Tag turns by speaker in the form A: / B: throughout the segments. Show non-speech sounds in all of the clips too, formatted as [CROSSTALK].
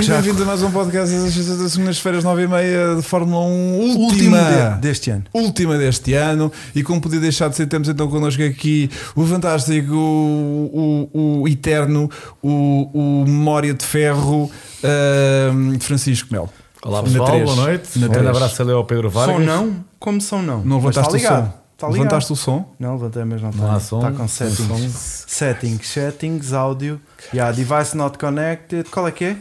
A: já-
B: Bem-vindos a mais um podcast das das segundas-feiras, 9h30 de Fórmula 1 última.
A: último de- deste ano.
B: Última deste ano, e como podia deixar de ser, temos então connosco aqui o fantástico, o, o- o eterno, o, o memória de ferro, ahm, Francisco Melo.
C: Olá
B: Na
C: pessoal,
B: três.
C: boa noite.
B: Na
C: Um
B: três.
C: grande abraço ali ao Pedro Vargas.
D: Som não? Como som não?
B: Não
D: Mas
B: levantaste
D: está ligado.
B: o som?
D: Está ligado.
B: levantaste o som?
D: Não, levantei, mas não está.
C: Não há
D: ligado.
C: som.
D: Está com
C: Sem
D: settings.
C: som.
D: Settings, settings, áudio. Yeah, device not connected. Qual é que é?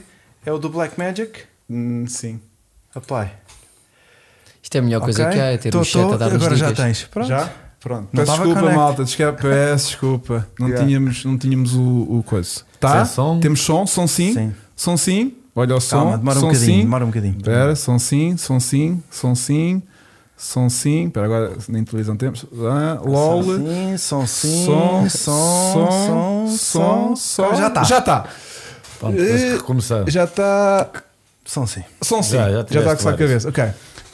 D: É o do Blackmagic?
B: Hum, sim.
D: Apply.
C: Isto é a melhor coisa
D: Ok.
C: que há, é ter
D: Tô,
C: um chat
D: tô.
C: a dar-nos
D: Agora
C: dicas.
D: já tens. Pronto.
B: Já? Pronto.
D: Não
B: Peço
D: estava
B: desculpa,
D: connect.
B: malta.
D: [LAUGHS]
B: desca- Peço desculpa. Não,
D: Yeah. é
B: tínhamos, não tínhamos o, o coisa. Tá?
C: Sem som.
B: Temos som? Som sim?
D: Sim.
B: Som sim? Olha o som.
D: Calma, demora um
B: som
D: bocadinho.
B: sim.
D: Demora um bocadinho.
B: Espera, som sim, som sim, som sim, som sim. Espera, agora nem televisão temos. Ah, LOL.
D: Som sim, som
B: Som,
D: sim, som, som, som,
B: som.
D: Já tá. está.
B: Já está.
C: Pronto, temos que recomeçar.
B: eh, Já tá. está.
D: Som sim.
B: Som sim.
C: Já, já
B: Já
C: tiveste
B: está com isso à
C: vários.
B: cabeça. Ok.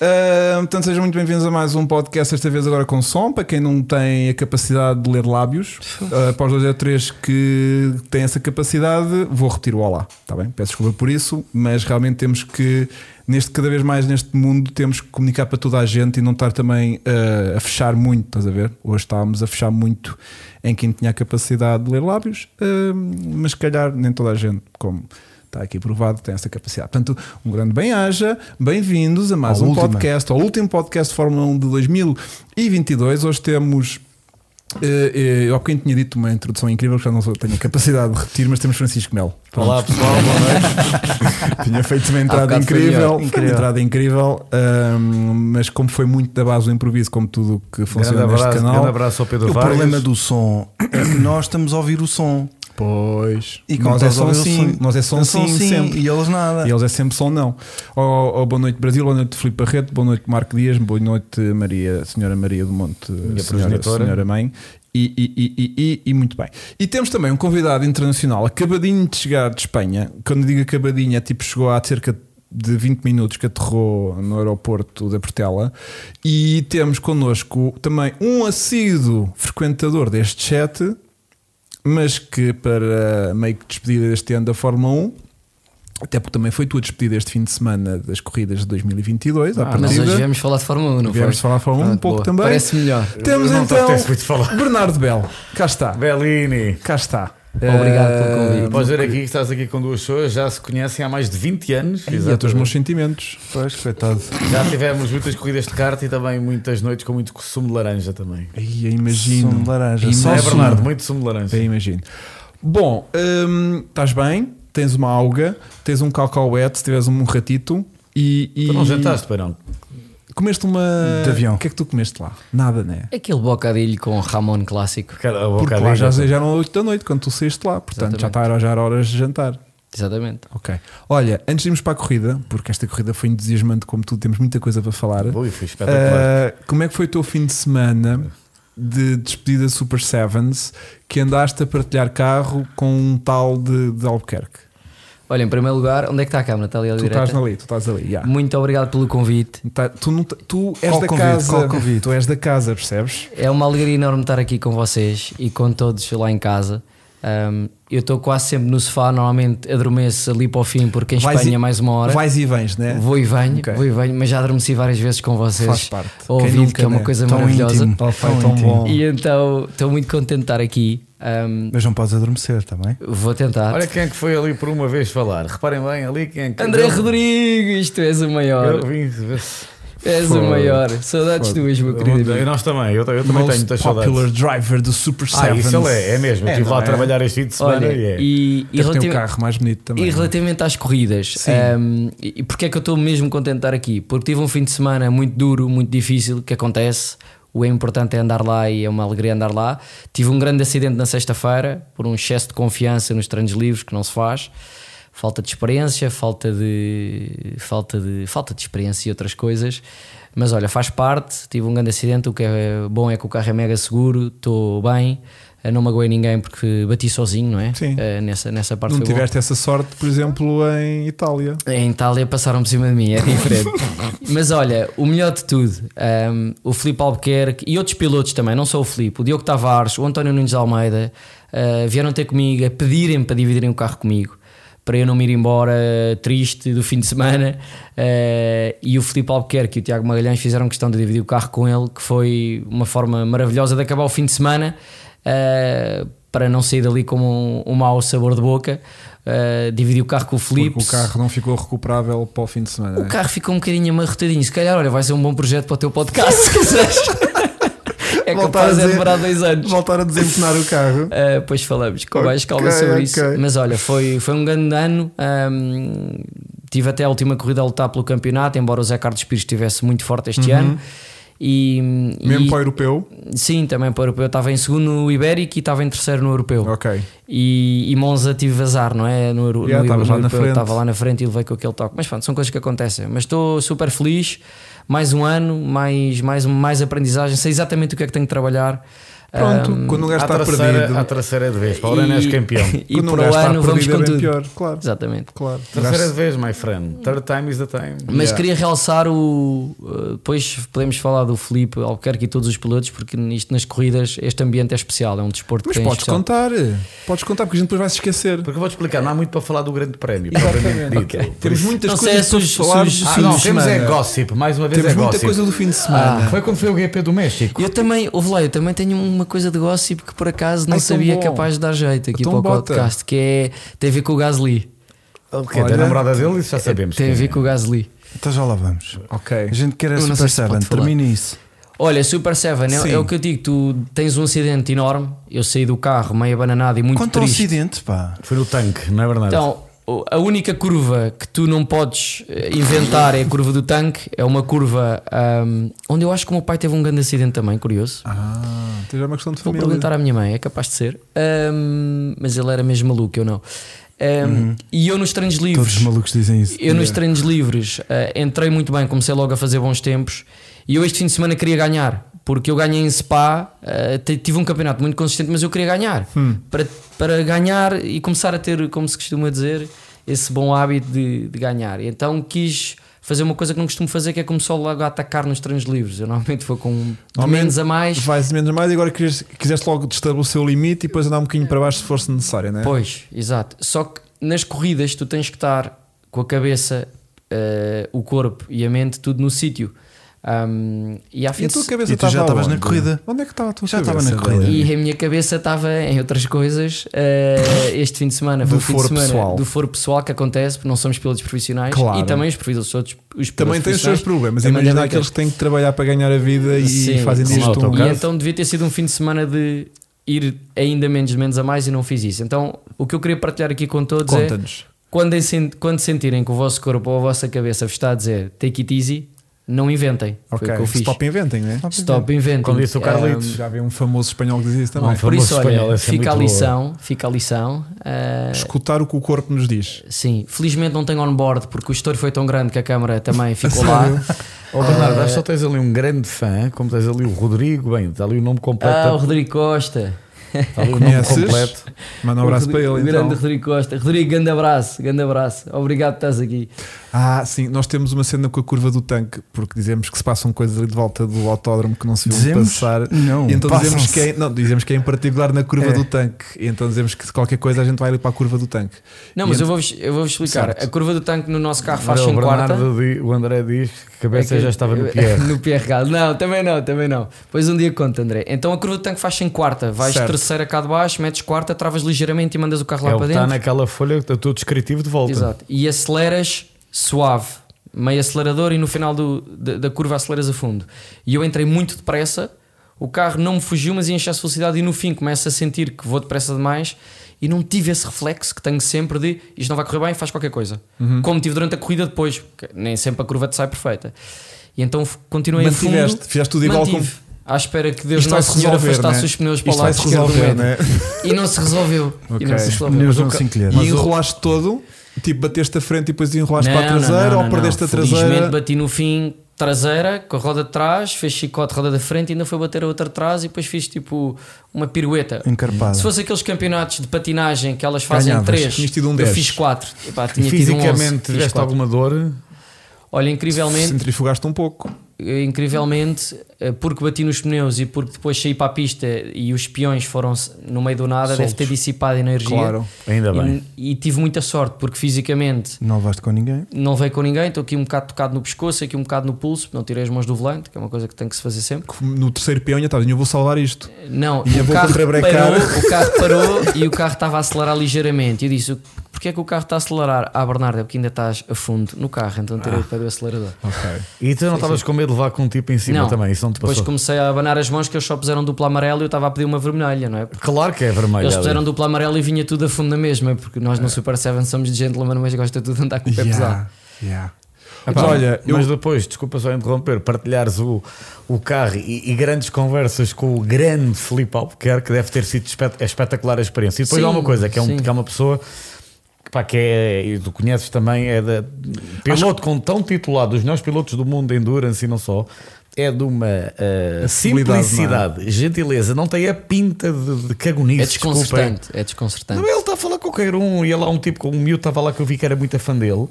B: Ah, portanto, sejam muito bem-vindos a mais um podcast, esta vez agora com som, para quem não tem a capacidade de ler lábios, ah, para os dois ou três que têm essa capacidade, vou repetir o olá, está bem? Peço desculpa por isso, mas realmente temos que, neste cada vez mais neste mundo, temos que comunicar para toda a gente e não estar também ah, a fechar muito, estás a ver? Hoje estávamos a fechar muito em quem tinha a capacidade de ler lábios, ah, mas se calhar nem toda a gente, como Está Tá aqui provado, tem essa capacidade. Portanto, um grande bem-aja, bem-vindos a mais
D: Ao
B: um
D: último.
B: podcast, ao último podcast de Fórmula 1 de 2022. Hoje temos. eh, eh, Eu há bocadinho tinha dito uma introdução incrível que já não sou- tenho a capacidade de repetir, mas temos Francisco Melo. Pronto.
C: Olá pessoal, boa noite.
B: [LAUGHS] Tinha feito uma
C: Há
B: entrada
C: bocado foi
B: incrível,
C: melhor.
B: foi uma
D: Incrível.
B: entrada incrível, ahm, mas como foi muito da base do improviso, como tudo o que
C: grande
B: funciona neste
C: abraço, grande
B: canal,
C: abraço ao Pedro
D: O
C: Vargas.
D: problema do som é que nós estamos a ouvir o som.
B: pois,
D: E como
B: nós é
D: estás a
B: só
D: ouvir o
B: sim, nós é só
D: Então, som
B: sim sempre.
D: E eles nada.
B: E eles é sempre som não. Oh, oh, boa noite Brasil, boa noite Filipe Barreto, boa noite Marco Dias, boa noite Maria, senhora Maria do Monte, senhora,
C: progenitora.
B: senhora mãe. E, e, e, e, e- e muito bem. E temos também um convidado internacional, acabadinho de chegar de Espanha. Quando digo acabadinho, é tipo chegou há cerca de 20 minutos que aterrou no aeroporto da Portela. E temos connosco também um assíduo frequentador deste chat, mas que para meio que despedida deste ano da Fórmula 1, até porque também foi tua despedida este fim de semana das corridas de 2022, à
C: Ah, mas
B: partida.
C: hoje viemos falar de Fórmula 1, não
B: Viemos
C: foi?
B: falar de Fórmula 1 um
C: Pronto,
B: pouco
C: boa.
B: também.
C: Parece melhor.
B: Temos
C: Não te
B: então
C: apetece muito falar.
B: Bernardo Belo, cá está,
C: Bellini.
B: cá está.
C: Obrigado pelo
B: Eh,
C: convite. Podes ver aqui que estás aqui com duas pessoas, já se conhecem há mais de 20 anos.
B: E aos meus sentimentos.
D: Pois, coitado.
C: Já tivemos muitas corridas de kart e também muitas noites com muito sumo de laranja também.
B: Ai, eu imagino.
D: Sumo de laranja.
B: Imagino.
D: Só
C: Não é,
D: sumo.
C: Bernardo? Muito sumo de laranja.
B: Eu imagino. Bom, hum, estás bem, tens uma alga, tens um calcauete, se tiveres um ratito e. e
C: Tu não jantaste, pai não?
B: Comeste uma.
D: De avião.
B: O que é que tu comeste lá? Nada, né?
C: Aquele bocadilho com Ramon clássico. Cara, a
B: Porque
C: bocadilho.
B: lá já, já eram 8 da noite quando tu saíste lá, portanto já,
C: Exatamente.
B: tá, já era horas de jantar.
C: Exatamente.
B: Ok. Olha, antes de irmos para a corrida, porque esta corrida foi entusiasmante, como tu temos muita coisa para falar.
C: Ui, foi espetacular.
B: Ah, como é que foi o teu fim de semana de despedida Super Sevens que andaste a partilhar carro com um tal de, de Albuquerque?
E: Olha, em primeiro lugar, onde é que está a câmara? Está ali à
B: Tu
E: direita.
B: estás ali, tu estás ali. yeah.
E: Muito obrigado pelo convite.
B: Tá- tu, não te- tu és
D: Qual
B: da
D: convite?
B: casa.
D: Qual convite?
B: Tu és da casa, percebes?
E: É uma alegria enorme estar aqui com vocês e com todos lá em casa. Ahm, eu estou quase sempre no sofá, normalmente adormeço ali para o fim, porque em
B: Vais
E: Espanha é
B: e-
E: mais uma hora.
B: Vais e vens, né?
E: Vou e venho,
B: Ok.
E: vou e venho, mas já adormeci várias vezes com vocês.
B: Faz parte.
E: a
B: Quem
E: Ouvir,
B: nunca,
E: que é uma
B: né?
E: coisa
D: Tão
E: maravilhosa.
D: íntimo.
B: Tal foi
D: Tão
B: tão
D: íntimo.
B: bom.
E: E então estou muito contente de estar aqui. Ahm,
D: Mas não podes adormecer,
B: tá
D: está bem?
E: vou tentar.
C: Olha quem é que foi ali por uma vez falar. Reparem bem ali quem é que.
E: André
C: Eu-
E: Rodrigues, tu és o maior.
C: Eu vim-
E: És o
C: Foda.
E: maior. Saudades tuas, meu querido. amigo.
C: Eu- Nós também, eu, eu também tenho
B: Most
C: muitas
B: popular
C: saudades.
B: driver do Super
C: Ah,
B: Sevens.
C: isso ele é, é mesmo. Eu estive
B: não
C: lá a
B: é?
C: trabalhar este fim de semana
E: Olha,
C: e é.
E: e, e
B: Deve ter
E: relativ-
B: um carro mais bonito também.
E: E
B: não é?
E: relativamente às corridas,
B: Sim.
E: hum, e e porque é que eu estou mesmo contente de estar aqui? Porque tive um fim de semana muito duro, muito difícil, que acontece. O importante é andar lá e é uma alegria andar lá. Tive um grande acidente na sexta-feira por um excesso de confiança nos treinos livres que não se faz. Falta de experiência, falta de, falta de falta de experiência e outras coisas. Mas olha, faz parte. Tive um grande acidente. O que é bom é que o carro é mega seguro. Estou bem. eh, Não magoei ninguém porque bati sozinho, não é?
B: Sim.
E: Eh, Nessa, nessa parte
B: Não
E: foi bom.
B: tiveste essa sorte, por exemplo, em Itália.
E: Em Itália passaram por cima de mim, é
B: [LAUGHS]
E: diferente. Mas olha, o melhor de tudo, um, o Filipe Albuquerque e outros pilotos também, não só o Filipe, o Diogo Tavares, o António Nunes de Almeida, uh, vieram ter comigo a pedirem para dividirem o carro comigo. para eu não me ir embora triste do fim de semana. Eh, e o Filipe Albuquerque e o Tiago Magalhães fizeram questão de dividir o carro com ele, que foi uma forma maravilhosa de acabar o fim de semana. eh, para não sair dali com um, um mau sabor de boca, eh, dividi o carro com o Filipe.
B: Porque o carro não ficou recuperável para o fim de semana.
E: O
B: né?
E: carro ficou um bocadinho amarrotadinho. Se calhar, olha, vai ser um bom projeto para o teu podcast. [LAUGHS] se quiseres. é
B: Voltar a
E: capaz de
B: dizer-
E: demorar dois anos.
B: Voltar a desempenar o carro.
E: Ah, depois falamos com mais calma
B: Ok,
E: sobre
B: ok.
E: isso. Mas olha, foi, foi um grande ano. Ahm, tive até a última corrida a lutar pelo campeonato, embora o Zé Carlos Pires estivesse muito forte este ano. [LAUGHS] E,
B: Uhum. Mesmo
E: e-
B: para o europeu.
E: Sim, também para o europeu. Eu Estava em segundo no Ibérico e estava em terceiro no europeu.
B: Ok.
E: E, e Monza tive azar, não é? No, Euro-
B: Yeah,
E: no,
B: estavas
E: no
B: lá na
E: europeu,
B: frente.
E: estava lá na frente e levei com aquele toque. Mas pronto, são coisas que acontecem. Mas estou super feliz. Mais um ano, mais, mais, mais aprendizagem. Sei exatamente o que é que tenho que trabalhar.
B: Pronto, quando um gajo
C: À
B: está
C: terceira, à
B: perdido.
C: terceira é de vez. Para o ano
E: E-
B: [LAUGHS]
C: és campeão.
E: [LAUGHS]
B: né,
E: E
B: quando um
E: para
B: gajo
E: o
B: está
E: ano
B: perdido
E: vamos com
B: é bem
E: tudo.
B: pior, claro.
E: Exatamente.
B: claro. Um
C: Terceira
B: gajo-
C: de vez, my friend. Third time is the time.
E: Mas
B: Yeah.
E: queria realçar o. eh, Depois podemos falar do Felipe Albuquerque e todos os pilotos, porque isto nas corridas este ambiente é especial, é um desporto
B: Mas
E: que é
B: podes
E: especial.
B: contar, podes contar, porque a gente depois vai se esquecer.
C: Porque eu vou-te explicar, não há muito para falar do grande prémio. propriamente dito. Por
B: Temos
C: isso-
B: muitas
E: Não sei,
B: coisas
E: se
B: para
E: os-
B: falar
E: se os-
B: do
C: Ah,
B: fim
C: não,
B: de
C: temos é
B: semana.
C: gossip. Mais uma vez
B: Temos
C: é
B: muita
C: gossip. Ah,
B: coisa do fim de semana.
C: Foi quando foi o GP do México.
E: Eu também, ouve lá, eu também tenho uma coisa de gossip que por acaso não
B: Ai, tão
E: sabia
B: bom.
E: capaz de dar jeito aqui
B: Então
E: para o
B: bota.
E: podcast, que é tem a ver com o Gasly.
C: Okay,
B: Olha.
C: da namorada dele, isso já sabemos.
E: Tem a
C: quem
E: ver
C: é.
E: com o Gasly.
D: Então já lá vamos.
B: Ok.
D: A gente quer a
E: Eu não
D: Super
E: sei se pode
D: 7,
E: falar.
D: termina isso.
E: Olha, Super 7, é,
B: Sim.
E: é o que eu digo, tu tens um acidente enorme, eu saí do carro meio abananado e muito
D: Quanto ao
E: triste.
D: acidente, pá.
C: Foi no tanque, não é verdade?
E: Então, o- a única curva que tu não podes eh, inventar é a curva do tanque. É uma curva ahm, onde eu acho que o meu pai teve um grande acidente também, curioso.
B: Ah, então já é uma questão de
E: Vou
B: família.
E: perguntar à minha mãe, é capaz de ser. Ahm, mas ele era mesmo maluco, eu não. Ahm, E eu nos treinos
D: Todos os
E: livres.
D: malucos dizem isso.
E: Eu nos treinos livres ah, entrei muito bem, comecei logo a fazer bons tempos e eu este fim de semana queria ganhar, porque eu ganhei em Spa, ah, t- tive um campeonato muito consistente, mas eu queria ganhar para, para ganhar e começar a ter, como se costuma dizer, esse bom hábito de, de ganhar. E Então quis fazer uma coisa que não costumo fazer, que é começar logo a atacar nos treinos livres. Eu normalmente vou com um de
B: Normalmente
E: menos a mais.
B: Vais de menos a mais e agora queres- quiseste logo estabelecer o limite e depois andar um bocadinho para baixo se fosse necessário, né?
E: Pois, exato. Só que nas corridas tu tens que estar com a cabeça, eh, o corpo e a mente tudo no sítio. Ahm, e à
B: E
E: fim
B: a
E: de
B: tua
E: se-
B: cabeça
D: E tu já
B: estava
D: estavas na
B: onde?
D: corrida.
B: Onde é que estava a tua
D: Já
B: cabeça?
D: estava na corrida.
E: e a minha cabeça estava em outras coisas. eh, este fim de semana foi
B: Do
E: o fim de
B: foro
E: semana
B: pessoal.
E: do foro pessoal que acontece, porque não somos pilotos profissionais
B: Claro.
E: e também os pilotos, os pilotos
B: Também tem os seus
E: profissionais
B: problemas.
E: também
B: Imagina
E: devem
B: aqueles
E: ter.
B: que têm que trabalhar para ganhar a vida e
E: Sim,
B: fazem
E: sim.
B: disto um.
C: Autocarro.
E: E
C: caso.
E: então devia ter sido um fim de semana de ir ainda menos, menos a mais e não fiz isso. Então o que eu queria partilhar aqui com todos é
B: Conta-nos.
E: Quando, em sen- quando sentirem que o vosso corpo ou a vossa cabeça vos está a dizer take it easy, não inventem. Foi o que
B: Ok,
E: eu fiz.
B: stop inventing, né?
E: Stop inventem.
C: Quando disse o Carlitos.
B: Já havia um famoso espanhol que dizia isso também.
C: Não,
E: Por
C: Famoso
E: isso, olha,
C: espanhol, essa é
E: fica, a
C: muito boa.
E: lição, fica a lição. ah,
B: Escutar o que o corpo nos diz.
E: sim, felizmente não tenho on-board porque o estouro foi tão grande que a câmara
B: [LAUGHS]
E: também ficou lá. Ah,
C: Ó Oh,
B: eh,
C: Bernardo, acho que só tens ali um grande fã, como tens ali o Rodrigo, bem, está ali o nome
E: Ah, o
C: completo.
E: Rodrigo Costa.
C: Está ali o nome
B: Conheces?
C: completo.
B: Manda um
E: O
B: abraço para
E: Rodrigo-
B: ele.
E: O grande
B: então.
E: Rodrigo Costa. Rodrigo, grande abraço, grande abraço. Obrigado por estás aqui.
B: Ah, sim, nós temos uma cena com a curva do tanque, porque dizemos que se passam coisas ali de volta do autódromo que não se viu
D: Dizemos?
B: passar.
D: Não,
B: E então dizemos
D: passam-se.
B: que, é, não, dizemos que é em particular na curva
D: É.
B: do tanque. E então dizemos que se qualquer coisa a gente vai ali para a curva do tanque.
E: Não,
B: E
E: mas eu
B: ent-
E: vou-vos eu vou-vos explicar.
B: Certo. é
E: A curva do tanque no nosso carro faz
C: Olha, o
E: 5 quarta.
C: Bernardo di- o André diz que a cabeça
E: É que-
C: já estava no PR.
E: [LAUGHS] no PRK. Não, também não, também não. Pois um dia conta, André. Então a curva do tanque faz em quarta, vais
B: Certo.
E: terceira cá de baixo, metes quarta, travas ligeiramente e mandas o carro lá
C: É o que
E: para
C: está
E: dentro.
C: naquela folha do teu descritivo de volta.
E: Exato. E aceleras suave, meio acelerador e no final do- da, da curva aceleras a fundo. E eu entrei muito depressa, o carro não me fugiu, mas ia em excesso de velocidade e no fim começo a sentir que vou depressa demais e não tive esse reflexo que tenho sempre de isto não vai correr bem, faz qualquer coisa.
B: Uhum.
E: Como tive durante a corrida depois, porque nem sempre a curva te sai perfeita. E então f- continuei a fundo.
B: Mantiveste, fizeste tudo igual
E: mantive,
B: como.
E: À espera que Deus
B: Isto
E: Nosso
B: vai-se
E: Senhor
B: resolver,
E: afastasse
B: né?
E: os pneus para o
B: Isto
E: lado
B: vai-se
E: esquerdo do
B: resolver,
E: médio.
B: né?
E: E não se resolveu. E não se
B: Ok.
E: resolveu.
D: Pneus
E: Mas o
D: não
E: ca-
D: se encolheram.
B: E
E: Mas o-
B: enrolaste todo, tipo bateste a frente e depois enrolaste
E: Não,
B: para a traseira
E: não, não,
B: ou
E: não,
B: perdeste
E: não.
B: a traseira.
E: Felizmente bati no fim traseira, com a roda de trás, fez chicote roda da frente, ainda foi bater a outra de trás e depois fiz tipo uma pirueta.
D: Encarpado.
E: Se fosse aqueles campeonatos de patinagem que elas fazem
D: Ganhavas.
E: três,
B: Tinhas tido um
E: eu
B: 10.
E: fiz quatro. Epá,
C: E
E: tinha tido um 11,
C: fisicamente
E: fiz
C: tiveste
E: quatro.
C: alguma dor?
E: Olha, incrivelmente,
B: Centrifugaste um pouco.
E: eh, incrivelmente, eh, porque bati nos pneus e porque depois saí para a pista e os peões foram no meio do nada,
B: Soltos.
E: deve ter dissipado energia.
B: Claro.
C: Ainda bem.
E: E, e tive muita sorte, porque fisicamente
D: Não levaste com ninguém.
E: não levei com ninguém, estou aqui um bocado tocado no pescoço, aqui um bocado no pulso, não tirei as mãos do volante, que é uma coisa que tem que se fazer sempre.
B: No terceiro peão, já estás, eu vou salvar isto.
E: Não,
B: Minha
E: o
B: boca
E: carro, parou,
B: trabecar.
E: o carro parou e o carro estava a acelerar ligeiramente. Eu disse: Porquê é que o carro está a acelerar? Ah, Bernardo, é porque ainda estás a fundo no carro, então
C: Ah.
E: tirei o pé do acelerador.
B: Ok.
C: E tu não estavas com medo de levar com um tipo em cima
E: Não.
C: também? Isso não te
E: Depois
C: passou?
E: comecei a abanar as mãos que eles só puseram dupla amarela e eu estava a pedir uma vermelha, não é?
C: Claro que é vermelho.
E: Eles
C: ali. É.
E: puseram dupla amarela e vinha tudo a fundo na mesma, porque nós no Super 7 somos de gentleman, mas gosta tudo de andar com o pé pesado.
B: Yeah, yeah.
C: Epá,
E: Então,
B: Mas olha, eu-
C: mas depois, desculpa só interromper, partilhares o, o carro e, e grandes conversas com o grande Filipe Albuquerque, que deve ter sido espet- é espetacular a experiência. E depois
E: Sim,
C: há uma coisa, que é, um-
E: sim.
C: que é uma pessoa que, pá, que é, e tu conheces também, é da, piloto com tão titulado, dos melhores pilotos do mundo de endurance e não só. É de uma ah,
B: Acessibilidade,
C: simplicidade, gentileza, não tem a pinta de, de cagonice.
E: É
C: desculpem.
E: desconcertante, é desconcertante.
C: Não, ele está a falar com qualquer um e ele há um tipo com um miúdo estava lá que eu vi que era muito fã dele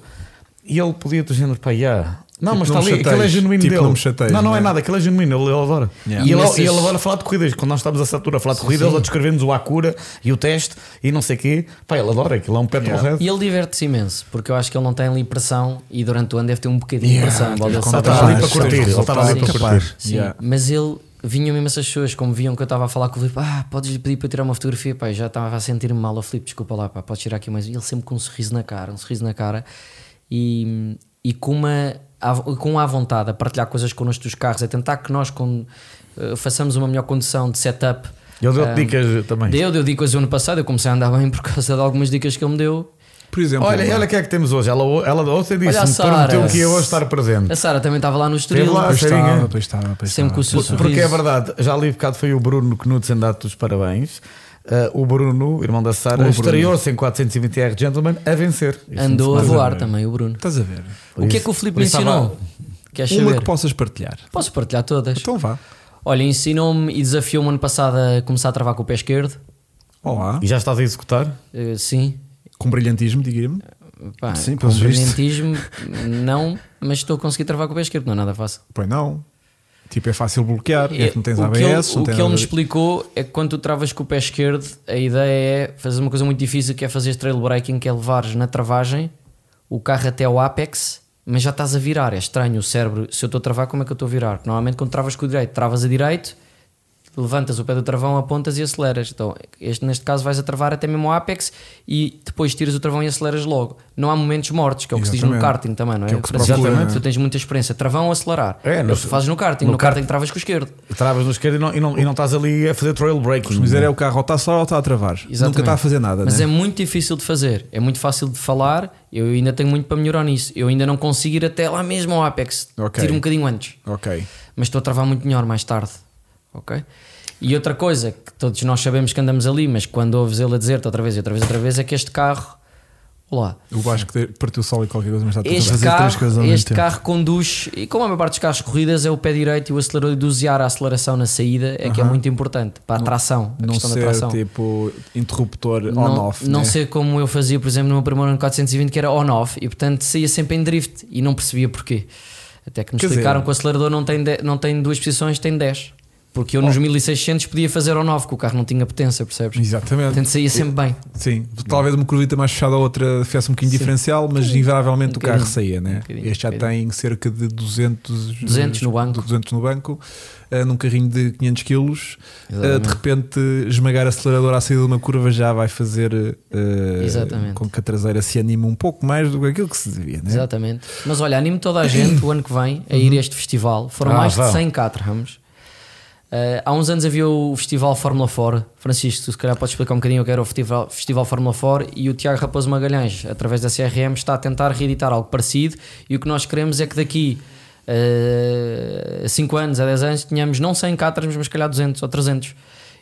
C: e ele podia do género, pá, yeah. Não,
B: Tipo,
C: mas
B: não
C: está
B: me
C: ali, aquele é
B: chateies.
C: genuíno
B: Tipo,
C: dele.
B: não me chateies,
C: não, não
B: não
C: é
B: é?
C: nada, aquele é genuíno, ele ele adora.
B: Yeah.
C: E, ele,
E: Nessas-
C: e ele adora falar de corridas. Quando nós estávamos a Satura a falar de corrida, ele a descrever-nos o Acura e o teste e não sei o quê. Pá, ele adora, aquilo é um petrolhead.
E: E ele diverte-se imenso, porque eu acho que ele não tem ali pressão e durante o ano deve ter um bocadinho
B: Yeah,
E: de pressão. igual
B: tens
E: ele
B: conta
E: sabe.
C: Estava ali
B: Capaz,
C: para curtir,
B: sim,
C: ele estava ali
E: capaz.
C: para curtir.
E: Sim,
B: Yeah.
E: mas ele vinham mesmo essas pessoas, como viam que eu estava a falar com o Filipe, ah, podes lhe pedir para eu tirar uma fotografia, pá, eu já estava a sentir-me mal, o Filipe, desculpa lá, pá, podes tirar aqui mais. E ele sempre com um sorriso na cara, um sorriso na cara e, e com uma à- com a vontade a partilhar coisas connosco dos carros, a tentar que nós com- eh, façamos uma melhor condução de setup.
C: Ele
E: Ah,
C: deu-te dicas também.
E: Deu, deu dicas o ano passado, eu comecei a andar [LAUGHS] bem por causa de algumas dicas que ele me deu.
B: Por exemplo,
C: Olha, olha o que é que temos hoje. Ela, ela ontem
E: um Olha a
C: disse-me,
E: Sara.
C: prometeu que eu hoje estar presente.
E: A Sara também estava lá no
C: Teve
E: estrelo.
C: lá.
B: pois
C: Sarinha.
B: estava, pois estava, pois
E: Sempre com o
B: estava.
E: seu sorriso.
C: Porque é verdade, já ali bocado foi o Bruno Knudsen dar-te os parabéns. Ah, o Bruno, irmão da Sara,
B: Bruno.
C: estreou-se em 420R Gentleman a vencer. Este fim de
E: Andou a
C: semana.
E: voar também o Bruno.
B: Estás a ver?
E: O que é que o Filipe me
C: é isso
E: ensinou?
C: Um
E: Queres
B: Uma
E: saber?
B: que possas partilhar.
E: Posso partilhar todas?
B: Então vá.
E: Olha, ensinou-me e desafiou-me ano passado a começar a travar com o pé esquerdo.
B: Olá.
C: E já estás a executar?
E: Eh, sim.
B: Com brilhantismo, diga-me.
E: Pá,
B: Sim,
E: com
B: pelos vistos.
E: brilhantismo, não, mas estou a conseguir travar com o pé esquerdo, não é nada fácil.
B: Pois não. Tipo, é fácil bloquear. É, que não tens
E: o
B: ABS,
E: que ele,
B: não
E: o que
B: tens
E: ele me
B: nada-
E: explicou é que quando tu travas com o pé esquerdo, a ideia é fazer uma coisa muito difícil que é fazer trail braking, que é levares na travagem o carro até ao apex, mas já estás a virar. É estranho o cérebro. Se eu estou a travar, como é que eu estou a virar? Porque normalmente quando travas com o direito, travas a direito, levantas o pé do travão, apontas e aceleras. Então, este, neste caso, vais a travar até mesmo ao apex e depois tiras o travão e aceleras logo. Não há momentos mortos, que é o que se diz no
B: Exatamente.
E: karting também, não é?
B: Que é o que se
E: Francisco,
B: procura, não é?
E: Tu tens muita experiência. Travão ou acelerar?
C: É,
E: o que
C: nós-
E: tu fazes no karting.
C: no
E: No,
C: kart-
E: karting travas com o esquerdo.
C: Travas no esquerdo e não, e, não, e não estás ali a fazer trail breaking.
B: Se fizer é o carro ou está a acelerar ou está a travar. Nunca
E: Exatamente.
B: está a fazer nada.
E: Mas
B: né?
E: é muito difícil de fazer, é muito fácil de falar. Eu ainda tenho muito para melhorar nisso. Eu ainda não consigo ir até lá mesmo ao Apex.
B: Ok.
E: Tiro um bocadinho antes,
B: Ok.
E: mas estou a travar muito melhor mais tarde. Ok? E outra coisa que todos nós sabemos que andamos ali, mas quando ouves ele a dizer-te outra vez e outra vez, outra vez, é que este carro. Olá.
B: O Vasco te- partiu só ali qualquer coisa, mas está tudo
E: Este
B: bem.
D: fazer três coisas ao
E: carro, é
D: mesmo
E: este
D: tempo.
E: carro conduz, e como a maior parte dos carros de corridas, é o pé direito e o acelerador e dosear a aceleração na saída, é que é muito importante para a tração, a
B: Não
E: questão da
B: ser
E: tração
B: tipo interruptor
E: não,
B: on-off.
E: não
B: né?
E: ser como eu fazia, por exemplo, no meu primeiro ano 420, que era on-off, e portanto saía sempre em drift e não percebia porquê. Até que me
B: Quer
E: explicaram
B: dizer-
E: que o acelerador não tem, de- não tem duas posições, tem 10. Porque eu nos
B: Oh.
E: 1600 podia fazer on-off, que o carro não tinha potência, percebes?
B: Exatamente.
E: Portanto saía sempre bem.
B: Sim. Talvez uma curvita mais fechada a outra fizesse um bocadinho diferencial, mas invariavelmente o carro
E: bocadinho.
B: saía, né?
E: Um bocadinho,
B: este já
E: um bocadinho.
B: tem cerca de 200,
E: 200 no banco.
B: 200 no banco, eh, num carrinho de 500 quilos. Eh, de repente, esmagar acelerador à saída de uma curva já vai fazer eh,
E: Exatamente.
B: com que a traseira se anime um pouco mais do que aquilo que se devia, né?
E: Exatamente. Mas olha, animo toda a gente o ano que vem a ir a este festival. Foram
C: Ah,
E: mais
C: vão.
E: de 100 catrams. Eh, há uns anos havia o Festival Fórmula 4. Francisco, tu se calhar podes explicar um bocadinho o que era o Festival, Festival Fórmula 4 e o Tiago Raposo Magalhães, através da CRM, está a tentar reeditar algo parecido e o que nós queremos é que daqui eh, a 5 anos, a 10 anos, tenhamos não 100 catrams, mas se calhar 200 ou 300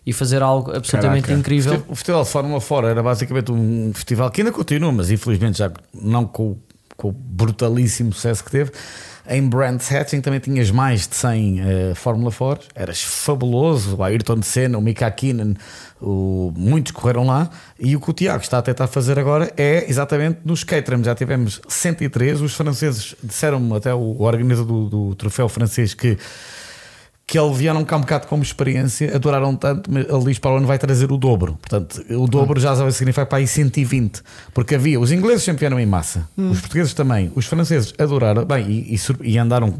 E: e fazer algo absolutamente
B: Caraca.
E: incrível.
C: O festival de Fórmula Fora era basicamente um festival que ainda continua, mas infelizmente já não com, com o brutalíssimo sucesso que teve. Em Brands Hatching também tinhas mais de 100 eh, Fórmula 4, eras fabuloso. O Ayrton Senna, o Mika Keenan, o- muitos correram lá. E o que o Tiago está a tentar fazer agora é exatamente nos Caterham. Já tivemos 103. Os franceses disseram-me, até o organizador do, do troféu francês, que que ele vieram cá um bocado como experiência, adoraram tanto, mas ele diz para o ano vai trazer o dobro. Portanto, o dobro já sabe, significa para aí 120, porque havia, os ingleses sempre vieram em massa,
E: Hum.
C: os portugueses também, os franceses adoraram, bem, e, e sur- e andaram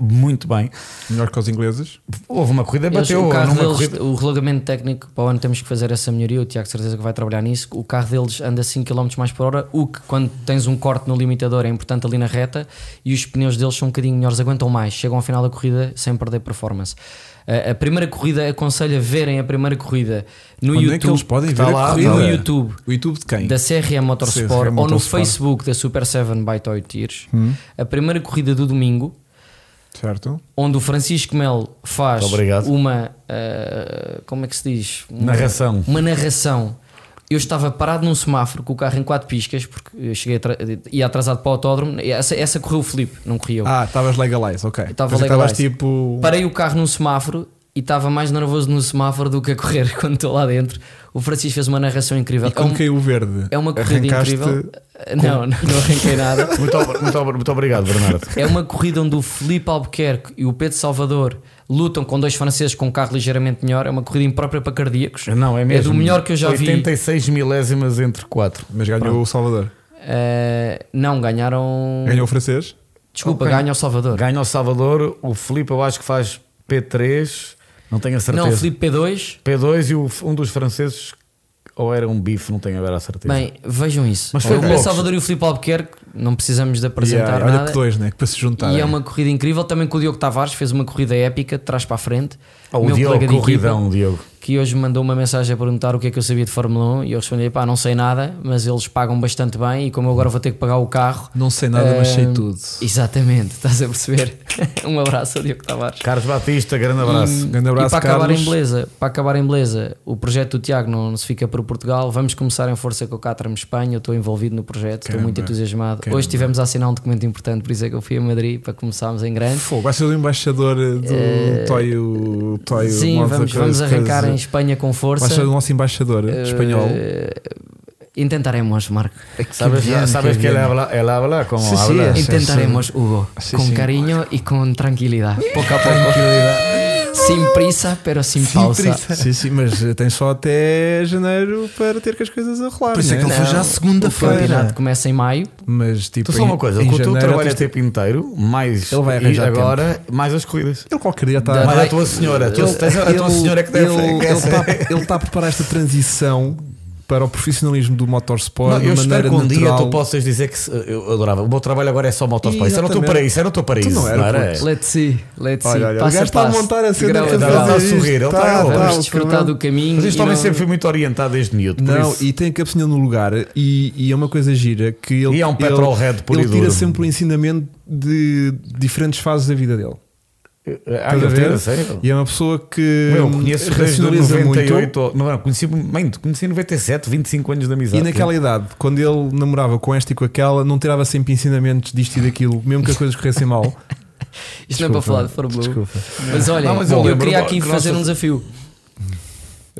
C: muito bem.
B: Melhor que os ingleses.
C: Houve uma corrida,
E: Eles-
C: bateu
E: o carro
C: numa
E: deles,
C: corrida.
E: o regulamento técnico para o ano temos que fazer essa melhoria. O Tiago, de certeza que vai trabalhar nisso. O carro deles anda 5 km mais por hora, o que quando tens um corte no limitador é importante ali na reta. E os pneus deles são um bocadinho melhores, aguentam mais, chegam ao final da corrida sem perder performance. A, a primeira corrida, aconselho a verem a primeira corrida no
B: Onde é que
E: YouTube. tá
B: eles podem
C: Está
B: ver
C: lá,
B: a
C: está
E: no
C: lá.
B: corrida?
E: YouTube
B: O YouTube de quem?
E: da CRM Motorsport,
B: CRM
E: ou no
B: Motorsport. Hum.
E: Facebook da Super 7 by Toy Tears, a primeira corrida do domingo
B: Certo?
E: onde o Francisco Melo faz
C: Muito obrigado.
E: uma eh, como é que se diz uma,
C: Narração.
E: uma narração eu estava parado num semáforo com o carro em quatro piscas porque eu cheguei atra- ia atrasado para o autódromo essa, essa correu o Felipe não corri eu
B: Ah, estavas legalize, ok.
E: Estava
B: Pensei que estavas
E: legalize.
B: tipo.
E: parei o carro num semáforo e estava mais nervoso no semáforo do que a correr [LAUGHS] quando estou lá dentro o Francisco fez uma narração incrível
B: E quando
E: é, um-
B: caiu o verde?
E: é uma corrida
B: arrancaste-
E: incrível não, não não arranquei nada
C: Muito, obri- muito, obri- muito obrigado, Bernardo.
E: É uma corrida onde o Felipe Albuquerque e o Pedro Salvador lutam com dois franceses com um carro ligeiramente melhor. É uma corrida imprópria para cardíacos.
C: Não, é mesmo.
E: do melhor que eu já vi.
C: 86 milésimas entre 4.
B: Mas ganhou o Salvador.
E: Eh, não, ganharam.
B: Ganhou o francês?
E: Desculpa,
C: Ok.
E: ganha o Salvador.
C: Ganha o Salvador, o Filipe eu acho que faz P3, não tenho a certeza.
E: Não, Felipe P2.
C: P2 e o- um dos franceses ou era um bife, não tenho agora a certeza.
E: Bem, vejam isso.
C: Mas foi
E: o Pedro
C: poucos.
E: Salvador e o Felipe Albuquerque, não precisamos de apresentar
B: Yeah, olha
E: nada.
B: que dois, né? Que para se
C: tá
B: juntar.
E: E é uma corrida incrível. Também com o Diogo Tavares fez uma corrida épica, de trás para a frente.
C: Oh, o
E: Meu
C: Diogo,
E: colega de equipa,
C: corridão, Diogo.
E: que hoje me mandou uma mensagem a perguntar o que é que eu sabia de Fórmula 1 e eu respondi, pá, não sei nada, mas eles pagam bastante bem e como eu agora vou ter que pagar o carro...
B: Não sei nada, mas sei tudo.
E: Exatamente, estás a perceber? [LAUGHS] um abraço ao Diogo Tavares.
C: Carlos Batista, grande abraço.
B: Um Grande abraço,
E: e para acabar,
B: Carlos.
E: em beleza, para acabar em beleza, o projeto do Tiago não, não se fica para o Portugal. Vamos começar em força com o Caterham Espanha. Eu estou envolvido no projeto, estou
B: Caramba.
E: muito entusiasmado.
B: Caramba.
E: Hoje tivemos a assinar um documento importante, por isso é que eu fui a Madrid para começarmos em grande.
B: Fogo, vai ser o embaixador do Toyo. Toyo
E: Eh, Sim,
B: Monza
E: vamos,
B: Tá coisa-
E: vamos arrancar
B: coisa.
E: em Espanha com
B: Vai
E: força. Eh,
B: ser um- o nosso embaixador espanhol.
E: Intentaremos, Marco.
B: é
C: Sabes,
B: bien,
C: sabes
B: qué
C: que ele
B: bien.
C: habla, ele habla como
B: Sí, sí,
C: habla.
B: es-
E: Intentaremos, Hugo,
B: Sí,
E: con
B: sí.
E: cariño y con tranquilidad. Poco a poco. [LAUGHS]
B: Tranquilidade.
E: Sin prisa, pero sin, pausa.
B: Sim, sim, mas eh, tem só até janeiro para ter que as coisas a rolar.
D: Por isso é
B: né?
D: que ele foi já
E: O campeonato
D: segunda-feira.
E: começa em maio.
B: Mas tipo,
C: Tu Então, só
B: em-
C: uma coisa,
B: em
C: com o teu
B: janeiro
C: trabalho
B: tens-
C: este tempo inteiro, mais
B: Ele vai
C: e
B: arranjar
C: agora, mais as corridas.
B: Ele qualquer dia tá- está.
E: Da-
C: Mais
E: Vai-
C: é a tua senhora. A tua,
E: Ele-
C: tens a- a tua senhora que deve
B: ele, tá-
C: que
B: ele
C: deve-
B: está, ele está a preparar esta transição para o profissionalismo do motorsport
C: Não,
B: de
C: eu espero
B: maneira
C: que um dia
B: natural.
C: tu possas dizer que se- eu adorava. O meu trabalho agora é só motosport. Isso era o teu
B: Exatamente.
C: paraíso. Isso era o teu paraíso.
B: não era,
C: É.
B: puto.
E: Let's see, let's see.
B: Olha, olha, o
E: Passo
B: gajo está a
E: passo,
B: montar a cena
E: degrau
B: de
E: a
B: cada
C: Ele
E: degrau.
C: está a
B: vez.
C: sorrir, ele está
B: Está,
C: a
B: está,
E: Vamos
B: o
E: desfrutar
B: cabrão.
E: do caminho.
C: Mas
E: e
C: este
E: não-
C: homem sempre foi muito orientado desde miúdo. é por
B: Não,
C: isso.
B: e tem a cabecinha no lugar e, e é uma coisa gira que ele,
C: E é um
B: ele-
C: petrolhead puro
B: ele
C: e
B: tira
C: duro.
B: sempre o ensinamento de diferentes fases da vida dele.
C: Ah,
B: Estás a
C: eu
B: ver?
C: tenho, sério.
B: E é uma pessoa que
C: Eu
B: hum,
C: conheço desde o
B: racionaliza
C: 98, ou- não, conheci, bem, conheci em 97, 25 anos de amizade.
B: E naquela idade, quando ele namorava com esta e com aquela, não tirava sempre ensinamentos disto e daquilo, mesmo que as coisas corressem
C: [LAUGHS]
B: mal.
E: Isto não é para
B: Desculpa,
E: falar de Fórmula 1.
B: Desculpa.
E: Mas olha,
C: Não, mas eu
E: eu,
C: lembro
E: queria aqui
C: que
E: fazer
C: nós-
E: um desafio.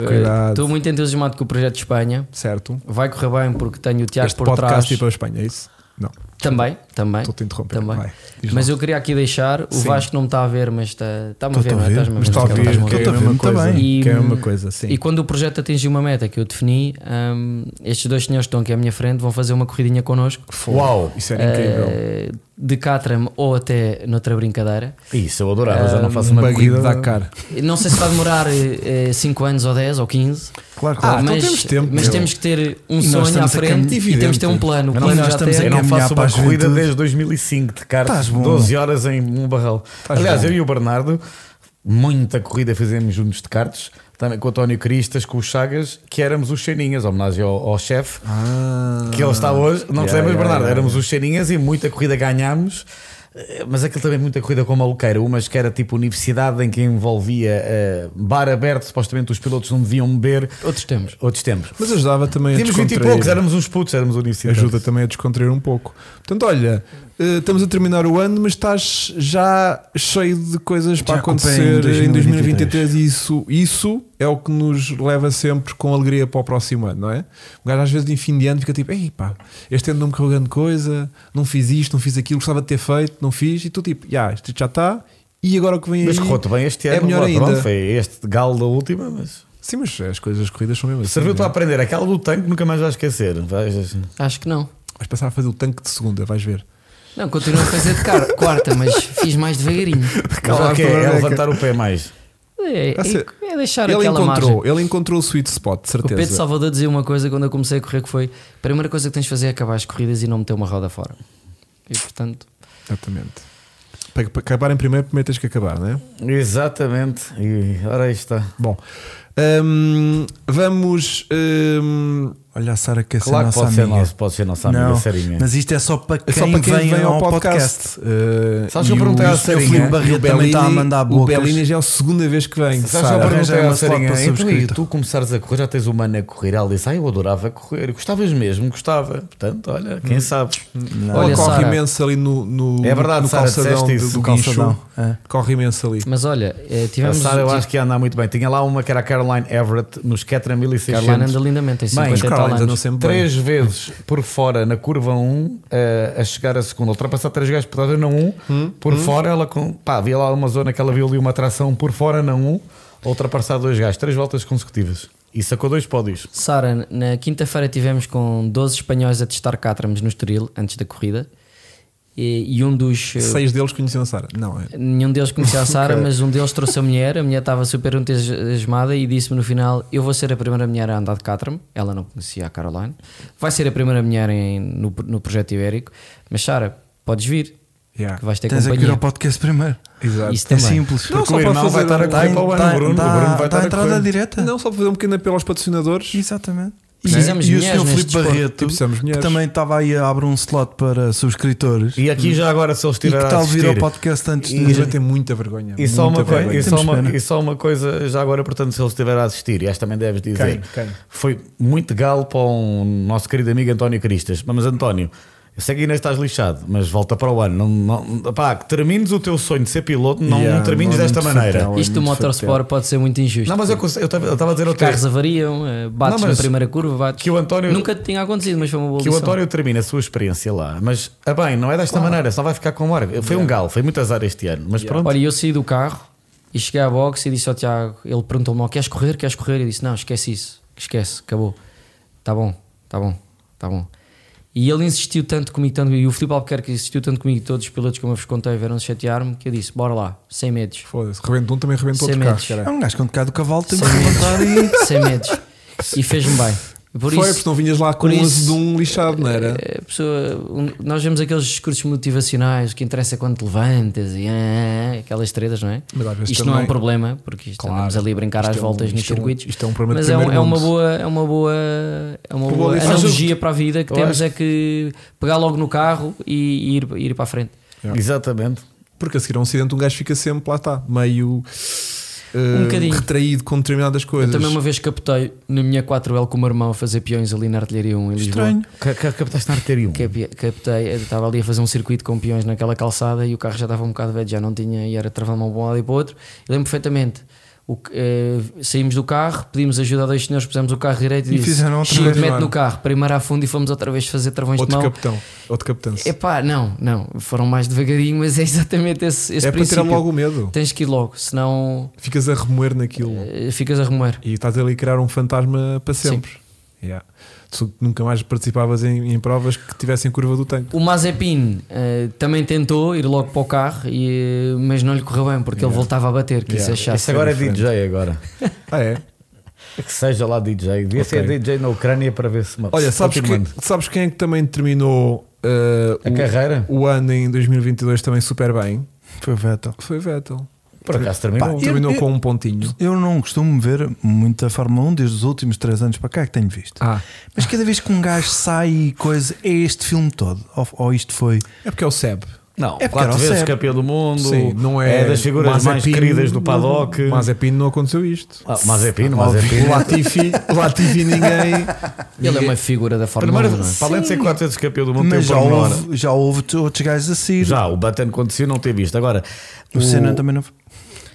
E: Eh,
B: Cuidado.
E: Estou muito entusiasmado com o projeto de Espanha.
B: Certo?
E: Vai correr bem porque tenho o Tiago
B: Este
E: por
B: podcast
E: trás.
B: ir para a Espanha, é isso? Não,
E: Também, também.
B: estou-te a interromper.
E: Também.
B: Vai, diz lá.
E: Mas eu queria aqui deixar, o
B: Sim.
E: Vasco não me está a ver, mas está- está-me a ver, não é? Estás-me a
B: mas
E: ver,
C: tá
B: está a
E: estás-me
B: ouvir,
E: a
B: que
C: Então
B: é a
D: Estou-te
E: ver.
D: a
B: mesma
D: ver,
B: coisa.
D: também.
E: E-
B: Que é a mesma coisa, sim.
E: E quando o projeto atingiu uma meta que eu defini, hum, estes dois senhores que estão aqui à minha frente vão fazer uma corridinha connosco.
C: Uau!
B: Isso era incrível.
E: eh, de Catram ou até noutra brincadeira.
C: Isso, eu adorava, já não faço
B: Um
C: uma
B: é- bagulho de
C: corrida.
B: Dakar.
E: Não sei se vai demorar 5 anos ou 10 ou 15,
D: Claro,
B: Ah,
D: claro.
B: então
E: mas,
B: temos tempo,
E: mas
B: meu.
E: temos que ter um
B: nós
E: sonho
B: estamos
E: à
B: a
E: frente
B: caminho,
E: e temos que ter um
B: evidente.
E: plano. O
D: Mas
E: plano
D: nós
E: já
D: estamos
E: tem.
C: Eu não
D: Caminhar
C: faço
D: para
C: uma
D: a
C: corrida
D: juventude.
C: desde 2005 de kart,
D: Estás bom.
C: 12 horas em um barral.
B: Estás
C: Aliás,
B: bom.
C: eu e o Bernardo, muita corrida fizemos juntos de karts, também com o António Cristas, com o Chagas, que éramos os Cheirinhas, homenagem ao, ao chefe,
D: Ah.
C: que ele está hoje. Não
B: Yeah,
C: fizemos,
B: yeah,
C: Bernardo,
B: yeah,
C: éramos os Cheirinhas e muita corrida ganhámos. Eh, Mas aquilo também muita corrida com maluqueira. Umas que era tipo universidade em que envolvia eh, bar aberto, supostamente os pilotos não deviam beber.
E: Outros tempos.
C: Outros tempos.
B: Mas ajudava também
C: Tínhamos
B: a
C: 20 e
B: descontrair.
C: poucos, éramos uns putos, éramos universitários.
B: Ajuda também a descontrair um pouco. Portanto, olha, eh, estamos a terminar o ano, mas estás já cheio de coisas para
D: ocupei em
B: acontecer em 2023
D: 2023.
B: e isso, isso é o que nos leva sempre com alegria para o próximo ano, não é? O gajo às vezes em fim de ano fica tipo, ei pá, este ano não me correu grande coisa, não fiz isto, não fiz aquilo, gostava de ter feito, não fiz, e tu tipo, já, isto já está, e agora o que vem
C: Mas
B: aí
C: correu-te bem este
B: é
C: ano.
B: melhor
C: lá,
B: ainda.
C: Pronto, foi este galo da última, mas.
B: Sim, mas as coisas as corridas são mesmo assim.
C: Serviu-te
B: não
C: para
B: é?
C: aprender. Aquela do tanque nunca mais vais esquecer. Vais-
E: Acho que não.
B: Vais passar a fazer o tanque de segunda, vais ver.
E: Não, continuo a fazer
B: [LAUGHS]
E: de car- quarta, mas fiz mais devagarinho.
C: Mas é o quê?
B: Calaste a
C: é
B: barbeca.
C: levantar o pé mais.
E: É,
B: Ah, sim.
E: é, é deixar
B: Ele
E: aquela
B: encontrou,
E: margem.
B: ele encontrou o sweet spot, de
E: O
B: certeza.
E: Pedro Salvador dizia uma coisa quando eu comecei a correr que foi a primeira coisa que tens de fazer é acabar as corridas e não meter uma roda fora. E portanto,
B: Exatamente. Para, para acabar em primeiro, primeiro tens que acabar, não é?
C: Exatamente. E ora aí está.
B: Bom, hum, vamos. hum, olha, é a Sara
D: é
B: quer ser
C: Claro que
B: nossa
C: pode ser,
B: amiga.
C: nosso, pode ser nossa amiga
D: Não,
C: Sarinha.
D: mas isto é só para
B: É
D: quem,
B: só para quem vem, ao podcast. Uh,
C: Sabes que
B: e
C: eu perguntei
B: o-
C: à
B: e o
C: Sarinha,
B: Filipe
C: e o
B: Barreto
D: Bellini-
C: tá
B: também está a mandar
D: o
B: bocas. O
D: Bellini
B: Belinas é a segunda vez que vem.
C: Sabes que eu perguntei
D: arranjei
C: à
D: uma slot
C: Sarinha,
D: para
C: então e
D: subscrita."
C: tu começares a correr, já tens o mano a correr. Ela disse, ah, eu adorava correr. Gostavas mesmo, gostava. Portanto, olha,
D: Hum.
C: quem sabe.
B: Ela
E: Olha,
B: corre
E: Sara.
B: imenso ali no, no,
C: É verdade,
B: no
C: Sara,
B: calçadão
C: disseste
B: do,
C: isso,
B: do
C: no
B: guincho.
D: calçadão, é.
B: Corre imenso ali.
E: mas olha, eh,
C: A
E: tivemos.
C: Sara eu acho que ia andar muito bem. Tinha lá uma que era a Caroline Everett nos Ketra
E: Carolina
C: 1600.
E: anda lindamente, tem
C: Bem,
E: 50 e
B: Os
E: tal
B: Carolines andam
E: anos.
B: sempre bem.
C: Três vezes por fora na curva 1 eh, a chegar a segunda, ultrapassar três gajos por na 1,
D: Hum,
C: por fora ela com pá, havia lá uma zona que ela viu ali uma tração por fora na 1, ultrapassar dois gajos, três voltas consecutivas e sacou dois pódios.
E: Sara, na quinta-feira tivemos com 12 espanhóis a testar cátramos no Estoril antes da corrida e, e um dos. eh,
B: Seis deles conheciam a Sara. Não, é.
E: Nenhum deles conhecia a Sara, mas um deles trouxe a mulher. A mulher estava super entusiasmada e disse-me no final: Eu vou ser a primeira mulher a andar de Caterham. Ela não conhecia a Caroline. Vai ser a primeira mulher em- no, no projeto ibérico. Mas Sara, podes vir,
B: Yeah.
E: que vais ter
D: Tens é que vir
E: companhia.
D: ao podcast primeiro.
B: Exato.
E: Isso
D: É
E: também.
D: simples.
B: Não,
C: Porque
B: só
C: o
B: pode
C: irmão vai
B: fazer
C: estar a
B: um-
C: correr para o ano,
D: Tá-
C: o Bruno,
D: tá-
C: o Bruno vai
D: tá
C: estar a
D: entrada
C: correr.
D: direta.
B: Não, só para fazer um pequeno apelo aos patrocinadores.
D: Exatamente.
E: Precisamos
D: e,
E: de
D: e o
E: mulheres
D: senhor Filipe
E: neste desporto.
D: Barreto,
B: Precisamos de
D: que
B: mulheres.
D: também estava aí a abrir um slot para subscritores. Hum. E,
C: E aqui já agora se eles
D: que
C: tiverem a
D: tal vir ao
C: assistir,
D: podcast antes
B: Mas vai
D: de.
B: ter muita vergonha.
C: E só,
B: muita
C: uma coi-
B: vergonha.
C: e, só
D: Temos
C: uma,
D: pena.
C: e só uma coisa, já agora, portanto, se ele estiver a assistir, e esta também deves dizer,
B: Quem? Quem?
C: foi muito galo para o nosso querido amigo António Cristas. Mas, António, eu sei que ainda estás lixado, mas volta para o ano. Não, não- pá, que termines o teu sonho de ser piloto, não,
B: Yeah,
C: não termines
B: não é
C: desta
B: muito
C: maneira.
B: fatal.
E: Isto do motorsport pode ser muito injusto.
C: Não, mas eu conse- eu estava a dizer ao
E: Os carros
C: teu,
E: avariam, eh, bates
C: Não, mas
E: na primeira curva, bates.
C: que o António-
E: Nunca te tinha acontecido, mas foi uma boa
C: que o
E: lição.
C: António termina a sua experiência lá, mas ah, bem, não é desta maneira, só vai ficar com o Marco. Foi um galo, foi muito azar este ano, mas pronto.
E: Olha, eu saí do carro e cheguei à boxe e disse ao Tiago, ele perguntou-me, "Oh, queres correr, queres correr? Eu disse, não, esquece isso, esquece, acabou. Tá bom, tá bom, tá bom. E ele insistiu tanto comigo, tanto comigo, e o Filipe Albuquerque insistiu tanto comigo, todos os pilotos, como eu vos contei, vieram chatear-me, que eu disse, bora lá, sem medos,
B: Foda-se, rebentou um também rebentou
E: Sem
B: outro carro,
E: medos.
D: É
B: caralho.
D: um gajo quando cai do cavalo tem que
E: Sim.
D: levantar
E: [LAUGHS]
D: e.
E: sem medos. E fez-me bem. Por
B: Foi,
E: isso,
B: porque não vinhas lá com
E: por
B: um
E: isso- eh,
B: azedum lixado, não era?
E: a pessoa, um- nós vemos aqueles discursos motivacionais, o que interessa é quando te levantas e ah, ah, aquelas tretas, não é?
B: Mas às vezes
E: isto não é um
B: também-
E: problema, porque isto
B: Claro.
E: andamos ali a brincar
B: Isto
E: às
B: é um-
E: voltas nos
B: isto é um-
E: circuitos.
B: isto é um problema de
E: mas é, um-
B: primeiro
E: é uma
B: mundo.
E: boa, é uma boa, é uma
B: Uma boa
E: boa
B: lição.
E: analogia para a vida que
C: Eu
E: temos
C: acho-
E: é que pegar logo no carro e ir, ir para a frente.
C: Exatamente.
B: Porque a seguir a um acidente um gajo fica sempre, lá está, meio eh,
E: Um bocadinho.
B: retraído com determinadas
E: Eu
B: coisas.
E: também uma vez captei na minha 4L com o meu irmão a fazer peões ali na artilharia 1 em Lisboa.
D: é Estranho.
C: Ca- ca- Captaste na artéria um.
E: Capi- Captei, eu estava ali a fazer um circuito com peões naquela calçada e o carro já estava um bocado velho, já não tinha e era travado de um lado e para o outro. Eu lembro perfeitamente. O que- eh, saímos do carro, pedimos ajuda a dois senhores, pusemos o carro direito e,
D: E
E: disse:
D: fizeram outra
E: "Chico,
D: vez,
E: mete
B: mano."
E: no carro, primeiro a fundo e fomos outra vez fazer travões
B: Outro
E: de mão.
B: capitão, outro capitão. É,
E: Epá, não, não, foram mais devagarinho, mas é exatamente esse, esse
B: É para
E: princípio.
B: tirar logo o medo.
E: Tens que ir logo, senão
B: Ficas a remoer naquilo
E: eh, ficas a remoer.
B: e estás ali a criar um fantasma para sempre. Yeah. Tu nunca mais participavas em, em provas que tivessem curva do tanque.
E: O Mazepin eh, também tentou ir logo para o carro, e, eh, mas não lhe correu bem porque ele voltava a bater, que isso
B: Yeah.
E: é chato.
C: Isso agora é
B: diferente.
C: DJ agora.
B: Ah, é?
C: Que seja lá DJ. Devia ser
B: Ok.
C: DJ na Ucrânia para ver se uma
B: Olha, sabes, que,
C: Continuando.
B: sabes quem é que também terminou eh,
C: A carreira?
B: o, o ano em 2022 também super bem?
D: Foi o Vettel.
B: Foi Vettel.
C: Por acaso
D: Pá,
C: terminou.
D: eu-
B: Terminou com um pontinho.
D: Eu não costumo ver muita Fórmula 1 desde os últimos 3 anos para cá que tenho visto.
B: Ah,
D: Mas cada vez que um gajo sai e coisa, é este filme todo. Ou, ou isto foi.
B: é porque é o SEB.
D: É
C: Não,
D: porque era
C: quatro
D: o
C: vezes
D: Seb.
C: campeão do mundo,
B: Sim, não é,
C: das figuras mais
B: Mazepin- é
C: queridas do paddock.
B: Mazepin não aconteceu isto.
C: Ah, Mazepin,
B: O
C: Mazepin.
B: Latifi, o
C: [LAUGHS]
B: Latifi ninguém.
E: Ele é uma figura da Fórmula 1.
C: Primeiro,
E: não é?
C: para além de ser quatro vezes campeão do mundo, tem
D: Mas
C: um
D: já
C: pormenor.
D: houve, já houve t- outros gajos assim.
C: Já, o Button aconteceu, não teve visto. Agora,
D: O Senna também não.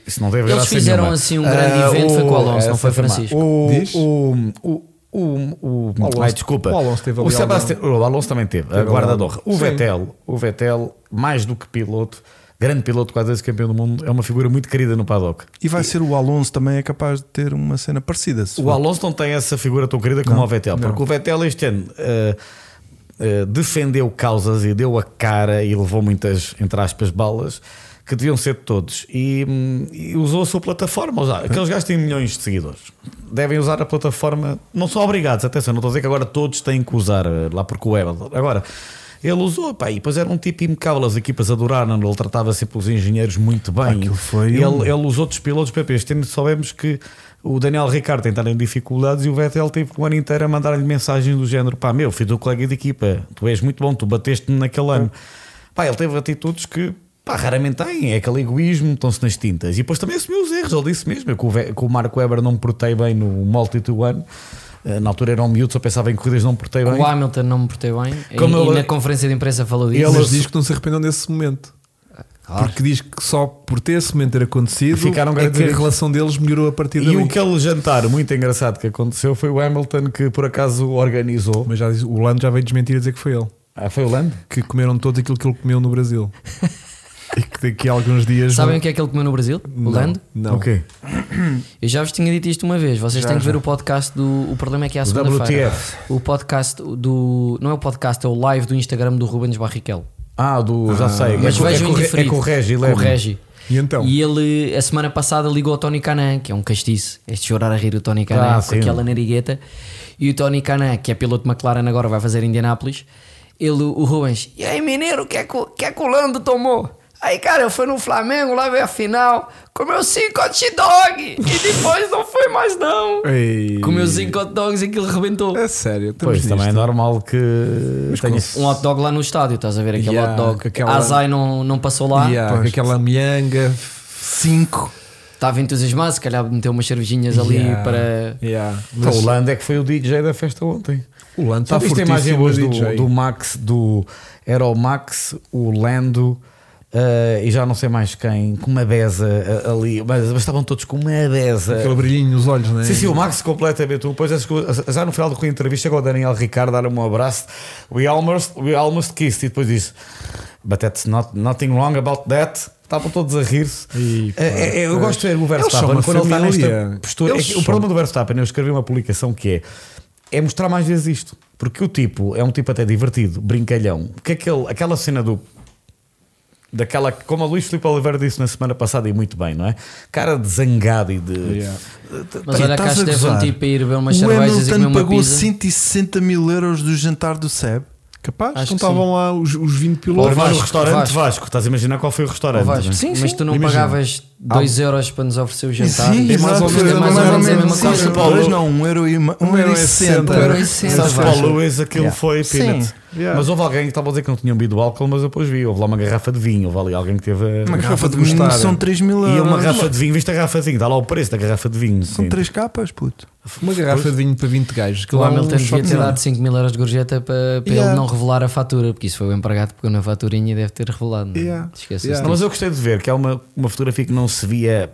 C: Isso não teve
E: Eles
C: graça
E: fizeram,
C: nenhuma.
E: assim, um grande
C: Ah,
E: evento, foi com o Alonso,
C: essa
E: não foi
C: foi má.
E: Francisco?
C: O,
B: Diz?
C: o, o, o, o-
B: Alonso-
C: ai, desculpa.
B: o Alonso teve ali
C: o, Sebastian- o Alonso também teve, a guarda de
B: algum-
C: honra. O
B: Sim.
C: Vettel, o Vettel, mais do que piloto, grande piloto, quase vezes campeão do mundo, é uma figura muito querida no paddock.
D: E vai ser o Alonso também é capaz de ter uma cena parecida. se
C: O
D: for.
C: Alonso não tem essa figura tão querida como o Vettel, porque o Vettel este ano ah, ah, defendeu causas e deu a cara e levou muitas, entre aspas, balas que deviam ser de todos e, hum, e usou a sua plataforma. ou seja,
D: Uhum.
C: Aqueles gajos têm milhões de seguidores, devem usar a plataforma, não são obrigados, atenção, não estou a dizer que agora todos têm que usar ah, lá porque o Hamilton. Agora. Ele usou, pá, e depois era um tipo impecável, as equipas adoraram, ele tratava sempre os engenheiros muito bem.
D: Aquilo foi
C: ele,
D: um-
C: ele os outros pilotos PP. Este ano soubemos que o Daniel Ricardo tem estado em dificuldades e o Vettel teve o ano inteiro a mandar-lhe mensagens do género: pá, meu, filho do colega de equipa, tu és muito bom, tu bateste-me naquele ano. Pá, ele teve atitudes que. Pá, raramente tem, é aquele egoísmo, estão-se nas tintas. E depois também assumiu os erros, ele disse mesmo é que o, Ve- que o Marco Weber não me portei bem no Multitude One. Eh, Na altura era um miúdo, só pensava em corridas, não me portei bem.
E: O Hamilton não me portei bem. E-
C: Como
E: e,
C: ele-
E: na conferência de imprensa falou disso.
B: Mas diz que não se arrependeu nesse momento. Porque diz que só por ter esse momento ter acontecido
C: Ah. Ficaram
B: é que a
C: agradecidos.
B: relação deles melhorou a partir
C: E
B: daí.
C: o aquele jantar muito engraçado que aconteceu foi o Hamilton que por acaso organizou.
B: Mas já diz- o Lando já veio desmentir a dizer que foi ele.
C: Ah, foi o Lando?
B: Que comeram todo aquilo que ele comeu no
C: [LAUGHS]
B: Brasil. e que daqui a alguns dias.
E: Sabem o que é que ele comeu no Brasil? O Lando?
B: Não.
C: Ok.
E: Eu já vos tinha dito isto uma vez. Vocês têm que ver o podcast do. O problema é que é a segunda-feira.
C: WTF.
E: O podcast do. Não é o podcast, é o live do Instagram do Rubens Barrichello.
C: Ah, do. Já sei.
E: Mas
C: é, com-
E: vejam
C: é, com-
E: indiferido.
C: é com o Regi,
E: Com
C: lembra?
E: o Regi.
B: E então?
E: E ele, a semana passada, ligou ao Tony Canan, que é um castiço. Este chorar a rir o Tony Canan
C: Ah,
E: com
C: sim.
E: aquela narigueta. E o Tony Canan, que é piloto de McLaren, agora vai fazer Indianápolis. Ele, o Rubens, e aí, mineiro, o que é que, o- que, é que o Lando tomou? Aí, cara, eu fui no Flamengo, lá veio a final, comeu cinco hot dog e depois não foi mais, não.
B: Ei.
E: Comeu cinco hot dogs e aquilo rebentou.
B: É sério. estamos
C: Pois também é
B: nisto.
C: normal que. tenha-
E: Um hot dog lá no estádio, estás a ver? Aquele
B: Yeah,
E: hot dog.
B: aquela-
E: A Azai não, não passou lá.
B: Yeah,
D: Pois.
B: aquela mianga. Cinco.
E: Estava entusiasmado, se calhar meteu umas cervejinhas ali
B: Yeah.
E: para.
B: Yeah.
C: Então, o Lando é que foi o DJ da festa ontem.
B: O Lando está
C: Já viste a
B: fortíssimo.
C: imagem
B: o
C: hoje do,
B: DJ.
C: do Max, do. Era o Max, o Lando. ah, e já não sei mais quem, com uma beza ah, ali, mas, mas estavam todos com uma beza.
B: Aquele brilhinho nos olhos, não é?
C: Sim, sim, o Max completamente. Depois, acho que- já no final da entrevista, chega o Daniel Ricardo dar um abraço. We almost, we almost kissed. E depois disse: But that's not, nothing wrong about that. Estavam todos a rir-se.
B: Ih, pá,
C: É, é, é, eu
B: pois.
C: gosto de ver
B: são
C: o Verstappen
B: uma
C: quando ele está nesta
B: família.
C: postura. É
B: Eles
C: que
B: são.
C: o problema do Verstappen, eu escrevi uma publicação que é é mostrar mais vezes isto. Porque o tipo é um tipo até divertido, brincalhão. Que aquele, aquela cena do daquela como o Luís Filipe Oliveira disse na semana passada e muito bem, não é? Cara de zangado e de.
B: Yeah.
E: Mas
D: Pá,
E: olha cá,
D: Tá, estás a
E: esteve um
D: gozar.
E: tipo a ir ver umas
D: o
E: cervejas e comer
D: Hamilton
E: uma
D: pagou
E: pizza.
D: 160 mil euros do jantar do Seb.
B: Capaz,
E: Acho
B: não
E: que sim.
B: estavam lá os, os 20
C: Ou
B: pilotos.
E: Vasco,
C: Vasco, o restaurante
E: Vasco.
C: Vasco. estás a imaginar qual foi o restaurante?
E: Vasco,
C: não é?
E: mas tu não
B: imagina.
E: pagavas 2 euros para nos oferecer o jantar.
D: um- Sim,
E: É mais
D: exato,
E: ou menos, é
D: era
E: mais ou menos a mesma
D: isso.
E: coisa.
D: Dois não, um euro e uma- um euro e sessenta.
B: Um euro e
E: sessenta.
C: Sabes, é
E: Vasco.
C: para o Luís aquilo foi
D: Sim.
C: peanut.
B: Yeah.
C: Mas houve alguém que estava a dizer que não tinham bebido álcool, mas eu depois vi. Houve lá uma garrafa de vinho, houve ali alguém que teve. a-
D: Uma garrafa de
B: gostar.
D: vinho são 3 mil euros.
C: E uma garrafa de vinho, viste a garrafa de vinho, está lá o preço da garrafa de vinho.
D: São
C: sim.
D: 3 capas, puto.
B: Uma garrafa de vinho para 20 gajos.
E: O
B: lá é um
E: Hamilton devia
B: shot
E: ter
B: não.
E: dado 5 mil euros de gorjeta para, para
B: Yeah.
E: ele não revelar a fatura, porque isso foi o empregado que pegou na faturinha e deve ter revelado. não é?
B: Yeah.
E: Esquece-se
B: Yeah.
E: disso.
C: Não, mas eu gostei de ver que há uma, uma fotografia que não se via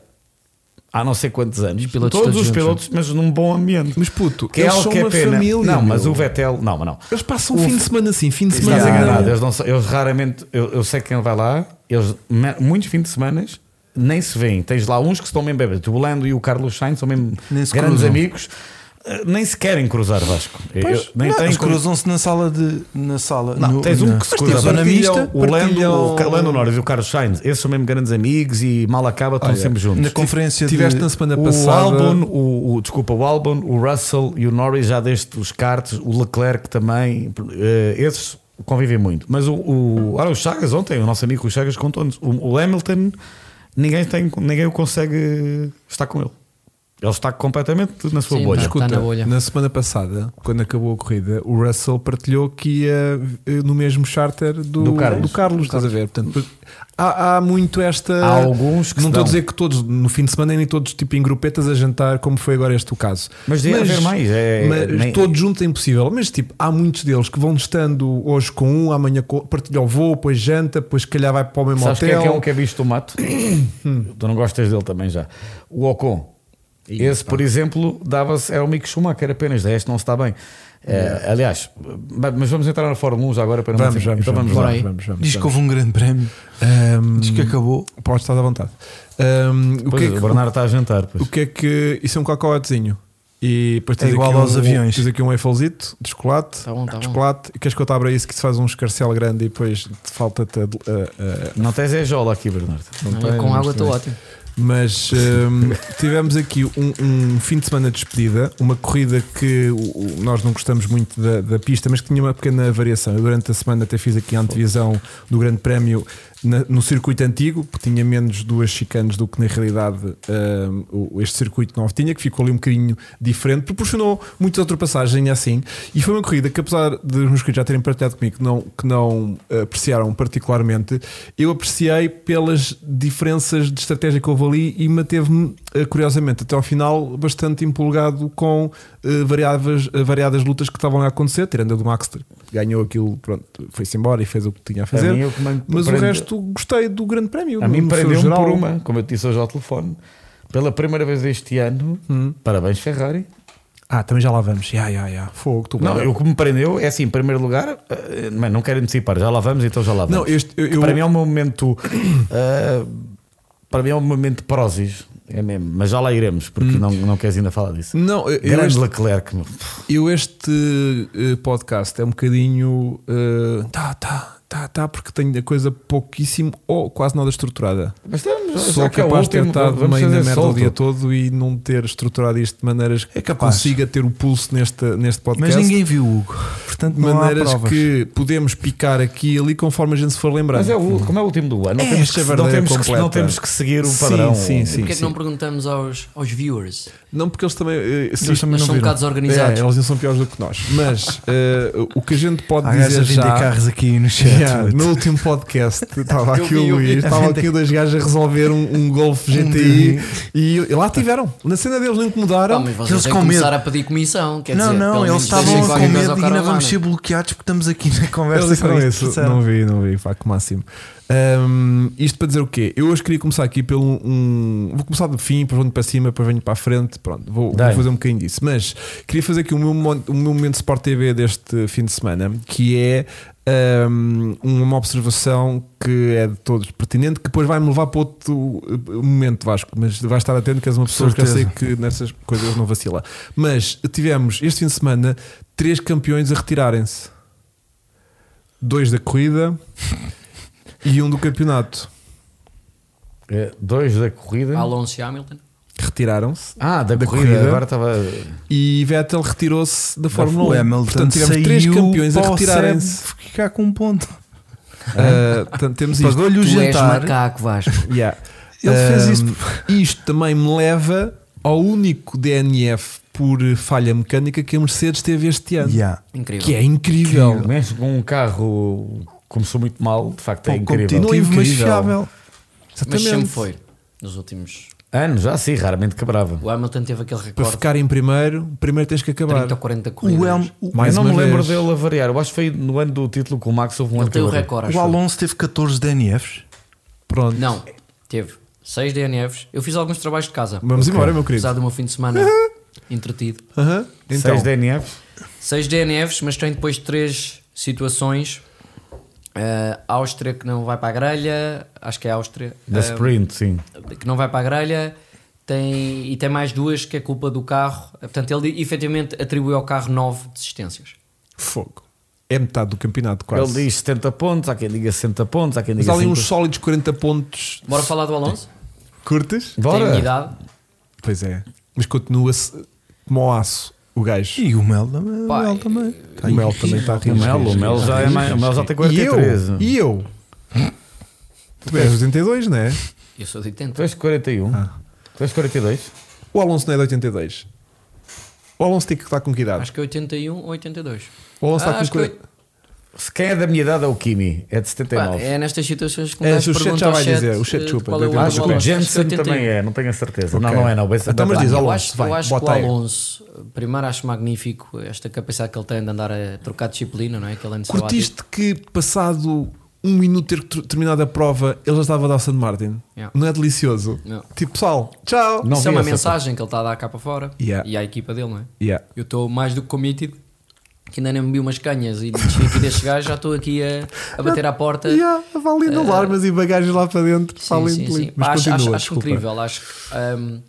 C: há não sei quantos anos.
E: pilotos
C: todos,
E: todos
C: os
E: juntos,
C: pilotos, mas num bom ambiente.
B: Mas puto,
C: que é
B: eles
C: algo
B: são
C: que é
B: uma
C: pena.
B: família.
C: não, mas
B: meu.
C: o Vettel, não, mas não.
B: Eles passam um fim de semana assim, fim de semana.
D: Ah.
C: Estás
B: assim.
C: enganado. Eles, não, são- eles raramente, eu, eu sei quem vai lá, eles, me- muitos fins de semana nem se veem. Tens lá uns que estão mesmo bêbados. O Lando e o Carlos Sainz são mesmo
D: Nem se
C: grandes
D: cruzam.
C: amigos, eh, nem se querem cruzar Vasco. Eu-
D: Pois,
C: eu- nem
D: não,
C: têm
D: eles
C: cru-
D: cruzam-se na sala de. Na sala.
C: Não,
D: no-
C: tens
D: na-
C: um que se
D: Mas
C: cruza
D: tipo, na
B: partilham-
D: mista.
C: O Lando,
B: partilham-
C: o Ca- Lando Norris e o Carlos Sainz, esses são mesmo grandes amigos e mal acaba, estão
B: Olha,
C: sempre juntos.
D: Na conferência de-
B: Tiveste na semana
C: O
B: passada.
C: Albon, o, o- desculpa, o Albon, o Russell e o Norris já deste os cartes, o Leclerc também, eh, esses convivem muito. Mas o, o, olha, o Chagas ontem, o nosso amigo o Chagas contou-nos, o, o Hamilton, ninguém, tem, ninguém o consegue estar com ele. Ele está completamente na sua
E: Sim,
C: bolha.
E: tá.
B: Escuta,
E: na bolha.
B: semana passada, quando acabou a corrida, o Russell partilhou que ia eh, no mesmo charter do,
C: Do Carlos.
B: estás a ver? Portanto, há, há muito esta.
C: Há alguns que se
B: Não estou
C: dão.
B: a dizer que todos, no fim de semana, nem todos tipo em grupetas a jantar, como foi agora este o caso.
C: Mas devia haver mais, é-
B: mas
C: nem-
B: todos juntos é impossível. Mas tipo, há muitos deles que vão estando hoje com um, amanhã com, partilha o voo, depois janta, depois se calhar vai para o mesmo
C: Sabes quem
B: hotel.
C: é que é um que é bicho
B: [COUGHS]
C: do mato? tu não gostas dele também já. O Ocon. Esse, por exemplo, dava-se, era o Mick Schumacher apenas, de resto não se está bem. Eh, aliás, ba- mas vamos entrar na Fórmula 1 já agora para não
B: Vamos, vamos,
C: então
B: vamos,
C: vamos,
E: Bora
C: lá.
E: aí.
B: vamos, vamos, vamos.
D: Diz que houve um grande prémio.
B: Ahm,
D: Diz que acabou.
B: Pode estar à vontade. Ahm, o,
C: Pois,
B: que é
C: o,
B: que,
C: Bernardo está a jantar. pois.
B: o que é que. Isso é um cacauatezinho. E depois tens
D: É igual
B: aqui
D: aos
B: um,
D: aviões.
B: Tens aqui um Eiffelzito de chocolate.
E: Tá bom, tá
B: de
E: bom.
B: chocolate. E queres que eu te abra isso que se faz um escarcel grande e depois te falta-te. a- a- a-
C: Não tens é jola aqui, Bernardo.
B: não
E: Não, eu
B: tem,
E: com
B: não
E: água
B: gostei.
E: estou ótimo.
B: Mas ahm, tivemos aqui um, um fim de semana de despedida, uma corrida que o- o- nós não gostamos muito da, da pista, mas que tinha uma pequena variação. Eu durante a semana até fiz aqui a antevisão do Grande Prémio na- no circuito antigo, porque tinha menos duas chicanes do que na realidade ahm, o- este circuito novo tinha, que ficou ali um bocadinho diferente, proporcionou muita ultrapassagem assim. E foi uma corrida que, apesar dos meus inscritos já terem partilhado comigo que não, que não eh, apreciaram particularmente, eu apreciei pelas diferenças de estratégia que houve ali e manteve-me, eh, curiosamente, até ao final, bastante empolgado com eh, variadas, eh, variadas lutas que estavam a acontecer, tirando a do Max, que ganhou aquilo, pronto, foi-se embora e fez o que tinha a fazer.
C: A mim, eu que me
B: mas o
C: prende-
B: resto gostei do Grande Prémio.
C: A mim
B: no seu
C: prendeu-me
B: geral.
C: por uma, como eu te disse hoje ao telefone. Pela primeira vez este ano,
B: Hum.
C: parabéns Ferrari.
B: Ah, também já lá vamos. Ya, ya, ya. Fogo, tu
C: Não, o que me prendeu é assim, em primeiro lugar, eh, mas não quero antecipar, já lá vamos, então já lá vamos.
B: Não, este- eu-
C: Que
B: eu-
C: Para mim é um momento. eh, para mim é um momento de prósis, é mesmo, mas já lá iremos, porque não, não queres ainda falar disso.
B: Não, eu- eu
C: um Grande
B: este-
C: Leclerc, meu.
B: Eu este eh, podcast é um bocadinho eh, tá, tá, tá, tá, porque tenho a coisa pouquíssimo ou quase nada estruturada.
C: mas estamos,
B: Sou
C: já que é o
B: capaz de ter
C: último,
B: estado
C: vamos
B: meio na
C: fazer
B: merda o
C: solto.
B: dia todo e não ter estruturado isto de maneiras
D: É
B: que
D: capaz.
B: consiga ter o pulso neste, neste podcast.
D: Mas ninguém viu o Hugo. Portanto,
B: de
D: não
B: maneiras
D: há provas.
B: que podemos picar aqui e ali conforme a gente se for lembrando.
C: Mas é o, último, como é o último do ano, não,
B: É,
C: temos,
B: esta
C: que,
B: é a
C: não,
B: verdadeira
C: temos, que, não
B: completa.
C: temos que seguir o
B: Sim,
C: padrão.
B: sim, sim.
E: Porquê é que não perguntamos aos, aos viewers?
B: Não, porque eles também. eh, se-
E: Eles também não são um
B: viram.
E: bocado desorganizados.
B: É, eles não são piores do que nós. Mas eh, o que a gente pode
D: Há gajos a
B: dizer
D: vender
B: já.
D: carros aqui no chat.
B: Yeah, no último
D: [LAUGHS]
B: podcast estava aqui
D: vi,
B: o
D: eu vi.
B: Luís, estava aqui dois gajos a resolver um, um Golf GTI
D: Um
B: e, e lá tiveram. Na cena deles não
E: Pá,
B: incomodaram.
E: mas vocês
D: eles
E: têm que
D: com medo.
E: começar a pedir comissão. Quer
D: não,
E: dizer,
D: não,
E: pelo
D: eles
E: menos
D: estavam
E: deixem
D: com
E: qualquer coisa
D: medo
E: ao
D: e
E: cara
D: ainda
E: lá,
D: vamos
E: não é?
D: ser bloqueados porque estamos aqui na conversa
B: Eles
D: com
B: disseram
D: isto.
B: isso. Não vi, não vi, pá, que máximo. Ahm, isto para dizer o quê? Eu hoje queria começar aqui pelo um. Vou começar do fim, depois venho para cima, depois venho para a frente. Pronto, vou, vou
C: Dai.
B: fazer um bocadinho disso. Mas queria fazer aqui o meu, mon- o meu momento Sport TV deste fim de semana, que é ahm, uma observação que é de todos pertinente, que depois vai-me levar para outro eh, momento, Vasco. Mas vais estar atento, que és uma pessoa que eu sei
D: Certeza.
B: que nessas coisas não vacila. Mas tivemos este fim de semana três campeões a retirarem-se dois da corrida e um do campeonato.
C: Eh, Dois da corrida.
E: Alonso e Hamilton.
B: Retiraram-se
C: Ah, da,
B: Da
C: corrida.
B: corrida.
C: Agora estava.
B: e Vettel retirou-se da
D: O
B: Fórmula 1.
D: Hamilton
B: Portanto, tivemos três
D: saiu
B: campeões a
D: para o
B: retirarem-se.
D: Seb Ficar com um ponto.
B: Ah, portanto, temos isto.
D: Pagou-lhe o
E: Tu és
D: jantar.
E: macaco, Vasco.
B: Yeah.
D: Ele fez
B: Ah,
D: isto.
B: Isto também me leva ao único DNF por falha mecânica que a Mercedes teve este ano.
D: Yeah.
E: [LAUGHS] Incrível.
B: Que é incrível.
C: Mesmo com um carro começou muito mal, de facto é
D: Pouco
C: incrível.
D: competitivo, mas
B: Incrível.
D: fiável.
E: Mas
B: Exatamente.
E: sempre foi. Nos últimos.
C: Anos, já sim, raramente quebrava.
E: O Hamilton teve aquele
B: Para
E: recorde
B: ficar em primeiro, primeiro tens que
E: de
B: acabar.
E: 30 ou 40 corridas.
D: O, Helm- o-
B: Mais
C: eu não
B: uma
C: me lembro
B: vez.
C: dele a variar. Eu acho que foi no ano do título com o Max houve um
E: Ele
C: ano que
E: tem o
C: ele
E: recorde, acho.
D: o
E: eu.
D: Alonso teve 14 DNFs.
B: Pronto.
E: Não, teve 6 DNFs. Eu fiz alguns trabalhos de casa.
B: Vamos embora, meu querido.
E: Apesar de um fim de semana entretido.
B: Aham.
C: Seis
B: Então,
C: DNFs.
E: 6 DNFs, mas tem depois 3 situações. Ah, Áustria que não vai para a grelha. Acho que é Áustria.
C: Da
E: Ah,
C: Sprint, sim.
E: que não vai para a grelha tem, e tem mais duas que é culpa do carro. Portanto, ele efetivamente atribuiu ao carro nove desistências.
B: fogo. É metade do campeonato, quase.
C: Ele diz 70 pontos, há quem diga 60 pontos, há quem
B: Mas
C: diga
B: há ali um
C: 50.
B: uns sólidos 40 pontos.
E: Bora falar do Alonso?
B: Curtas?
E: Tem a minha
C: Bora.
E: idade.
B: Pois é. Mas continua-se como ao aço o gajo.
D: E o Mel também.
E: Pá,
D: o Mel também.
B: o Mel também está a rir.
C: O Mel, o Mel já, é mais, o Mel já tem 43.
B: E eu? E eu? Tu és 82, não é?
E: Eu sou de 80.
B: Ah.
C: Tu um. és 41. Tu és 42.
B: O Alonso não é de 82. O Alonso tem que estar com que idade?
E: Acho que é 81 ou 82.
B: O Alonso
E: Ah,
B: está
E: acho
B: com
E: que
B: que
E: oito-
C: Se quem é da minha idade é o Kimi, é de
E: Pá,
C: 79.
E: é nestas situações que um
B: É,
E: gajo
B: o chat
E: pergunta
B: já
E: ao
B: vai dizer, o chat
E: eh,
B: chupa,
E: qual é o
B: do
E: ano do
C: Acho que o
E: Alonso.
C: Jensen
E: 81.
C: também é, não tenho a certeza. Não,
B: Ok.
C: não é, não. Bem-
B: Então, mas
C: bem-
B: diz,
C: bem.
B: Alonso,
E: Eu acho,
B: vai,
E: eu acho que o
B: bota aí.
E: Alonso, primeiro acho magnífico esta capacidade que ele tem de andar a trocar disciplina, não é? Que ele anda sabático.
B: Curtiste que passado um minuto de ter ter- terminado a prova, ele já estava a dar o San Martin.
E: Yeah.
B: Não é delicioso?
E: Não.
B: Tipo, pessoal, tchau.
C: Não
E: Isso
C: vi
E: é uma
C: essa
E: mensagem que ele está a dar cá para fora
B: Yeah.
E: e à equipa dele, não é?
B: Yeah.
E: Eu estou mais do que committed, que ainda nem bebi umas canhas e desci aqui deste gajo, já estou aqui a, a bater à
B: [LAUGHS]
E: porta.
B: Yeah, valendo alarmas e bagagens lá para dentro.
E: Tá. Eh, Sim,
B: valendo
E: sim,
B: lindo.
E: sim.
B: Mas
E: acho, acho,
B: continua,
E: acho
B: desculpa.
E: incrível. Acho, hum,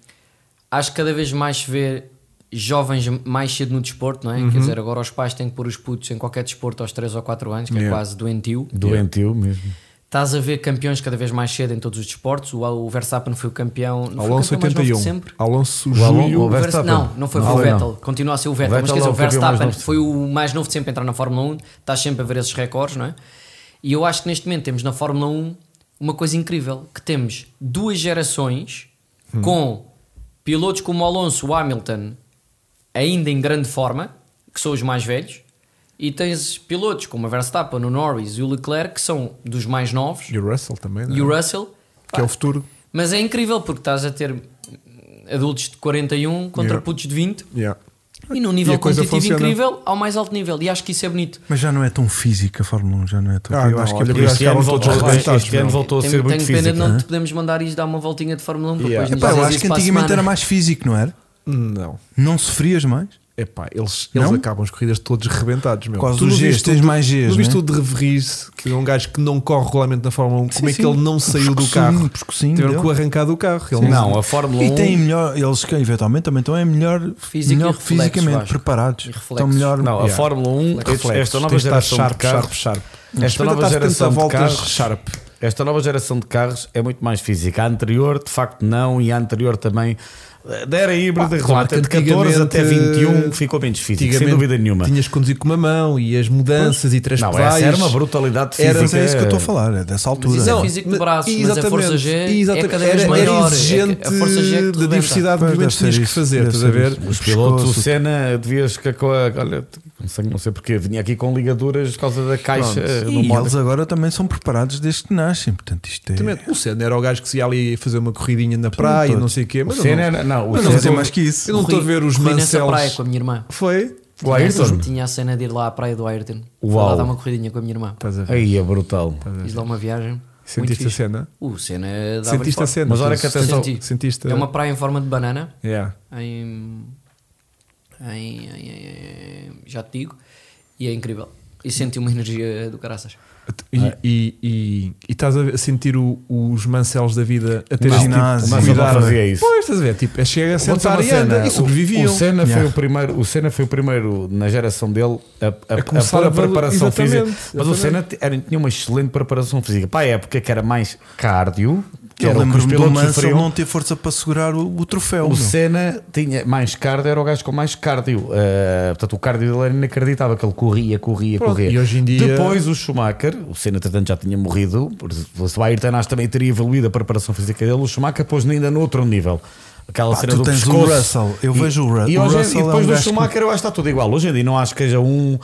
E: acho que cada vez mais se vê jovens mais cedo no desporto, não é?
B: Uhum.
E: Quer dizer, agora os pais têm que pôr os putos em qualquer desporto aos 3 ou 4 anos, que
B: Yeah.
E: é quase doentio.
C: Doentio mesmo.
E: Estás a ver campeões cada vez mais cedo em todos os desportos. O, o Verstappen foi o campeão. Não
B: Alonso
E: foi o campeão mais novo de
B: 81.
E: sempre?
B: Alonso
C: O Alonso-
B: Júlio.
C: o
E: Vers-
C: Verstappen.
E: Não, não foi,
C: Não
E: foi o
C: foi, não.
E: Vettel. Continua a ser o Vettel,
C: O
E: mas
C: Vettel
E: quer
C: é
E: dizer, o
C: o campeão mais
E: Verstappen
C: novo.
E: foi o mais novo de sempre a entrar na Fórmula 1. Estás sempre a ver esses recordes, não é? E eu acho que neste momento temos na Fórmula 1 uma coisa incrível: que temos duas gerações
C: Hum.
E: com pilotos como Alonso, o Hamilton, ainda em grande forma, que são os mais velhos, e tens pilotos como o Verstappen, o Norris e o Leclerc, que são dos mais novos,
B: E o Russell também, não é?
E: e o Russell.
B: que é o futuro.
E: Mas é incrível porque estás a ter adultos de 41 contra
B: Yeah.
E: putos de 20
B: Yeah.
E: e num nível
B: a coisa
E: competitivo
B: funciona.
E: incrível ao mais alto nível. E acho que isso é bonito.
D: Mas já não é tão física a Fórmula 1, já não é tão
B: Ah,
D: eu
B: não,
D: acho que é
B: olha,
D: por
B: eu
D: isso.
B: acho que eram
C: voltou-
B: todos gastados,
C: este ano
B: meu.
C: voltou a
E: Tenho,
C: ser muito
E: tenho pena
C: físico.
E: de não
C: não é?
E: te podemos mandar isto dar uma voltinha de Fórmula 1 porque
B: Yeah.
E: depois
D: Epá, eu
E: nos dizes
D: acho
E: isso
D: que
E: para a
D: antigamente
E: semana.
D: era mais físico, não era?
B: Não.
D: Não sofrias mais?
B: Epá, eles, eles
D: Não?
B: acabam as corridas todos rebentados, meu.
D: Por causa
B: Tu
D: dos
B: não
D: Gs,
B: viste
D: tens
B: o-
D: mais Gs,
B: Não viste
D: né?
B: o de Reveries, que é um gajo que não corre regulamento na Fórmula 1, como é que ele
D: Um
B: não saiu do carro?
D: Pescocinho,
B: Tiveram que o
D: dele.
B: arrancar do carro. Ele
C: Não, a Fórmula 1.
D: E têm melhor, eles que eventualmente também estão é melhor,
E: Físico e
D: melhor
E: reflexos,
D: fisicamente
E: Vasco.
D: preparados.
E: E reflexos.
D: Estão melhor.
C: Não, a
B: Yeah.
C: Fórmula 1,
B: Reflexos.
C: esta nova
B: Tens de estar
C: geração de
B: sharp,
C: carros.
B: sharp, sharp.
C: Esta
B: Espera,
C: nova
B: estás 70
C: geração de
B: voltas
C: carros.
B: sharp.
C: Esta nova geração de carros é muito mais física. A anterior, de facto, não, e a anterior também. Da era híbrida,
B: Pá,
C: relata
B: claro
C: de
B: que
C: 14 até
B: antigamente-
C: 21, ficou menos físico, sem
B: Antigamente
C: dúvida nenhuma.
B: Tinhas que conduzir com uma mão e as mudanças e três
C: Não,
B: pedais.
C: essa era uma brutalidade física.
B: Era-
D: Mas é isso que eu estou a falar, é dessa
E: Mas
D: altura.
E: isso é
B: Não,
E: físico
B: mas-
E: de braços, mas a
B: exatamente,
E: força G é
B: exatamente.
E: cada vez
B: era,
E: maior.
B: Era
E: É que
B: exigente
E: a força G é que te
B: da
E: rebenta.
B: diversidade de
D: Pois,
B: movimentos que
D: deve
B: tinhas
D: ser
B: que
D: isso,
B: fazer,
D: deve
B: estás
D: ser
B: a ver?
D: isso.
C: Os pilotos, o
D: Pescoço.
C: Senna, devias que com a. Olha, não sei, não sei porque, vinha aqui com ligaduras por causa da caixa eh,
D: Pronto.
C: do
D: E eles
C: modo.
D: agora também são preparados desde que nascem. Portanto, isto é.
B: Exatamente. O Senna era o gajo que se ia ali fazer uma corridinha na praia e não sei o quê. Mas
C: O
B: eu não-
C: Senna era- não, o
B: mas
C: Senna
B: estou-
D: é mais que isso.
B: Eu não estou a ver os
E: Corri nessa praia
B: Mancelos.
E: com a minha irmã.
B: Foi?
C: O
E: Tinha essas-
C: Ayrton.
E: Tinha a cena de ir lá à praia do Ayrton. Fui
C: Uau.
E: lá dar uma corridinha com a minha irmã.
B: Estás a ver?
C: Aí é brutal.
E: Fiz lá uma viagem. muito
B: Sentiste a
E: fixe. Uh,
B: cena?
E: O cena dava
B: Sentiste a cena?
C: Mas olha que atenção.
E: Senti.
B: Sentiste
E: É uma praia em forma de banana.
B: Yeah.
E: em, em- em- em- em- já te digo, e é incrível. E senti uma energia do caraças.
B: E, e, e, e estás a sentir o- os mancelos da vida a ter
D: Não,
B: esse tipo
D: não,
B: de
D: não
B: cuidado.
C: fazia isso.
B: Pois, estás a ver? Tipo, é chega a
C: Vou dizer
B: sentar
C: uma
B: e anda
C: cena,
B: e
C: o-
B: sobreviviam.
C: O Senna,
D: Yeah.
C: foi o, primeiro, o Senna foi o primeiro na geração dele a, a,
B: A começar
C: pôr
B: a valo-
C: preparação
B: exatamente,
C: física. Mas o
B: exatamente.
C: Senna t- era- tinha uma excelente preparação física. Para a época que era mais cardio, que
D: Eu
C: era o que os
D: lembro-me do
C: pilotos
D: Mansell
C: sofriam.
D: não ter força para segurar o, o troféu.
C: O
D: meu.
C: Senna tinha mais cardio, era o gajo com mais cardio. Eh, portanto, o cardio dele era inacreditável, que ele corria, corria,
B: Pronto,
C: corria.
B: e hoje em dia-
C: Depois o Schumacher, o Senna entretanto já tinha morrido, por exemplo, se o Ayrton Acho também teria evoluído a preparação física dele, o Schumacher pôs ainda no outro nível. Aquela
D: Pá,
C: cena
D: tu
C: do
D: tens o
C: pescoço.
D: Russell, eu vejo o Ru-
C: E,
D: o
C: hoje,
D: Russell
C: em- e
D: é
C: depois
D: um
C: do
D: gajo que-
C: Schumacher eu acho que está tudo igual. Hoje em dia não acho que seja um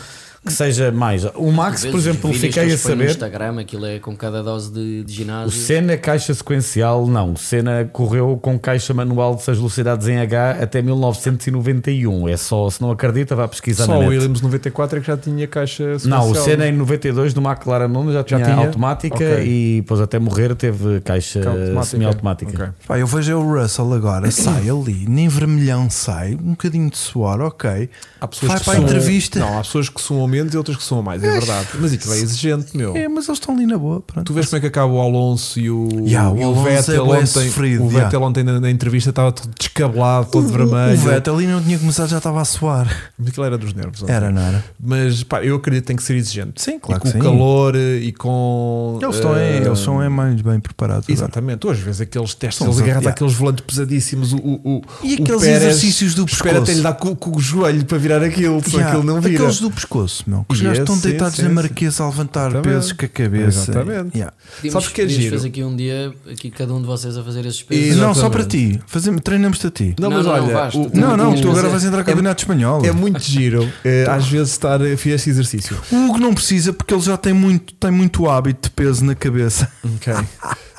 C: que seja mais. O Max, por
E: Vezes
C: exemplo,
E: os vídeos que
C: fiquei a
E: eles põem No
C: saber.
E: Instagram, aquilo é com cada dose de, de
C: O
E: ginásio.
C: Senna caixa sequencial, não. O Senna correu com caixa manual de 6 velocidades em H até 1991. É só, se não acredita, vá pesquisar
B: Só
C: na
B: o
C: net.
B: Williams 94 é que já tinha caixa né?
C: Não, o
B: sequencial.
C: Senna em 92 no McLaren Nuno já tinha,
B: tinha?
C: automática
B: Ok.
C: e depois até morrer teve caixa
B: Que automática.
C: semi-automática.
B: Ok.
D: Pá, eu vejo é o Russell agora, sai ali, nem vermelhão sai, um bocadinho de suor, ok.
B: Há pessoas
D: Vai
B: que
D: para a
B: suam-
D: entrevista.
B: Não, há pessoas que são menos e outras que são mais, é verdade. Mas aquilo é exigente, meu.
D: É, mas eles estão ali na boa. Pronto.
B: Tu vês como é que acaba o Alonso e o,
D: Yeah, o
B: e
D: Alonso é
B: Vettel
D: bué
B: ontem.
D: sofrido,
B: o Vettel
D: yeah.
B: ontem na, na entrevista estava todo descabelado, todo vermelho.
D: O Vettel ali não tinha começado, já estava a suar.
B: Aquilo era dos nervos. ontem.
D: Era, não era?
B: Mas pá, eu acredito que tem que ser exigente.
D: Sim,
B: E
D: claro
B: com
D: que
B: o
D: sim.
B: calor eh, e com.
D: Eles estão é,
B: eh,
D: eles são é mais bem preparados. agora.
B: Exatamente, hoje vezes aqueles testes,
D: São
B: eles
D: os-
B: agarram
D: yeah.
B: aqueles volantes pesadíssimos. O, o, o-
D: E
B: o
D: aqueles
B: Pérez
D: exercícios do
B: Espera até lhe
D: pescoço?
B: dar com, com o joelho para virar aquilo, só
D: Yeah,
B: aquilo não vira.
D: Aqueles do pescoço. meu. Os
C: Yes,
D: gajos estão
B: yes,
D: deitados
B: yes.
D: na marquesa a levantar
B: Exatamente.
D: pesos com a cabeça.
B: Exatamente.
D: Yeah.
E: Podíamos,
B: Sabes que é
E: podíamos
B: giro?
E: fazer aqui um dia, aqui cada um de vocês a fazer esses
D: E
E: pesos.
D: não, só
B: Exatamente.
D: para ti. Fazemos, treinamos-te a ti.
E: Não, não, não, vais, tu
B: o-
E: também
D: Não, não,
E: tens
D: tu
E: que
D: agora
E: fazer.
D: vais entrar no Campeonato Espanhol.
B: É muito giro, eh, às vezes, estar a fazer este exercício.
D: O Hugo não precisa porque ele já tem muito, tem muito hábito de peso
B: [LAUGHS]
D: na cabeça.
B: Ok.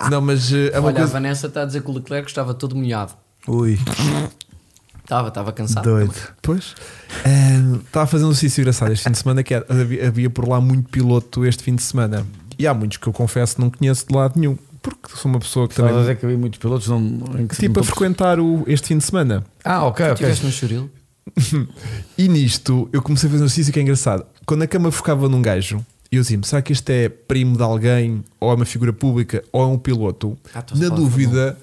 B: Não, mas eh, é uma
E: Olha, a
B: coisa.
E: Vanessa está a dizer que o Leclerc estava todo molhado.
D: Ui,
E: Estava,
D: tá
E: estava cansado.
D: doido.
B: Pois. Eh, Estava a fazer um exercício engraçado este fim de semana que era- havia, havia por lá muito piloto este fim de semana. E há muitos que eu confesso que não conheço de lado nenhum. Porque sou uma pessoa que
C: Estava a
B: também.
C: dizer Então, é que havia muitos pilotos não, em que se
B: Tipo
C: não
B: a
C: tô-
B: frequentar o, este fim de semana.
C: Ah, ok, ok.
E: Estiveste no Churil?
B: E nisto eu comecei a fazer um exercício que é engraçado. Quando a cama focava num gajo, eu dizia-me: será que este é primo de alguém, ou é uma figura pública, ou é um piloto?
E: Ah, então
B: Na
E: se pode,
B: dúvida,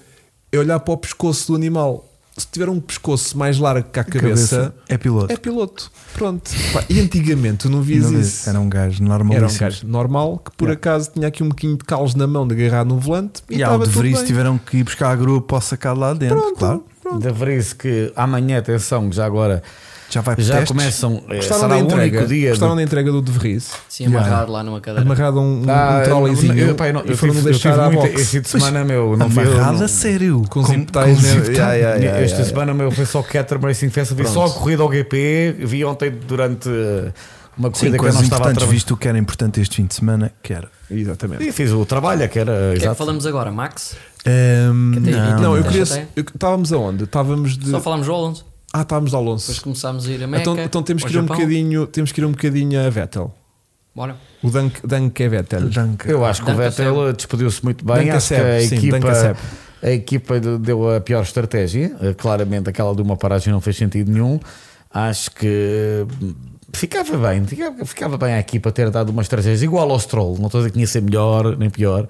B: é olhar para o pescoço do animal. Se tiver um pescoço mais largo que a cabeça,
D: É piloto.
B: é piloto. Pronto. Pá, e antigamente tu não vias
D: Não vê-
B: isso.
D: Era um gajo
B: Era
D: normalíssimo.
B: um gajo normal que por acaso tinha aqui um bocadinho de calos na mão de agarrar no volante e
D: E ao
B: estava
D: um de
B: tudo
D: Vries
B: bem.
D: tiveram que ir buscar a grua para o sacar lá dentro,
B: Pronto,
D: claro.
B: pronto.
C: Deveria-se que amanhã, atenção, que já agora
D: Já vai para
C: já
D: testes.
C: começam. eh,
B: Ah, Gostaram
C: Será
B: da
C: o único
B: entrega,
C: dia. né?
B: gostaram
C: do-
B: da entrega do De Vries?
E: Sim, amarrado lá numa cadeira.
B: Amarrado a um, um
C: Ah, eu não-
B: trolleyzinho
C: eu- pá, eu não-
B: e
C: eu
B: foram
C: tive- eu
B: deixar
C: tive
B: à
C: muito-
B: boxe.
C: Este fim de semana, meu, não fui-
D: Amarrado
C: não-
D: a sério.
B: Com
D: Com-
B: zip-ties,
D: com
B: né?
D: zip-tie.
B: Ya, ya, ya,
C: Esta
B: ya, ya.
C: semana meu, foi só Caterham Racing Fest, vi só a corrida ao GP, vi ontem durante eh, uma corrida
D: Sim,
C: que eu
D: coisas
C: não estava a
D: importantes,
C: trabalhar.
D: visto o que era importante este fim de semana, que era.
B: Exatamente.
C: E fiz o trabalho, que era.
E: O que é que
C: exato.
E: falamos agora, Max?
B: Ahm,
E: Até aí,
B: não,
E: então,
B: eu
E: até
B: queria.
E: já tem.
B: eu- estávamos aonde? Estávamos de.
E: Só falámos do Alonso.
B: Ah, estávamos de
E: Depois
B: Alonso.
E: começámos a ir a Meca.
B: Então, então temos
E: é ao
B: que ir um
E: Japão.
B: bocadinho. Temos que ir um bocadinho a Vettel.
E: Bora.
B: O Dunk, Dunk é Vettel.
D: Duncan.
C: Eu acho que o
E: Danca
C: Vettel despediu-se muito bem.
B: Danca
C: Acho que a
B: Sepp, sim, Danca
C: equipa,
B: Sepp.
C: a equipa de- deu a pior estratégia. Eh, Claramente, aquela de uma paragem não fez sentido nenhum. Acho que hum, ficava bem, ficava, ficava bem a equipa ter dado uma estratégia igual ao Stroll. Não estou a dizer que tinha ser melhor nem pior.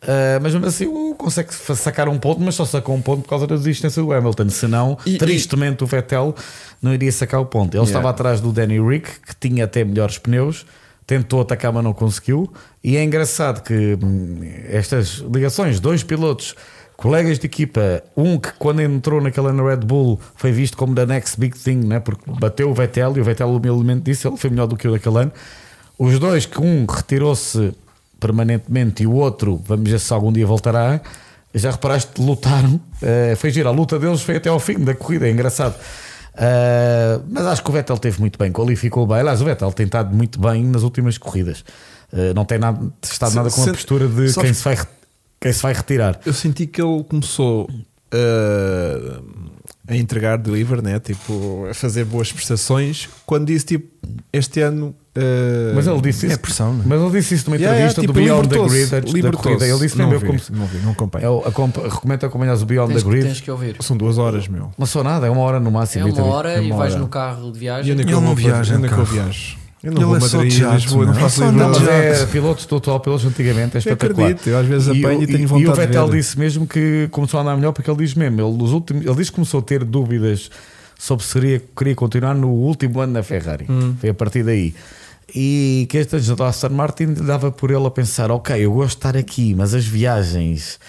C: Ah, mas mesmo assim, o consegue fa- sacar um ponto, mas só sacou um ponto por causa da desistência do Hamilton. Senão,
B: E-
C: tristemente, o Vettel não iria sacar o ponto. Ele
B: Yeah.
C: estava atrás do Danny Rick, que tinha até melhores pneus, tentou atacar, mas não conseguiu. E é engraçado que hum, estas ligações, dois pilotos, colegas de equipa, um que quando entrou naquela na Red Bull foi visto como the next big thing, né? porque bateu o Vettel e o Vettel humildemente disse ele foi melhor do que o daquele ano. Os dois, que um retirou-se permanentemente e o outro, vamos ver se algum dia voltará. Já reparaste, lutaram. eh, foi giro, a luta deles foi até ao fim da corrida, é engraçado. Uh, mas acho que o Vettel teve muito bem, qualificou bem. Aliás, o Vettel tem estado muito bem nas últimas corridas. Uh, não tem nada, estado
B: Se-
C: nada com a
B: se-
C: postura de
B: sabes-
C: quem se, vai, re- quem se vai retirar.
B: Eu senti que ele começou ah, a entregar deliver, né? Tipo, a fazer boas prestações. Quando disse, tipo, este ano. ah,
C: Mas ele disse
D: É
C: isso.
D: pressão, não é?
C: Mas ele disse isso numa
B: Yeah, yeah,
C: entrevista
B: tipo,
C: do Beyond the
B: libertou-se,
C: Grid antes da
B: libertou-se.
C: corrida. Ele disse
B: não
C: mesmo: eu,
B: vi,
C: comecei-
B: não vi, não acompanho.
C: eu acompa- recomendo acompanhar o Beyond
E: Tens
C: the
E: que,
C: Grid.
E: tens que ouvir.
B: São duas horas, meu.
C: Não sou nada, é uma hora no máximo.
E: É uma
C: Vitor.
E: hora e
B: uma
E: vais
B: hora.
E: no carro de
B: E
E: viagem.
B: onde é que
D: Ele
B: eu
D: não
B: vou fazer-
D: viaja,
B: Onde é que eu
D: cara.
B: viajo? Eu
D: Ele
B: não
D: é
B: vou a
D: só
B: Madrid,
D: de jato,
B: Lisboa, não
D: meu.
B: faço
D: Ele só anda
B: Lisboa.
D: de
C: Mas
D: jato.
C: é piloto do atual piloto antigamente, é
B: Eu
C: espetacular.
B: acredito, eu às vezes
C: E
B: apanho
C: o-
B: e, tenho
C: e
B: vontade
C: o Vettel
B: de ver.
C: disse mesmo que começou a andar melhor porque ele diz mesmo, ele, nos últimos, ele diz que começou a ter dúvidas sobre se seria, queria continuar no último ano na Ferrari.
B: Hum.
C: Foi a partir daí. E que este ajuda a Aston Martin dava por ele a pensar: ok, eu gosto de estar aqui, mas as viagens,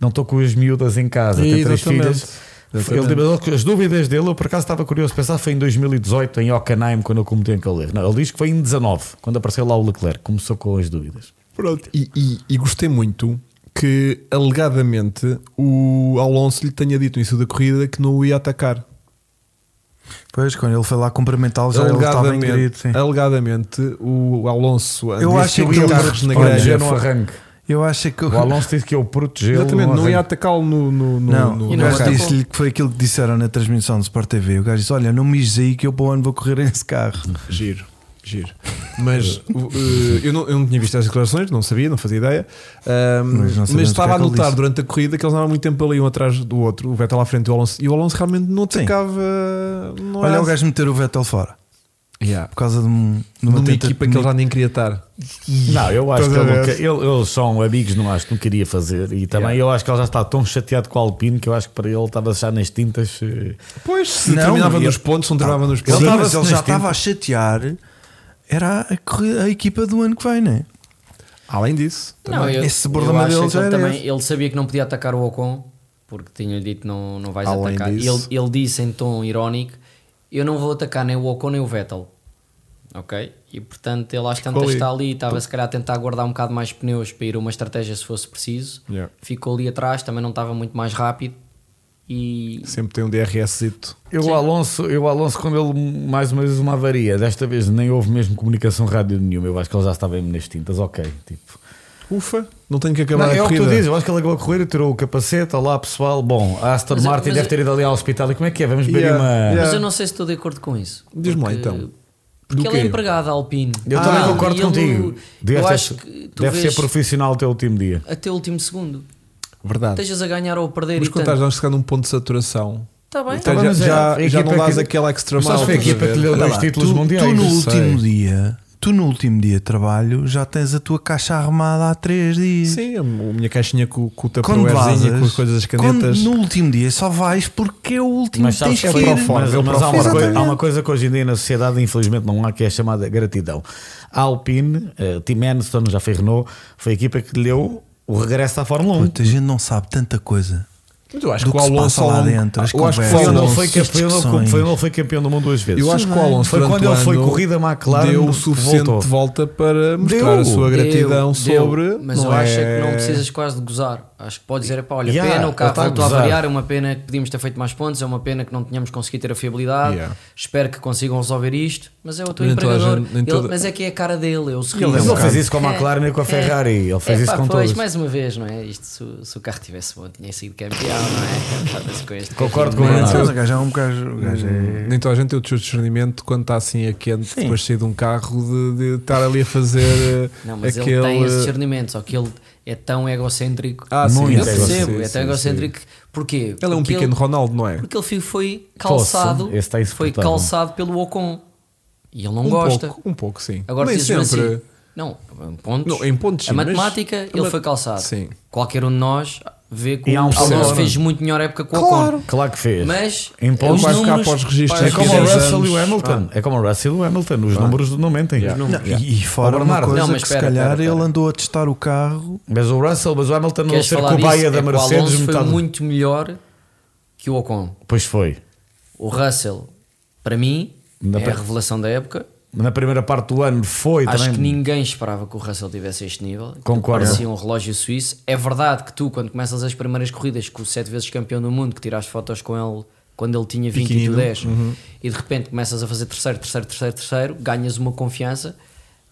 C: não estou com as miúdas em casa, tenho três
B: Exatamente.
C: filhas. Ele, deu- as dúvidas dele, eu por acaso estava curioso pensar, foi em 2018 em Hockenheim quando ele cometeu aquele erro. Não, ele diz que foi em 19 quando apareceu lá o Leclerc, começou com as dúvidas.
B: Pronto. E, e- e gostei muito que alegadamente o Alonso lhe tenha dito no início da corrida que não o ia atacar.
D: Pois, quando ele foi lá cumprimentá-lo,
B: É um
D: já ele estava em grito.
B: Alegadamente,
D: sim.
B: alegadamente o Alonso
D: Eu
B: andou
D: acho que
B: com
D: ele-
B: carros na
D: Olha,
B: grelha.
C: proteger no arranque.
D: Eu acho que.
C: O Alonso disse que eu protegeu.
B: Exatamente, não ia atacá-lo no, no, no,
D: Não,
B: no-
D: o
E: E
B: no
E: não
D: gajo
B: carro.
E: atacou.
D: disse-lhe que foi aquilo que disseram na transmissão do Sport TV. O gajo disse: Olha, não me mijes aí que eu para o ano vou correr esse carro.
B: Giro, giro. Mas [LAUGHS] o, eh, eu, não, eu não tinha visto as declarações, não sabia, não fazia ideia. Ahm,
D: Mas
B: mas,
D: não sabemos o que
B: estava
D: é
B: a
D: que ele
B: notar
D: disse.
B: durante a corrida que eles andavam muito tempo ali um atrás do outro, o Vettel à frente do Alonso. E o Alonso realmente não
D: Sim.
B: atacava. Não
D: Olha
B: era
D: o gajo meter o Vettel fora
B: Yeah.
D: por causa de, um, de uma
B: numa
D: tenta-
B: equipa que ele já nem queria estar.
C: Não, eu acho que
B: Estás a
C: ele não
B: ver?
C: quer- ele- eles são amigos, não acho que não queria fazer. E também eu acho que ele já está tão chateado com o Alpine que eu acho que para ele estava já nas tintas. eh,
B: Pois, se
D: Não,
B: terminava
D: ele-
B: nos pontos, se não terminava nos
D: Ele,
B: pontos.
D: estava-
B: Mas
D: ele já estava a chatear. Era a, corrida- a equipa do ano que vem, não é?
B: Além disso,
E: Não, eu,
D: Esse
E: eu
D: problema
E: acho
D: dele
E: que
D: já
E: ele
D: era
E: também
D: esse.
E: ele sabia que não podia atacar o Ocon porque tinha-lhe dito não, não vais
B: Além
E: atacar. E
B: disso-
E: ele, ele disse em tom irónico: Eu não vou atacar nem o Ocon nem o Vettel. ok? E portanto ele às tantas
B: ali.
E: está ali, estava se calhar a tentar guardar um bocado mais pneus para ir a uma estratégia se fosse preciso.
B: Yeah.
E: Ficou ali atrás, também não estava muito mais rápido e
B: Sempre tem um DRSito.
C: Eu, o Alonso, eu, o Alonso, quando ele mais uma vez uma avaria, desta vez nem houve mesmo comunicação rádio nenhuma. Eu acho que ele já estava mesmo nas tintas, ok. Tipo,
B: Ufa, não tenho que
C: Não,
B: acabar a
C: é o que
B: corrida.
C: tu dizes, eu acho que ele acabou a correr e tirou o capacete. Olá pessoal, bom, a Aston
E: Mas eu-
C: Martin
E: mas
C: deve
E: eu-
C: ter ido ali ao hospital. E como é que é? Vamos beber
B: Yeah,
C: uma.
B: yeah.
E: Mas eu não sei se estou de acordo com isso.
B: Diz-me lá,
E: Porque-
B: então.
E: Porque
B: Do
E: ele é
B: quê?
E: empregado alpino.
C: Eu também
E: Ah,
C: concordo
E: e ele-
C: contigo. Deve,
E: Eu
C: ter-
E: acho que tu
C: deve
E: vês
C: ser profissional até o último dia.
E: até o último segundo.
B: Verdade.
E: Estejas a ganhar ou a perder
B: Mas
E: e
B: quando
E: tanto.
B: estás a chegar num ponto de saturação,
E: Tá bem.
B: então
C: Tá bem,
B: já,
C: mas é,
B: já,
C: a
B: já não
C: equipa
B: dás
C: que-
B: aquela extra
C: Mas sabes
B: mile.
C: que
B: estás a
C: a equipa
B: ver?
C: que lhe deu tipo
B: Olha
C: dois
B: lá.
C: títulos
D: tu,
C: mundiais.
D: Tu no
B: Ah, Eu
D: último
B: sei.
D: dia, tu no último dia de trabalho já tens a tua caixa arrumada há três dias.
B: Sim, a minha caixinha com, com o
D: Quando
B: taparoezinho,
D: vazas,
B: com as coisas, as canetas.
D: quando no último dia só vais porque é o último
C: Mas
D: que tens
C: sabes
D: que
C: que é
D: ir.
C: pro forma,
B: mas é o
C: mas
B: pro
C: há, uma
B: forma.
C: coisa, há uma coisa que hoje em dia na sociedade, infelizmente, não há, que é a chamada gratidão. A Alpine, eh, Tim Anderson, já foi Renault, foi a equipa que lhe deu o regresso à Fórmula 1.
D: Puta, a gente não sabe tanta coisa.
B: Mas eu acho
D: do
B: que o
D: que se
B: Alonso
D: passa
B: ao
D: lá
B: longo- eu
D: dentro, as
B: acho que o
C: Foi
D: conversas.
C: onde ele
B: Alonso-
C: foi campeão, ele-
D: discussões.
C: foi onde ele foi campeão do mundo duas vezes.
B: é, Eu acho que o
D: bem.
B: Alonso
C: Foi
B: durante
C: quando
B: o
C: ele foi
B: ano,
C: corrida McLaren,
B: deu o suficiente
C: voltou.
B: de volta para mostrar
C: Deu.
B: a sua
E: Deu,
B: gratidão
E: deu,
B: sobre.
E: mas
B: não
E: eu acho
B: é...
E: é que não precisas quase de gozar. Acho que pode dizer, pá, olha,
C: Yeah,
E: pena, o carro
C: ele tá a
E: voltou a
C: gozar.
E: variar, é uma pena que podíamos ter feito mais pontos, é uma pena que não tínhamos conseguido ter a fiabilidade.
B: Yeah.
E: Espero que consigam resolver isto, mas é o teu
B: Nem toda a
E: empregador.
B: gente- nem
E: Ele-
B: toda-
E: Mas é que é a cara dele, é o sorriso.
C: Mas
B: um
C: ele
B: bocado.
C: fez isso com a McLaren e com a Ferrari. Ele fez
E: É,
C: isso
E: pá,
C: com
E: pois,
C: todos.
E: mais uma vez, não é? Isto, se, se o carro tivesse bom, tinha sido campeão, não é? Foda-se com este
C: Concordo
E: carrinho.
C: com ele.
D: Mas o gajo é um gajo. o gajo é-
B: Nem toda a gente tem o teu discernimento quando está assim a quente, depois de sair de um carro, de, de estar ali a fazer eh,
E: Não, mas
B: aquele.
E: ele tem esse discernimento, só que ele é tão egocêntrico.
B: Ah, sim,
C: Muito
E: eu percebo,
B: sim,
E: é tão
B: sim,
E: egocêntrico. Porquê?
B: Ele é um
E: Porque
B: pequeno Ronaldo, não é?
E: Porque ele foi- foi
C: Posso,
E: calçado,
C: esse está
E: foi
C: insuportável.
E: calçado pelo Ocon. E ele não
B: um
E: gosta.
B: pouco, um pouco, sim.
E: Agora
B: Nem
E: dizes-me
B: sempre.
E: assim, não, em pontos.
B: Não, em pontos,
E: a
B: sim, mas-
E: matemática,
B: a
E: ele
B: mat-
E: foi calçado.
B: Sim.
E: Qualquer um de nós vê que
C: E
E: o
C: há um
E: Alonso
C: percebe.
E: fez muito melhor época que o Ocon.
C: Claro que fez.
E: Mas
C: Em
E: os
C: pontos
B: vai ficar
E: números-
B: para os registros
E: para
C: É
E: os
C: como o
B: Quiseres
C: Russell e o
B: anos,
C: Hamilton. É como o Russell e o Hamilton. Os números não mentem.
D: Não, e, e fora
C: Ó,
D: uma
C: Bernardo,
D: coisa
E: não, mas
D: que
E: espera,
D: se calhar
E: espera, espera.
D: ele andou a testar o carro.
C: Mas o Russell, mas o Hamilton não
E: Queres
C: ser
E: falar disso?
C: cobaia
E: É
C: da
E: que o
C: Mercedes.
E: Alonso foi
C: metade-
E: muito melhor que o Ocon.
C: Pois foi.
E: O Russell, para mim,
C: Na
E: é
C: pre-
E: a revelação da época.
C: Na primeira parte do ano foi
E: Acho que
C: também.
E: ninguém esperava que o Russell tivesse este nível. Aquilo
C: Concordo.
E: Parecia um relógio suíço. É verdade que tu, quando começas as primeiras corridas com o sete vezes campeão do mundo, que tiraste fotos com ele quando ele tinha 20 e
B: Pequenino.
E: tu 10, e de repente começas a fazer terceiro, terceiro, terceiro, terceiro, ganhas uma confiança.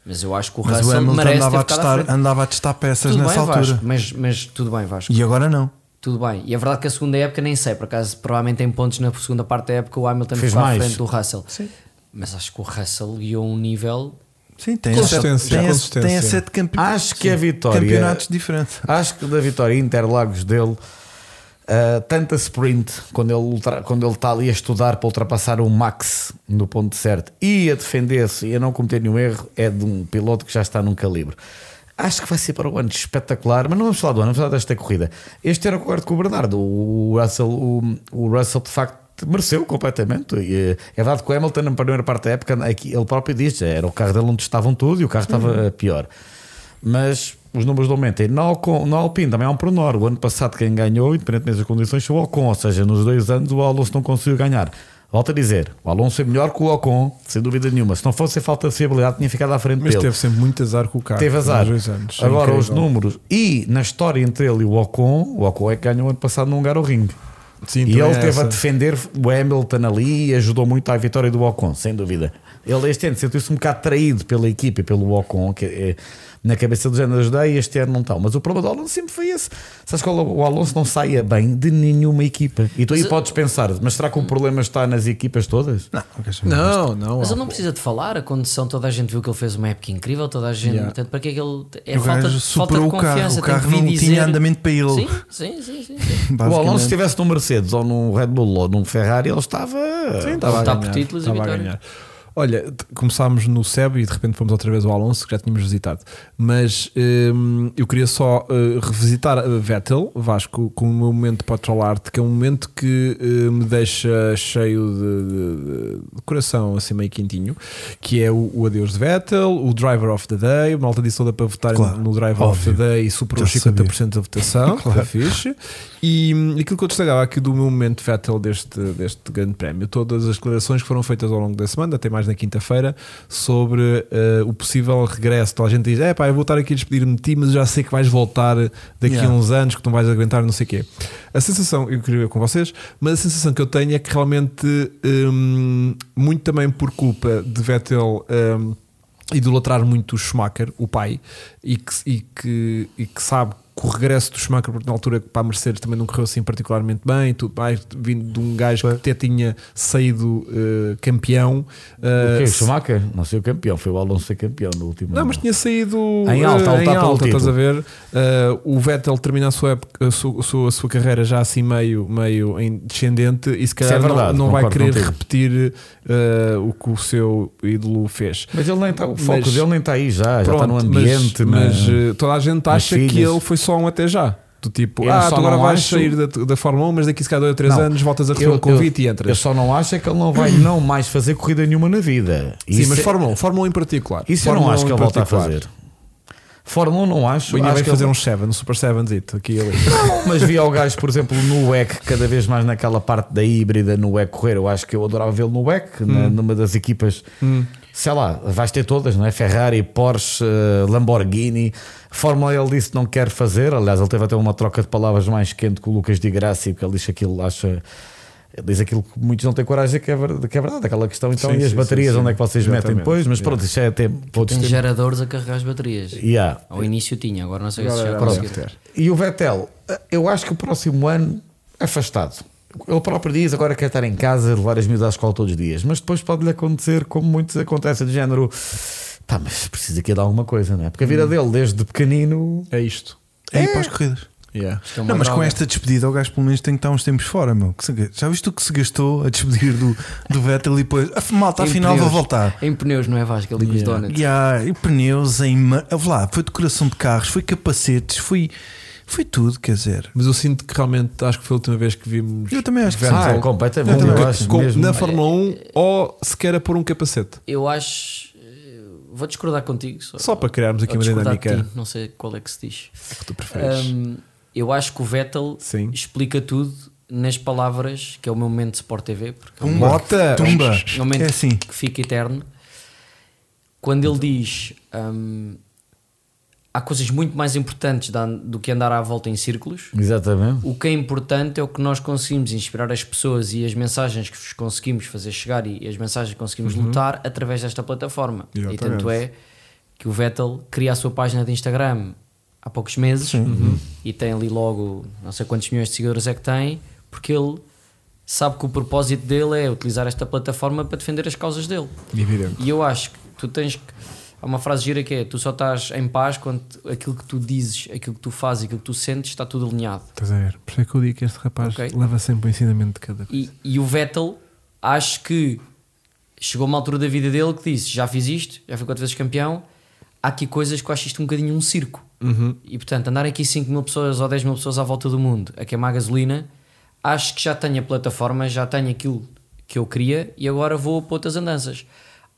E: Mas eu acho que o
D: Mas o
E: Russell
D: Hamilton
E: merece tipo,
D: andava
E: ter
D: a,
E: ficado à
D: testar,
E: frente.
D: andava a testar peças
E: Tudo
D: nessa
E: bem,
D: altura.
E: Vasco, mas, mas tudo bem, Vasco.
D: E agora não.
E: Tudo bem. E a verdade que a segunda época nem sei, por acaso, provavelmente em pontos na segunda parte da época o Hamilton
C: Fez
E: ficou à
C: mais.
E: frente do Russell. Mas acho que o Russell guiou um nível.
D: Sim, tem
B: Consistência,
D: sete- tem a- tem a
B: consistência.
D: sete campe...
C: Acho que a vitória.
D: campeonatos diferentes.
C: Acho que da vitória Interlagos dele, ah, tanto a sprint, quando ele, ultra- quando ele está ali a estudar para ultrapassar o Max no ponto certo e a defender-se e a não cometer nenhum erro, é de um piloto que já está num calibre. Acho que vai ser para o ano espetacular, mas não vamos falar do ano, vamos falar desta corrida. Este era o quarto com o Bernardo. O Russell, o, o Russell de facto, mereceu completamente. E, é verdade que o Hamilton, na primeira parte da época, aqui, ele próprio diz: era o carro dele onde estavam tudo e o carro estava ah, pior mas os números não mentem. Na, Alcon, na Alpine também há um pronor. O ano passado quem ganhou, independentemente das condições, foi o Ocon. Ou seja, nos dois anos o Alonso não conseguiu ganhar. Volto a dizer, o Alonso é melhor que o Ocon, sem dúvida nenhuma. Se não fosse a falta de fiabilidade, tinha ficado à frente
B: Mas
C: dele.
B: teve sempre muito azar com o carro.
C: Teve azar.
B: nos dois anos. É
C: Agora, os
B: incrível.
C: números. E na história entre ele e o Ocon, o Ocon é que ganhou ano passado num lugar ao ringue.
B: Sim,
C: e
B: também
C: ele
B: é
C: teve a
B: essa.
C: defender o Hamilton ali e ajudou muito à vitória do Ocon, sem dúvida. Ele este ano sentiu-se um bocado traído pela equipe, pelo Ocon, que é, na cabeça do género ajudei e este ano não está. Mas o problema do Alonso sempre foi esse. Sabes que o Alonso não saia bem de nenhuma equipa. E tu aí podes pensar, mas será que o problema está nas equipas todas?
D: Não, o gajo-
B: Não, não.
E: Mas ele não precisa de falar, a condição, toda a gente viu que ele fez uma época incrível, toda a gente.
B: Yeah.
E: Portanto, para que é que ele. É
D: O
E: falta,
D: gajo
E: de- falta de
D: superou o carro.
E: confiança.
D: O
E: tem que
D: carro
E: vir
D: não
E: dizer...
D: tinha andamento para ele.
E: Sim, sim, sim.
B: [LAUGHS]
E: sim,
C: O Alonso,
E: sim.
C: se
D: basicamente.
C: estivesse num Mercedes ou num Red Bull ou num Ferrari, ele estava. tá.
B: estava a
E: Está por
B: ganhar,
E: títulos e
B: estava a
E: vitórias.
B: ganhar. Olha, t- começámos no SEB e de repente fomos outra vez ao Alonso, que já tínhamos visitado. Mas hum, eu queria só eh, revisitar a Vettel, Vasco, com o meu momento para trollar que é um momento que eh, me deixa cheio de, de- de coração, assim meio quentinho, que é o, o adeus de Vettel, o Driver of the Day, uma alta disse toda para votar
D: Claro,
B: no Driver
D: óbvio.
B: of the Day e superou os
D: Já sabia.
B: 50% da votação, claro. fixe. E hum, aquilo que eu destacava aqui do meu momento Vettel deste, deste grande prémio, todas as declarações que foram feitas ao longo da semana, até mais mais na quinta-feira, sobre eh, o possível regresso. Então a gente diz: é pá, eu vou estar aqui a despedir-me de ti, mas já sei que vais voltar daqui
D: Yeah.
B: a uns anos, que tu não vais aguentar, não sei o quê. A sensação, eu queria ver com vocês, mas a sensação que eu tenho é que realmente, hum, muito também por culpa de Vettel. hum, idolatrar muito o Schumacher, o pai, e que, e que, e que sabe que o regresso do Schumacher, porque na altura para a Mercedes também não correu assim particularmente bem, e tudo mais, vindo de um gajo que até tinha saído eh, campeão. eh,
C: o quê? O
B: se-
C: Schumacher? Não sei o campeão, foi o Alonso ser campeão no último
B: não,
C: ano.
B: mas tinha saído
C: Em alta,
B: eh,
C: a lutar
B: em
C: pelo
B: alta, estás
C: título.
B: a ver? Eh, o Vettel termina a sua, época- a sua, a sua- a sua carreira já assim meio, meio em descendente e se calhar não-
C: é verdade,
B: não, vai
C: concordo
B: querer
C: contigo.
B: repetir eh, o que o seu ídolo fez.
C: Mas ele nem tá, o foco
B: Mas-
C: dele nem está aí já, já está no
B: Pronto, mas-
C: ambiente. né?
B: mas,
C: na-
B: eh, toda a gente
C: nas
B: acha que
C: filhas.
B: ele foi só um até já. Do tipo,
C: Eu
B: ah,
C: só
B: tu agora
C: não
B: vais
C: acho-
B: sair da, da Fórmula 1, mas daqui se calhar dois ou três
C: Não,
B: anos voltas a receber
C: eu-
B: um convite e entras.
C: Eu só não acho é que ele não vai não mais fazer corrida nenhuma na vida.
B: Sim,
C: Isso
B: mas
C: é-
B: Fórmula 1, Fórmula 1 em particular.
C: Isso eu
B: Fórmula
C: não acho
B: 1
C: que
B: em
C: ele volta a
B: particular.
C: fazer. Fórmula 1 não acho.
B: Bunha
C: acho
B: vai
C: que
B: fazer
C: ele-
B: um 7, um Super 7 aqui e ali.
C: Mas vi ao gajo, por exemplo, no WEC, cada vez mais naquela parte da híbrida, no WEC correr. Eu acho que eu adorava vê-lo no WEC,
B: Hum.
C: na- numa das equipas. Sei lá, vais ter todas, não é? Ferrari, Porsche, eh, Lamborghini. Fórmula ele disse que não quer fazer. Aliás, ele teve até uma troca de palavras mais quente com o Lucas Di Grassi, porque ele diz que aquilo acha. Ele diz aquilo que muitos não têm coragem, que é verdade, que é verdade aquela questão. Então,
B: Sim,
C: e as
B: sim,
C: baterias,
B: sim, sim.
C: onde é que vocês metem
B: Exatamente.
C: depois? Mas pronto, isso é até.
E: Tem geradores a carregar as baterias.
C: Yeah.
E: Ao início tinha, agora não sei se
B: Agora
E: já
B: era
E: conseguiram.
B: ter.
C: E o Vettel, eu acho que o próximo ano afastado. Ele próprio diz agora quer estar em casa, levar as miúdas à escola todos os dias, mas depois pode-lhe acontecer como muitos acontece, do género pá, mas precisa aqui de alguma coisa, não é? Porque a vida
B: Hum.
C: dele desde pequenino
B: É isto.
D: É ir para as corridas.
B: Yeah.
E: Isto é uma
D: Não, mas com
E: droga.
D: esta despedida, o gajo pelo menos tem que estar uns tempos fora, meu. Que se- Já viste o que se gastou a despedir do, do Vettel e depois, "Ah, malta,
E: Em
D: afinal vou
E: pneus.
D: voltar.
E: Em pneus, não é Vasco? Ele diz Donuts.
D: E há e pneus em. ma- Ah, vá lá, foi decoração de carros, foi capacetes, foi, foi tudo, quer dizer.
B: Mas eu sinto que realmente acho que foi a última vez que vimos
D: Eu também acho que
B: Vettel
D: sim.
C: ah, é completamente
B: nunca-
C: eu acho
B: com-
C: mesmo.
B: na Fórmula 1 ou sequer a pôr um capacete.
E: Eu acho. eh, Vou discordar contigo. Só,
B: Só para criarmos aqui
E: ou
B: uma
E: discordar de
B: dinâmica
E: ti, Não sei qual é que se diz.
B: que tu preferes.
E: Hum, eu acho que o Vettel
B: Sim.
E: explica tudo nas palavras, que é o meu momento de Sport TV, porque é um momento-
B: Bota!
D: Tumba.
E: é um momento
D: É assim.
E: que fica eterno. Quando ele diz hum, há coisas muito mais importantes da- do que andar à volta em círculos,
C: Exatamente.
E: o que é importante é o que nós conseguimos inspirar as pessoas e as mensagens que vos conseguimos fazer chegar e as mensagens que conseguimos lutar através desta plataforma. E
B: Exatamente.
E: tanto é que o Vettel cria a sua página de Instagram há poucos meses Uhum. e tem ali logo não sei quantos milhões de seguidores é que tem, porque ele sabe que o propósito dele é utilizar esta plataforma para defender as causas dele.
B: Evidente.
E: E eu acho que tu tens que. Há uma frase gira que é: tu só estás em paz quando aquilo que tu dizes, aquilo que tu fazes, aquilo que tu sentes está tudo alinhado.
B: Estás a ver? Por isso é que eu digo que este rapaz
E: Ok.
B: leva sempre o ensinamento de cada
E: E, e o Vettel, acho que chegou uma altura da vida dele que disse: Já fiz isto, já fui quatro vezes campeão. Há aqui coisas que eu acho isto um bocadinho um circo. E portanto, andar aqui 5 mil pessoas ou 10 mil pessoas à volta do mundo a queimar gasolina, acho que já tenho a plataforma, já tenho aquilo que eu queria e agora vou para outras andanças.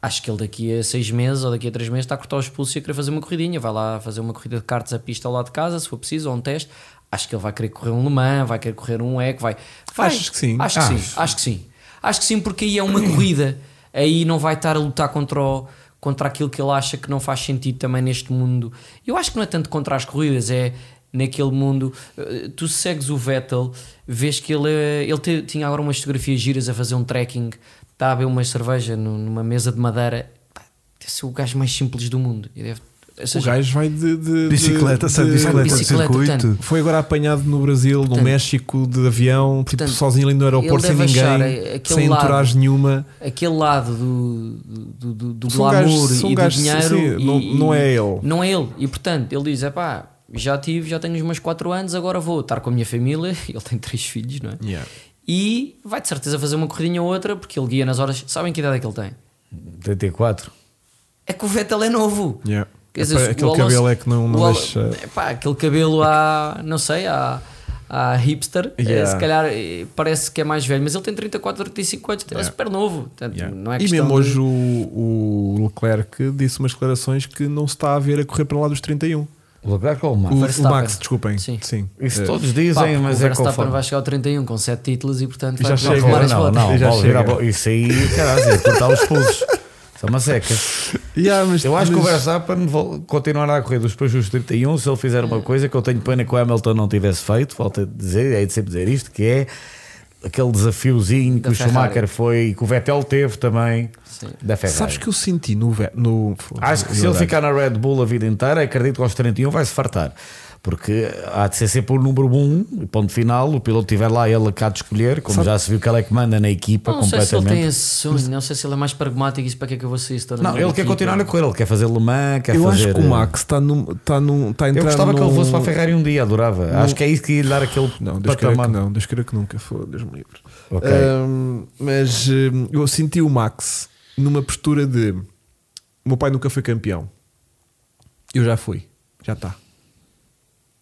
E: Acho que ele daqui a 6 meses ou daqui a 3 meses está a cortar os pulsos e a querer fazer uma corridinha. Vai lá fazer uma corrida de cartas a pista ao lado de casa, se for preciso, ou um teste. Acho que ele vai querer correr um Le Mans, vai querer correr um EC, vai. vai.
B: Achas que sim?
E: Acho que sim, acho que sim. Acho que sim, porque aí é uma corrida. Aí não vai estar a lutar contra, o- contra aquilo que ele acha que não faz sentido também neste mundo. Eu acho que não é tanto contra as corridas, é naquele mundo. eh, Tu segues o Vettel, vês que ele, é- ele te- tinha agora umas fotografias giras a fazer um trekking, está a beber uma cerveja nu- numa mesa de madeira. Pá, Deve ser o gajo mais simples do mundo. E deve- ou
B: O
E: seja,
B: gajo vai de. de-
D: Bicicleta,
B: de-
D: sabe?
B: de-
D: Bicicleta,
E: bicicleta,
D: circuito.
B: Foi agora apanhado no Brasil, no México, de avião, tipo
E: Portanto,
B: sozinho ali no aeroporto, sem
E: ele deve achar a-
B: ninguém,
E: aquele
B: sem
E: lado.
B: entourage nenhuma.
E: aquele lado do, do, do, do
B: São gajos-
E: glamour
B: são
E: e do
B: gajos-
E: dinheiro
B: sim,
E: e-
B: um não- não é ele.
E: não é ele e portanto ele diz é pá já tive já tenho os meus 4 anos agora vou estar com a minha família [LAUGHS] ele tem três filhos não é
B: Yeah.
E: e vai de certeza fazer uma corridinha ou outra porque ele guia nas horas sabem que idade é que ele tem
C: 34.
E: é que o Vettel é novo
B: Yeah.
E: Quer dizer,
B: Epá,
E: o
B: aquele
E: Alonso-
B: cabelo é que não, não
E: o Al-
B: deixa.
E: Epá, aquele cabelo há, não sei, há, há hipster. eh,
B: Yeah.
E: Se calhar eh, parece que é mais velho, mas ele tem 34, 35 anos, é
B: Yeah.
E: super novo. Portanto,
B: Yeah.
E: não é
B: e
E: questão
B: mesmo
E: de-
B: hoje o, o Leclerc disse umas declarações que não se está a ver a correr para lá dos 31.
C: O Leclerc ou o
B: O,
C: Max?
B: o
E: Verstappen.
B: Max, desculpem. Sim.
E: Sim.
C: Isso
B: Eh,
C: todos
E: Pá,
C: dizem,
E: porque
C: mas
E: o
C: é
E: Verstappen
C: conforme.
E: vai chegar ao 31 com 7 títulos e portanto
B: Já
E: vai
B: chega,
E: tomar
C: Não,
E: as
C: não,
E: fotos.
C: não,
B: Já
C: vale
B: chega.
C: virar bo- Isso aí, caralho, é cortar os pulsos. Isso é uma seca.
B: Yeah, mas-
C: Eu acho que o
B: mas-
C: Verstappen vol- continuará a correr dos Peugeot 31 se ele fizer uma coisa que eu tenho pena que o Hamilton não tivesse feito, volto a dizer, é de sempre dizer isto, que é aquele desafiozinho que
E: Da
C: o
E: Ferrari.
C: Schumacher foi e que o Vettel teve também
E: Sim.
C: da Ferrari.
B: Sabes que eu senti no. ve- no
C: Acho que se ele ficar na Red Bull a vida inteira, acredito que aos 31 vai se fartar. Porque há de ser sempre o número 1, um, e ponto final. O piloto estiver lá, ele cá de escolher, como já se viu que ele é que manda na equipa
E: Não sei se ele
C: completamente.
E: tem esse sonho, não sei se ele é mais pragmático. Isso para que é que eu vou ser isso?
C: Não, ele quer continuar a correr, ele quer fazer Le Mans, quer
B: Eu
C: fazer. eh,
B: acho que o Max está num- está num- está a entrar.
C: Eu gostava que ele
B: num-
C: fosse para a Ferrari um dia, adorava. Acho que é isso que ia lhe dar aquele
B: Não, Deus queira
C: patamar.
B: que não, Deus queira que nunca, foda-se me livre.
C: Ok.
B: Ahm, mas hum, eu senti o Max numa postura de: o meu pai nunca foi campeão, eu já fui, já está.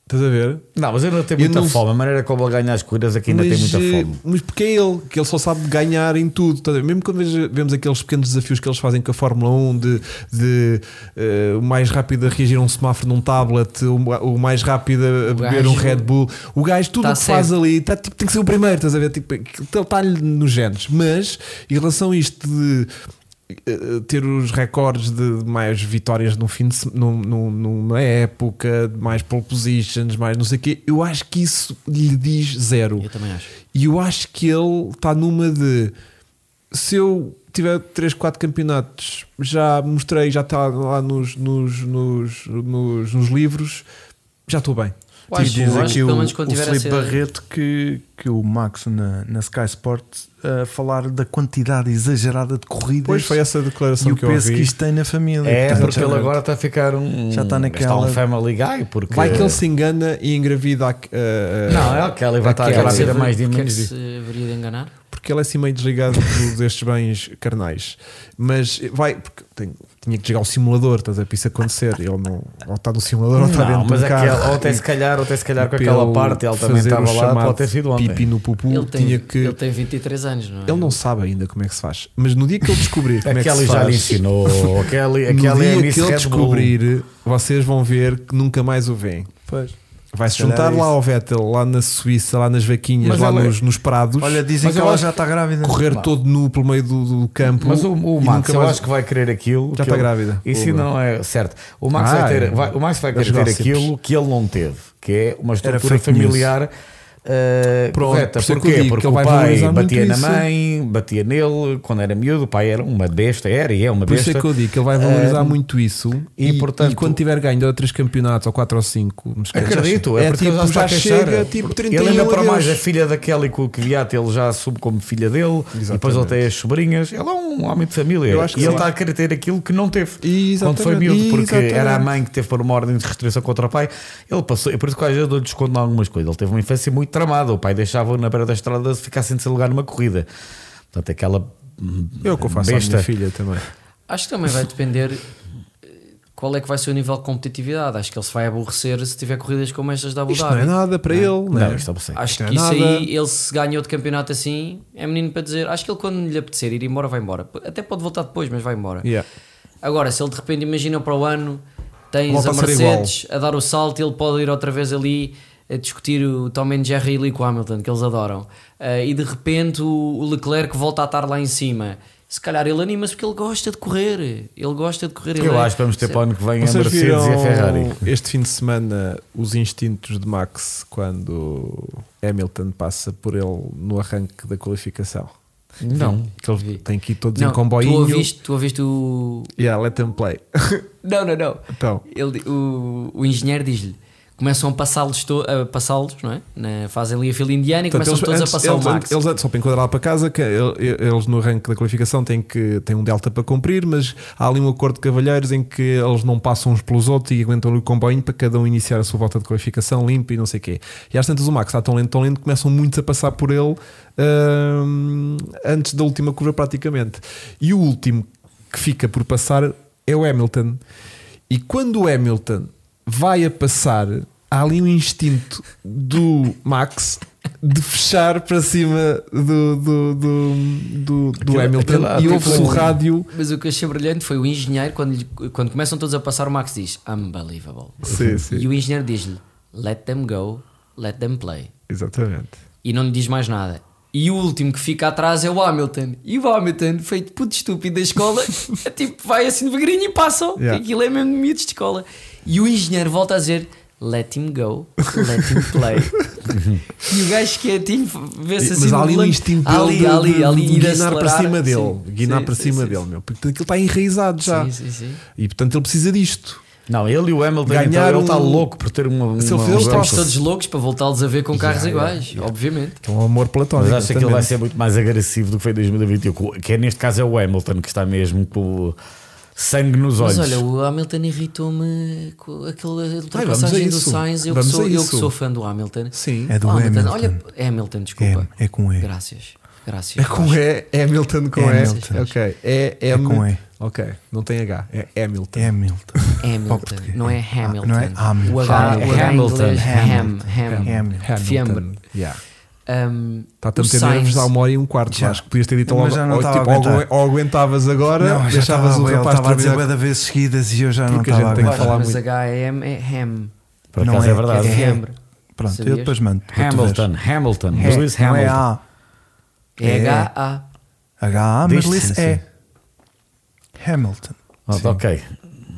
B: Estás a ver?
C: Não, mas ele ainda tem
B: Eu
C: muita
B: não-
C: fome. A maneira como ele ganha as corridas aqui ainda
B: mas,
C: tem muita
B: eh,
C: fome.
B: Mas porque é ele, que ele só sabe ganhar em tudo. Tá a ver? Mesmo quando vejo- vemos aqueles pequenos desafios que eles fazem com a Fórmula 1 de, de, eh, o mais rápido a reagir a um semáforo num tablet, o, ma- o mais rápido a beber
E: gajo-
B: um Red Bull, o gajo tudo
E: Tá
B: o que faz
E: cedo.
B: ali tá, tipo, tem que ser o primeiro, estás a ver? Tipo, aquilo- ele está-lhe nos genes. Mas em relação a isto de. eh, Ter os recordes de mais vitórias num fim de, se- num- num- numa época, de mais pole positions, mais não sei o quê, eu acho que isso lhe diz zero.
E: Eu também acho.
B: E eu acho que ele está numa de se eu tiver 3, 4 campeonatos, já mostrei, já está lá nos, nos, nos, nos, nos livros, já estou bem.
E: Eu acho-
D: e diz
E: eu acho
D: aqui
E: que
D: o,
E: pelo menos quando
D: o
E: tiver
D: Felipe
E: essa-
D: Barreto que, que o Max na, na Sky Sport a falar da quantidade exagerada de corridas
B: Depois foi essa
D: e
B: declaração
D: o
B: que eu ouvi.
D: peso que isto tem na família.
C: É,
D: Portanto,
C: porque ele agora está a ficar um.
D: Já está naquela-
C: Está um family guy. Porque...
B: Vai que ele se engana e engravida a- a- a-
C: é- Não, é o que ele vai estar
B: Aquela
C: agora a
E: se
C: vida
E: haver-
C: mais de
E: que é que
C: menos.
E: se haveria de enganar?
B: porque ele é assim meio desligado [LAUGHS] do- destes bens carnais. Mas vai, porque tem- tinha que chegar ao simulador, estás a ver? Para isso acontecer. Ele não, ou está no simulador ou está
C: Não,
B: dentro do
C: mas
B: carro.
C: aquela, ou até se calhar, ou até se calhar com aquela
B: Pelo
C: parte, ele também
B: fazer o
C: estava lá,
B: chamado
C: pode ter sido ontem.
B: Pipi no pupu,
E: Ele tem,
B: tinha que.
E: ele tem 23 anos, não é?
B: Ele não sabe ainda como é que se faz, mas no dia que ele descobrir como
C: a
B: é que se
C: Kelly já lhe
B: faz,
C: ensinou, a Kelly, a
B: no
C: Kelly é a
B: dia
C: Miss
B: que ele
C: Red Bull.
B: descobrir, vocês vão ver que nunca mais o veem.
D: Pois.
B: Vai se
D: Se calhar
B: juntar
D: é
B: lá
D: isso.
B: ao Vettel, lá na Suíça, lá nas vaquinhas,
C: Mas é-
B: lá
C: ela-
B: nos, nos prados,
D: Olha, dizem
C: Mas
D: que
C: eu
D: ela
C: acho-
D: já está grávida.
B: correr
C: Pá.
B: todo nu pelo meio do, do campo.
C: Mas o, o
B: e
C: Max,
B: nunca
C: eu
B: mais-
C: acho que vai querer aquilo.
B: Já
C: que
B: está
C: ele-
B: grávida.
C: Isso
B: Boa.
C: não é certo. O Max
B: Ah,
C: vai ter,
B: é.
C: vai- o Max vai
B: Eles
C: querer ter
B: gossipers.
C: aquilo que ele não teve, que é uma estrutura
D: fake news.
C: familiar. uh,
B: Pronto,
C: correta,
B: por isso é que eu
C: porquê?
B: digo
C: Porque
B: que ele
C: o
B: vai
C: pai
B: valorizar muito
C: batia na
B: isso.
C: mãe, batia nele quando era miúdo. O pai era uma besta, era e é uma
B: Por isso
C: besta.
B: é que eu digo que ele vai valorizar muito isso.
C: e,
B: E,
C: portanto-
B: e quando tiver ganho dois ou três campeonatos, ou quatro ou cinco, me esquece.
C: Acredito, é,
B: é
C: porque ele
B: tipo,
C: já, está a queixar.
B: chega, tipo 31
C: Ele ainda para
B: adeus.
C: mais a filha daquele que o Kvyat ele já assume como filha dele, e depois ele tem as sobrinhas. Ele é um homem de família
B: Eu acho que
C: e ele
B: sim.
C: está a querer ter aquilo que não teve
B: Exatamente.
C: quando foi miúdo, porque
B: Exatamente.
C: era a mãe que teve por uma ordem de restrição contra o pai. Ele passou, e por isso que às vezes eu dou-lhe desconto em algumas coisas. Ele teve uma infância muito tramada, o pai deixava-o na beira da estrada se ficar sem seu lugar numa corrida. Portanto, é aquela hum,
B: Eu que eu faço à
C: besta.
B: minha filha também.
E: Acho que também vai depender eh, qual é que vai ser o nível de competitividade. Acho que ele se vai aborrecer se tiver corridas como estas da Abu
B: Isto não
E: Dhabi.
B: é nada para ele, não,
C: Não,
B: é?
C: isto é obsceno.
E: Acho
B: Não é
E: que isso
B: nada.
E: aí, ele se ganhou de campeonato assim, é menino para dizer. Acho que ele, quando lhe apetecer ir embora, vai embora. Até pode voltar depois, mas vai embora.
B: Yeah.
E: Agora, se ele de repente imagina para o ano, tens
B: Volta
E: a
B: a ser
E: Mercedes a, dar o salto, ele pode ir outra vez ali a discutir o Tom and Jerry ali com o Hamilton, que eles adoram. Ah, e de repente o, o Leclerc volta a estar lá em cima. Se calhar ele anima-se porque ele gosta de correr. Ele gosta de correr. ele
C: Eu
E: é-
C: acho que vamos ter para o ano que vem a
B: Vocês
C: Mercedes e a
B: viram
C: Ferrari.
B: este fim de semana os instintos de Max quando Hamilton passa por ele no arranque da qualificação?
C: Não.
B: Que ele tem que ir todos
E: Não,
B: em comboinho.
E: Tu ouviste, tu ouviste o.
B: Yeah, let them play.
E: Não, não, não.
B: Então.
E: Ele, o, o engenheiro diz-lhe: começam a passá-los, to- a passá-los, não é? Na, fazem ali a fila indiana e
B: [LAUGHS] Portanto,
E: começam todos
B: antes-
E: a passar
B: eles-
E: o Max.
B: eles antes- só para enquadrar lá para casa, que ele- eles no arranque da qualificação têm, que, têm um delta para cumprir, mas há ali um acordo de cavalheiros em que eles não passam uns pelos outros e aguentam ali o comboinho para cada um iniciar a sua volta de qualificação limpa e não sei o quê. E às tantas o Max está tão lento, tão lento, que começam muitos a passar por ele hum, antes da última curva praticamente. E o último que fica por passar é o Hamilton. E quando o Hamilton vai a passar, há ali um instinto do Max de fechar para cima do, do, do, do, do
C: Aquilo-
B: Hamilton
C: aquilo-
B: e
C: aquilo
B: ouve-se
C: foi
B: o
C: um-
B: rádio.
E: Mas o que eu achei brilhante foi o engenheiro, quando, lhe- quando começam todos a passar, o Max diz Unbelievable.
B: Sim, sim.
E: E o engenheiro diz-lhe Let them go, let them play.
B: Exatamente.
E: E não lhe diz mais nada. E o último que fica atrás é o Hamilton. E o Hamilton, feito puto estúpido
B: [LAUGHS]
E: da escola, é tipo, vai assim devagarinho e passa.
B: Yeah.
E: Aquilo é mesmo de miúdos de escola. E o engenheiro volta a dizer: Let him go, let him
B: [LAUGHS]
E: play. e o gajo que é tipo, vê-se assim
B: Mas há
E: no
B: ali um
E: lance,
B: instinto
E: ali,
B: dele
E: ali,
B: de, de,
E: ali,
B: de
E: ir
B: guinar para
E: acelerar.
B: cima dele.
E: Sim,
B: guinar
E: sim,
B: para
E: sim,
B: cima
E: sim,
B: dele, meu. Porque aquilo está enraizado já.
E: Sim, sim, sim.
B: E portanto ele precisa disto.
C: Não, ele e o Hamilton,
B: Ganhar
C: então, ele
B: um-
C: está louco por ter uma. uma
B: Se ele
C: uma
B: fez,
C: bronca.
E: Estamos todos loucos para voltá-los a ver com carros iguais, obviamente.
B: Que é um amor platónico.
C: Mas acho que ele vai
B: exatamente.
C: ser muito mais agressivo do que foi em 2021. que o- Que é, neste caso é o Hamilton que está mesmo com o sangue nos olhos.
E: Mas olha, o Hamilton irritou-me com aquela
B: vamos a
E: ultrapassagem do
B: isso.
E: Sainz. Eu que,
B: Vamos a
E: sou, eu que
B: isso.
E: sou fã do Hamilton.
B: Sim.
D: É do Hamilton.
E: Olha, Hamilton, desculpa.
D: É- é com E.
E: Graças. Graças.
B: É com E, é Hamilton com E.
D: Hamilton.
B: Ok. É, é,
D: com E.
B: Ok, não tem H, é Hamilton.
D: É Hamilton. Para o
E: Hamilton.
D: português.
E: Não é
D: Ah,
E: Hamilton.
D: não é Hamilton.
E: O H, o H em
C: Hamilton.
E: inglês, Ham.
D: Hamilton.
E: Ham.
D: Hamilton.
E: Fiambre.
B: Yeah.
E: Um,
B: Está-te a
E: o
B: meter
E: Sainz-
B: nervos há uma hora e um quarto.
D: Já.
B: Acho que podias ter dito
D: Mas
B: logo.
D: já não
B: ou,
D: estava
B: tipo,
D: a
B: ou,
D: aguentar.
B: agu- ou aguentavas agora,
D: Não, já
B: deixavas
D: estava,
B: o
D: ele
B: rapaz
D: estava a dizer
B: trabalhar.
D: bué de vezes seguidas e eu já não
B: Porque a gente
D: estava a
B: tem que
D: aguentar.
B: falar
E: Mas
B: muito.
E: H-A-M é Ham.
C: Por
D: Não
C: acaso é,
D: é,
C: verdade.
E: É Fiambre.
D: Pronto, eu
E: Sabias?
D: depois mando. para tu veres.
C: Hamilton, Hamilton,
D: É,
C: Lewis
D: não é
C: Hamilton.
D: A.
E: É H-A.
D: H, mas
B: Diz-te,
D: Liz
B: sim,
D: é. Hamilton.
C: Pronto, Ah, ok.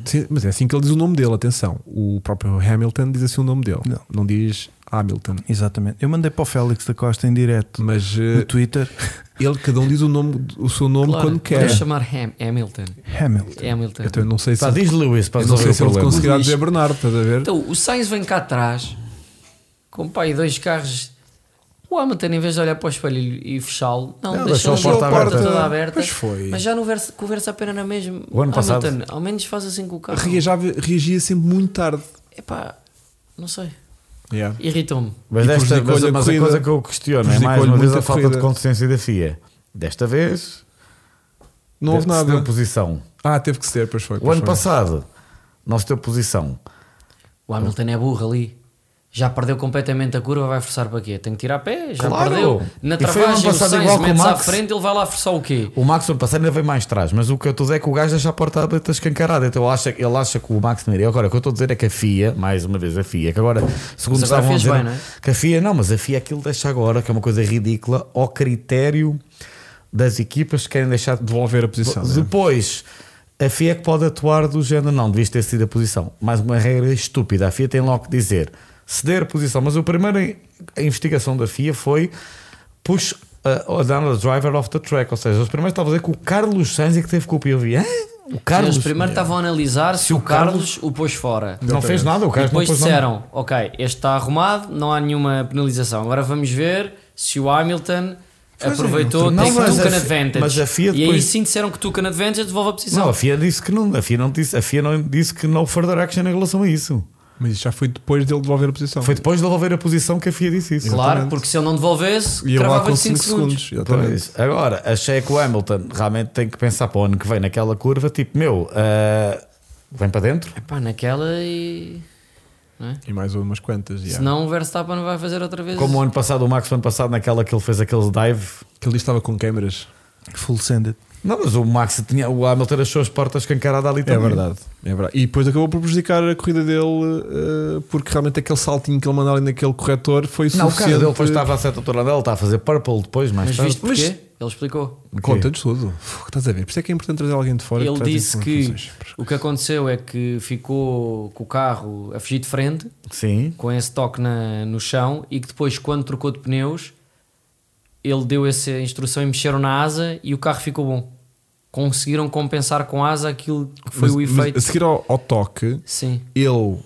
B: Sim, mas é assim que ele diz o nome dele, atenção. O próprio Hamilton diz assim o nome dele.
D: Não.
B: Não, diz Hamilton.
D: Exatamente. Eu mandei para o Félix da Costa em direto
B: Mas
D: no
B: eh,
D: Twitter.
B: ele, cada um diz o, nome, o seu nome
E: Claro,
B: quando quer.
E: Vamos chamar Ham, Hamilton.
D: Hamilton.
E: Hamilton.
B: Então eu não sei se,
D: Tá,
C: Pá,
B: eu
C: diz Lewis para
B: não sei
C: resolver
B: se
C: o
B: ele
C: problema.
B: conseguirá
E: Diz.
B: dizer Bernardo, estás a ver?
E: Então, o Sainz vem cá atrás com pá, e dois carros. O Hamilton, em vez de olhar para o espelho e e fechá-lo, não,
C: Não,
E: deixa
C: deixou a porta aberta.
E: toda aberta.
B: Pois foi.
E: Mas já não versa, conversa a pena na mesma.
C: O ano passado-
E: Hamilton, ao menos faz assim com o carro.
B: Reagiava- reagia sempre muito tarde.
E: Epá, não sei.
B: Yeah.
E: Irritou-me.
C: Mas,
B: E
C: desta,
B: prejudicou-lhe
C: mas,
B: a
C: mas a
B: corrida.
C: coisa que eu questiono é mais
B: Prejudicou-lhe
C: uma vez
B: muito
C: a
B: a
C: falta de
B: corrida.
C: consciência da FIA. Desta vez
B: Não houve
C: se deu
B: nada.
C: posição.
B: Ah, teve que ser, pois foi.
C: O
B: pois
C: ano
B: foi.
C: passado não se deu posição.
E: O Hamilton é burro ali. Já perdeu completamente a curva, vai forçar para quê? Tem que tirar pé, já
C: Claro.
E: perdeu. Na
C: E foi o ano
E: travagem, o
C: passado
E: Sainz
C: igual com o
E: mete à
C: Max.
E: frente, ele vai lá forçar o quê?
C: O Max no ano passado ainda veio mais atrás, mas o que eu estou a dizer é que o gajo deixa a porta aberta escancarada. Então ele acha, ele acha que o Max não iria. Agora, o que eu estou a dizer é que a FIA, mais uma vez a FIA, que agora, segundo
E: Mas agora
C: estavam a
E: fez
C: dizer,
E: bem, não é?
C: que a FIA, não, mas a FIA aquilo deixa agora, que é uma coisa ridícula, ao critério das equipas que querem deixar de
B: Devolver a posição. né?
C: Depois, a FIA é que pode atuar do género, não, devias ter sido a posição. Mais uma regra estúpida. A FIA tem logo que dizer ceder a posição. Mas o primeiro em- a investigação da FIA foi push uh, down the driver off the track. Ou seja, os primeiros estavam a dizer que o Carlos Sainz é que teve culpa. E eu vi, "Hã? o Carlos.
E: Eles primeiro estavam a analisar se, o Carlos,
C: Carlos-
E: o pôs fora.
C: Não fez nada, o
E: E
C: Carlos Ah, não
E: depois
C: pôs nada.
E: disseram, ok, este está arrumado, não há nenhuma penalização. Agora vamos ver se o Hamilton aproveitou,
C: é, não,
E: tem que
C: mas
E: took
C: a
E: an
C: fi-
E: advantage.
C: mas a FIA
E: E aí
C: depois-
E: sim disseram que took an advantage, devolve a posição.
C: Não, a FIA disse que não, a FIA não disse, a FIA não disse que no further action em relação a isso.
B: Mas isso já foi depois dele devolver a posição.
C: Foi depois de devolver a posição que a FIA disse isso.
E: claro,
B: exatamente.
E: porque se ele não devolvesse,
B: E ele lá com
E: travava-lhe
B: 5
E: 5 segundos.
B: segundos. exatamente.
C: Pois. Agora, achei que o Hamilton realmente tem que pensar para o ano que vem naquela curva, tipo, meu, ah, vem para dentro.
E: Epá, naquela e...
B: E mais umas quantas. Yeah.
E: Senão o Verstappen vai fazer outra vez.
C: Como o ano passado, o Max, o ano passado, naquela que ele fez aquele dive.
B: Aquele diz que estava com câmeras.
D: Full sended.
C: Não, mas o Max tinha, o Hamilton achou as portas cancaradas ali
B: É
C: também.
B: verdade, é verdade. E depois acabou por prejudicar a corrida dele eh, porque realmente aquele saltinho que ele mandou ali naquele corretor foi
C: Não, o
B: suficiente.
C: cara dele depois estava a certa altura dela, está a fazer purple depois, mais
E: Mas
C: tarde.
E: viste porquê? Ele explicou.
B: Conta-nos tudo. Uf, Estás a ver? Por isso é que é importante trazer alguém de fora.
E: Ele
B: traz
C: é
E: disse que
B: informações.
E: o que aconteceu é que ficou com o carro a fugir de frente
C: Sim.
E: com esse toque na- no chão e que depois, quando trocou de pneus, ele deu essa instrução e mexeram na asa e o carro ficou bom. Conseguiram compensar com a asa aquilo que foi
B: Mas-
E: o
B: mas
E: efeito.
B: a seguir ao, ao toque,
E: Sim.
B: ele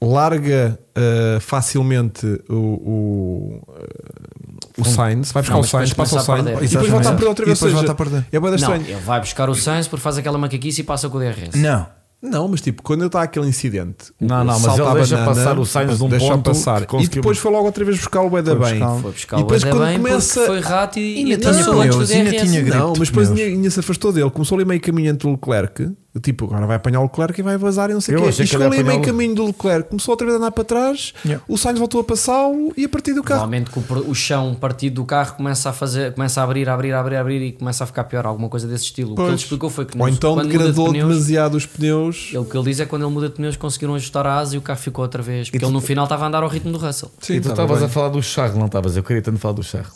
B: larga eh, facilmente o, o, eh, o Sainz, vai buscar
E: Não,
B: o
E: mas depois
B: Sainz, passa o
E: começa a
B: Sainz
E: perder.
B: e depois
D: Exatamente.
B: volta a perder outra
D: E
B: vez.
D: depois
B: ou seja,
D: volta a perder.
B: É bem
E: Não,
B: estranho.
E: ele vai buscar o Sainz porque faz aquela macaquice e passa com o DRS.
D: Não.
B: Não, mas tipo, quando ele está aquele incidente,
C: Não, não, mas
B: salta
C: ele
B: a
C: deixa passar o Sainz de um
B: deixa
C: ponto
B: passar.
C: que conseguiu-
B: E depois foi logo outra vez buscar o Beda
D: Foi
B: bem.
D: buscar o-
E: Foi buscar
B: E
E: o
B: depois
E: Bué da
B: quando
E: bem
B: começa-
E: porque foi rato e, e
D: Ainda tinha
E: passou antes do
D: pneus, ainda
E: DRS.
D: tinha grito.
B: Não, mas depois
D: Meus.
B: ainda ainda se afastou dele. Começou ali meio caminho entre o Leclerc. Tipo, agora vai apanhar o Leclerc e vai vazar e não sei
C: Eu
B: o quê.
C: achei
B: E
C: que
B: chegou
C: ele ia
B: ali meio
C: apanhá-lo.
B: caminho do Leclerc. Começou outra vez a andar para trás.
D: Yeah.
B: O Sainz voltou a passá-lo e a partir do carro.
E: Normalmente que o, pro- o chão partido do carro começa a fazer, começa a abrir, a abrir, a abrir, a abrir e começa a ficar pior, alguma coisa desse estilo. O que ele
B: Pois.
E: explicou foi que
B: Ou
E: nos-
B: então
E: quando muda de
B: degradou
E: pneus,
B: demasiado os pneus.
E: ele, o que ele diz é que quando ele muda de pneus conseguiram ajustar a asa e o carro ficou outra vez, porque ele no final estava a andar ao ritmo do Russell.
B: Sim,
C: e tu
B: estava
C: estavas
B: bem.
C: a falar do Charles, não estavas? Eu queria tanto falar do Charles.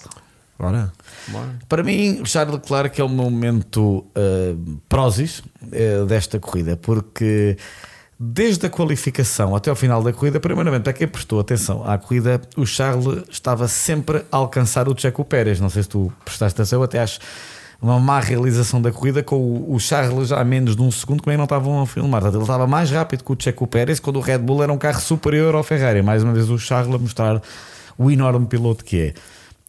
D: Ora,
C: Para mim, Charles Leclerc é o meu momento eh, prósis eh, desta corrida, porque desde a qualificação até ao final da corrida, primeiramente, para quem prestou atenção à corrida, o Charles estava sempre a alcançar o Checo Pérez. Não sei se tu prestaste atenção, eu até acho uma má realização da corrida com o, o Charles já a menos de um segundo, como é que não estavam a filmar? Portanto, Ele estava mais rápido que o Checo Pérez quando o Red Bull era um carro superior ao Ferrari. Mais uma vez, o Charles a mostrar o enorme piloto que é.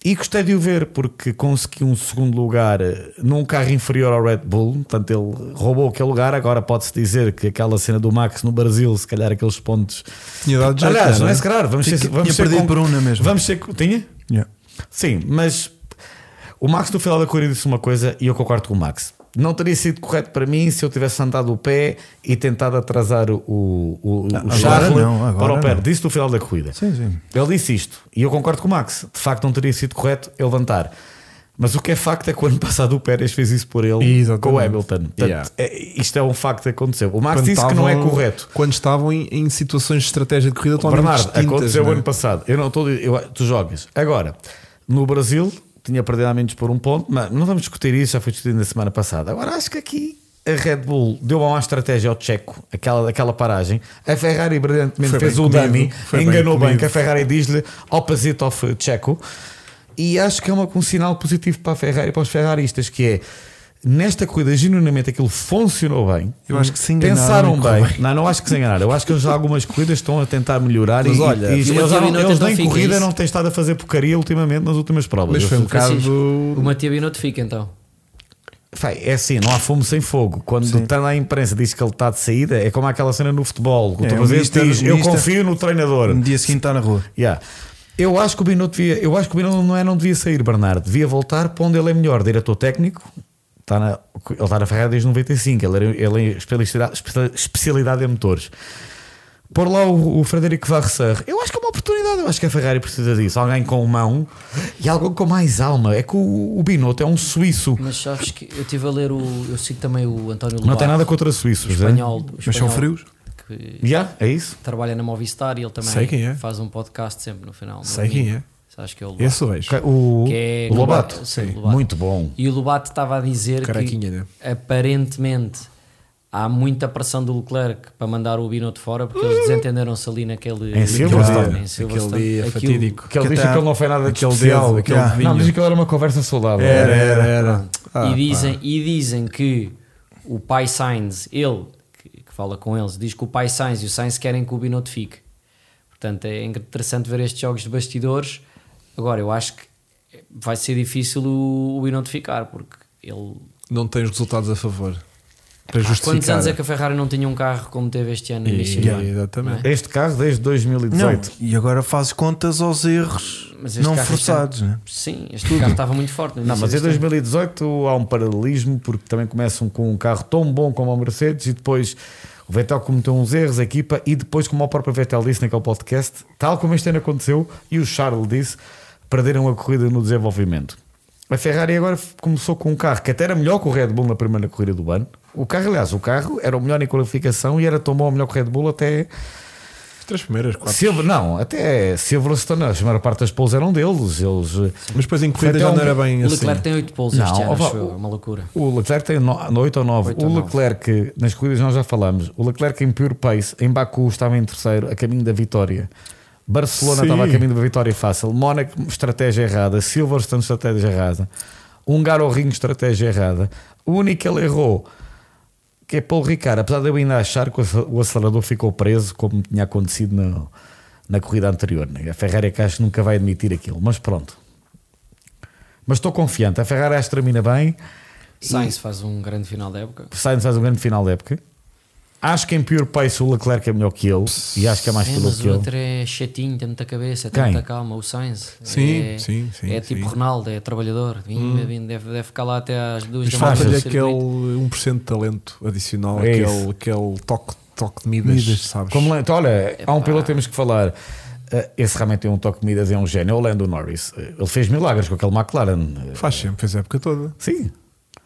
C: E gostei de o ver porque consegui um segundo lugar eh, num carro inferior ao Red Bull, portanto ele roubou aquele lugar. Agora pode-se dizer que aquela cena do Max no Brasil, se calhar aqueles pontos.
D: Tinha dado jeito,
C: Aliás,
D: não
C: não
D: é?
C: é se calhar, vamos ser.
A: Tinha-
C: Vamos
A: tinha
C: ser
A: perdido
C: con-
A: por um, não é mesmo?
C: Vamos ser. co- Tinha?
A: Yeah.
C: Sim, mas o Max no final da corrida disse uma coisa e eu concordo com o Max. Não teria sido correto para mim se eu tivesse andado o pé e tentado atrasar o, o, o, o
A: agora
C: Charles
A: não, agora
C: para o pé.
A: não.
C: Disse no final da corrida.
A: Sim, sim.
C: Ele disse isto, e eu concordo com o Max. De facto, não teria sido correto ele levantar. Mas o que é facto é que o ano [LAUGHS] passado o Pérez fez isso por ele
D: Exatamente.
C: com o Hamilton. Portanto,
D: Yeah.
C: é- isto é um facto que aconteceu. O Max
D: Quando
C: disse que não é
D: estavam-
C: correto.
D: Quando estavam em, em situações de estratégia de corrida totalmente
C: Bernardo,
D: distintas.
C: aconteceu
D: não
C: o
D: é?
C: ano passado. Eu não estou. eu- Tu jogas. Agora, no Brasil, tinha perdido a menos por um ponto, mas não vamos discutir isso, já foi discutido na semana passada. Agora, acho que aqui. A Red Bull deu uma má estratégia ao Checo, aquela, aquela paragem. A Ferrari, brilhantemente,
D: Foi
C: fez
D: bem
C: o
D: comido,
C: dummy,
D: foi bem
C: enganou bem,
D: comido.
C: que a Ferrari diz-lhe opposite of Checo. E acho que é uma, um sinal positivo para a Ferrari, para os ferraristas, que é nesta corrida, genuinamente, aquilo funcionou bem.
A: Eu acho que se enganaram
C: Pensaram
A: e correu
C: bem. Não, não acho que se enganaram. Eu acho que eles já algumas corridas estão a tentar melhorar
D: Mas
C: e,
D: olha,
C: e, e
E: uma
C: eles, já não-
E: Giovinazzi
C: eles
E: não
C: nem
E: fica,
C: corrida
E: isso.
C: não têm estado a fazer porcaria ultimamente nas últimas provas.
D: Mas foi um
E: Francisco,
D: bocado.
E: O Matia B notifica então.
C: Fai, é assim, não há fumo sem fogo. Quando está na imprensa diz que ele está de saída, é como aquela cena no futebol. que O
A: É,
C: tornozelo
A: o mister-
C: diz,
A: o
C: eu
A: mister-
C: confio no treinador.
A: No dia seguinte está na rua.
C: Yeah. Eu acho que o Binotto devia, eu acho que o Binotto não é, não devia sair, Bernardo. Devia voltar para onde ele é melhor, diretor técnico. Está na, ele está na Ferrari desde 95, ele, era, ele é especialidade, espe- especialidade em motores. Por lá o, o Frederico Varser, eu acho que é uma oportunidade, eu acho que a Ferrari precisa disso. Alguém com mão e alguém com mais alma. É que o, o Binotto é um suíço,
E: Mas sabes que eu estive a ler o. Eu sigo também o António Lobato.
C: não tem nada contra suíços. é?
E: espanhol, o
A: Mas são
E: espanhol
A: frios.
E: Que
C: Yeah, é isso?
E: trabalha na Movistar e ele também
D: Sei quem é.
E: faz um podcast sempre no final. no
D: Sei quem
E: domingo. Acho que é o Lobato.
D: Esse vejo.
C: O,
E: Que é-
C: o Lobato,
E: Sim, o Lobato.
C: muito bom.
E: E o Lobato estava a dizer
D: Caraquinha,
E: que
D: né?
E: aparentemente há muita pressão do Leclerc para mandar o Binotto fora porque eles desentenderam-se ali naquele
C: Em Silverstone.
E: em Silverstone.
D: Aquele dia
E: Aquilo-
D: fatídico.
C: Que ele
A: Que
C: diz
A: tá-
C: que ele não foi nada de
D: Aquele
C: especial.
D: dedo, aquele
C: Yeah.
D: dedinho.
C: Não, diz que ele era uma conversa saudável.
D: Era, era, era.
E: e, dizem, e dizem que o pai Sainz, ele que, que fala com eles, diz que o pai Sainz e o Sainz querem que o Binotto fique. Portanto, é interessante ver estes jogos de bastidores. Agora, eu acho que vai ser difícil o, o Binotto ficar porque ele.
D: Não tem os resultados a favor. Para
E: Há quantos
D: justificar.
E: anos é que a Ferrari não tinha um carro como teve este ano no início? do
D: Yeah,
E: ano?
D: Exatamente.
C: Este carro desde 2018.
A: E agora faz contas aos erros
E: Mas este
A: não
E: carro este ano-
A: forçados, né?
E: Sim, este carro estava muito forte. no
C: Não,
E: início
C: mas é em
E: deste ano.
C: 2018 há um paralelismo porque também começam com um carro tão bom como a Mercedes e depois o Vettel cometeu uns erros, a equipa, e depois, como o próprio Vettel disse naquele podcast, tal como este ano aconteceu, e o Charles disse, perderam a corrida no desenvolvimento. A Ferrari agora f- começou com um carro que até era melhor que o Red Bull na primeira corrida do ano. O carro, aliás, o carro era o melhor em qualificação e era tão bom ou melhor que o Red Bull até
E: é?
D: As três primeiras, quatro.
C: Silver, não, até Silverstone, a primeira parte das poles eram deles. Eles, eh,
D: Mas depois em corrida
C: Até
D: já
C: um-
D: não era bem
E: O
D: assim.
E: Leclerc tem 8 polos
C: Não,
E: este ano,
C: opa,
E: acho eu,
C: o-
E: é uma loucura.
C: o Leclerc tem 8 ou 9.
E: Oito
C: O
E: ou nove.
C: Leclerc, nas corridas nós já falamos, o Leclerc em pure pace, em Baku estava em terceiro, a caminho da vitória. Barcelona
D: Sim.
C: estava a caminho da vitória fácil. Mónaco, estratégia errada. Silverstone, estratégia errada. Hungarorinho, estratégia errada. O único que ele errou, que é Paulo Ricard, apesar de eu ainda achar que o ac- o acelerador ficou preso, como tinha acontecido na, na corrida anterior. né? A Ferrari é que acho que nunca vai admitir aquilo, mas pronto. Mas estou confiante. A Ferrari acho que termina bem.
E: Sainz faz um grande final da época.
C: Sainz faz um grande final da época. Acho que em pure pace o Leclerc é melhor que ele e acho que é mais
E: É,
C: piloto
E: mas
C: que
E: o
C: ele.
E: outro é chatinho, tem muita cabeça, tem
C: Quem?
E: muita calma. O Sainz
D: Sim,
E: é,
D: sim, sim,
E: é tipo
D: sim.
E: Ronaldo, é trabalhador. Vim, vim, deve, deve ficar lá até às duas
D: Mas
E: da manhã.
D: falta-lhe
E: no
D: aquele
E: circuito.
D: 1% de talento adicional,
C: É isso.
D: aquele, aquele toque, toque de Midas, sabes?
C: Como, então, olha, há um piloto que temos que falar. Eh, Esse realmente tem um toque de Midas, é um gênio. É o Lando Norris. Eh, Ele fez milagres com aquele McLaren. Eh,
D: Faz sempre, fez a época toda.
C: Sim.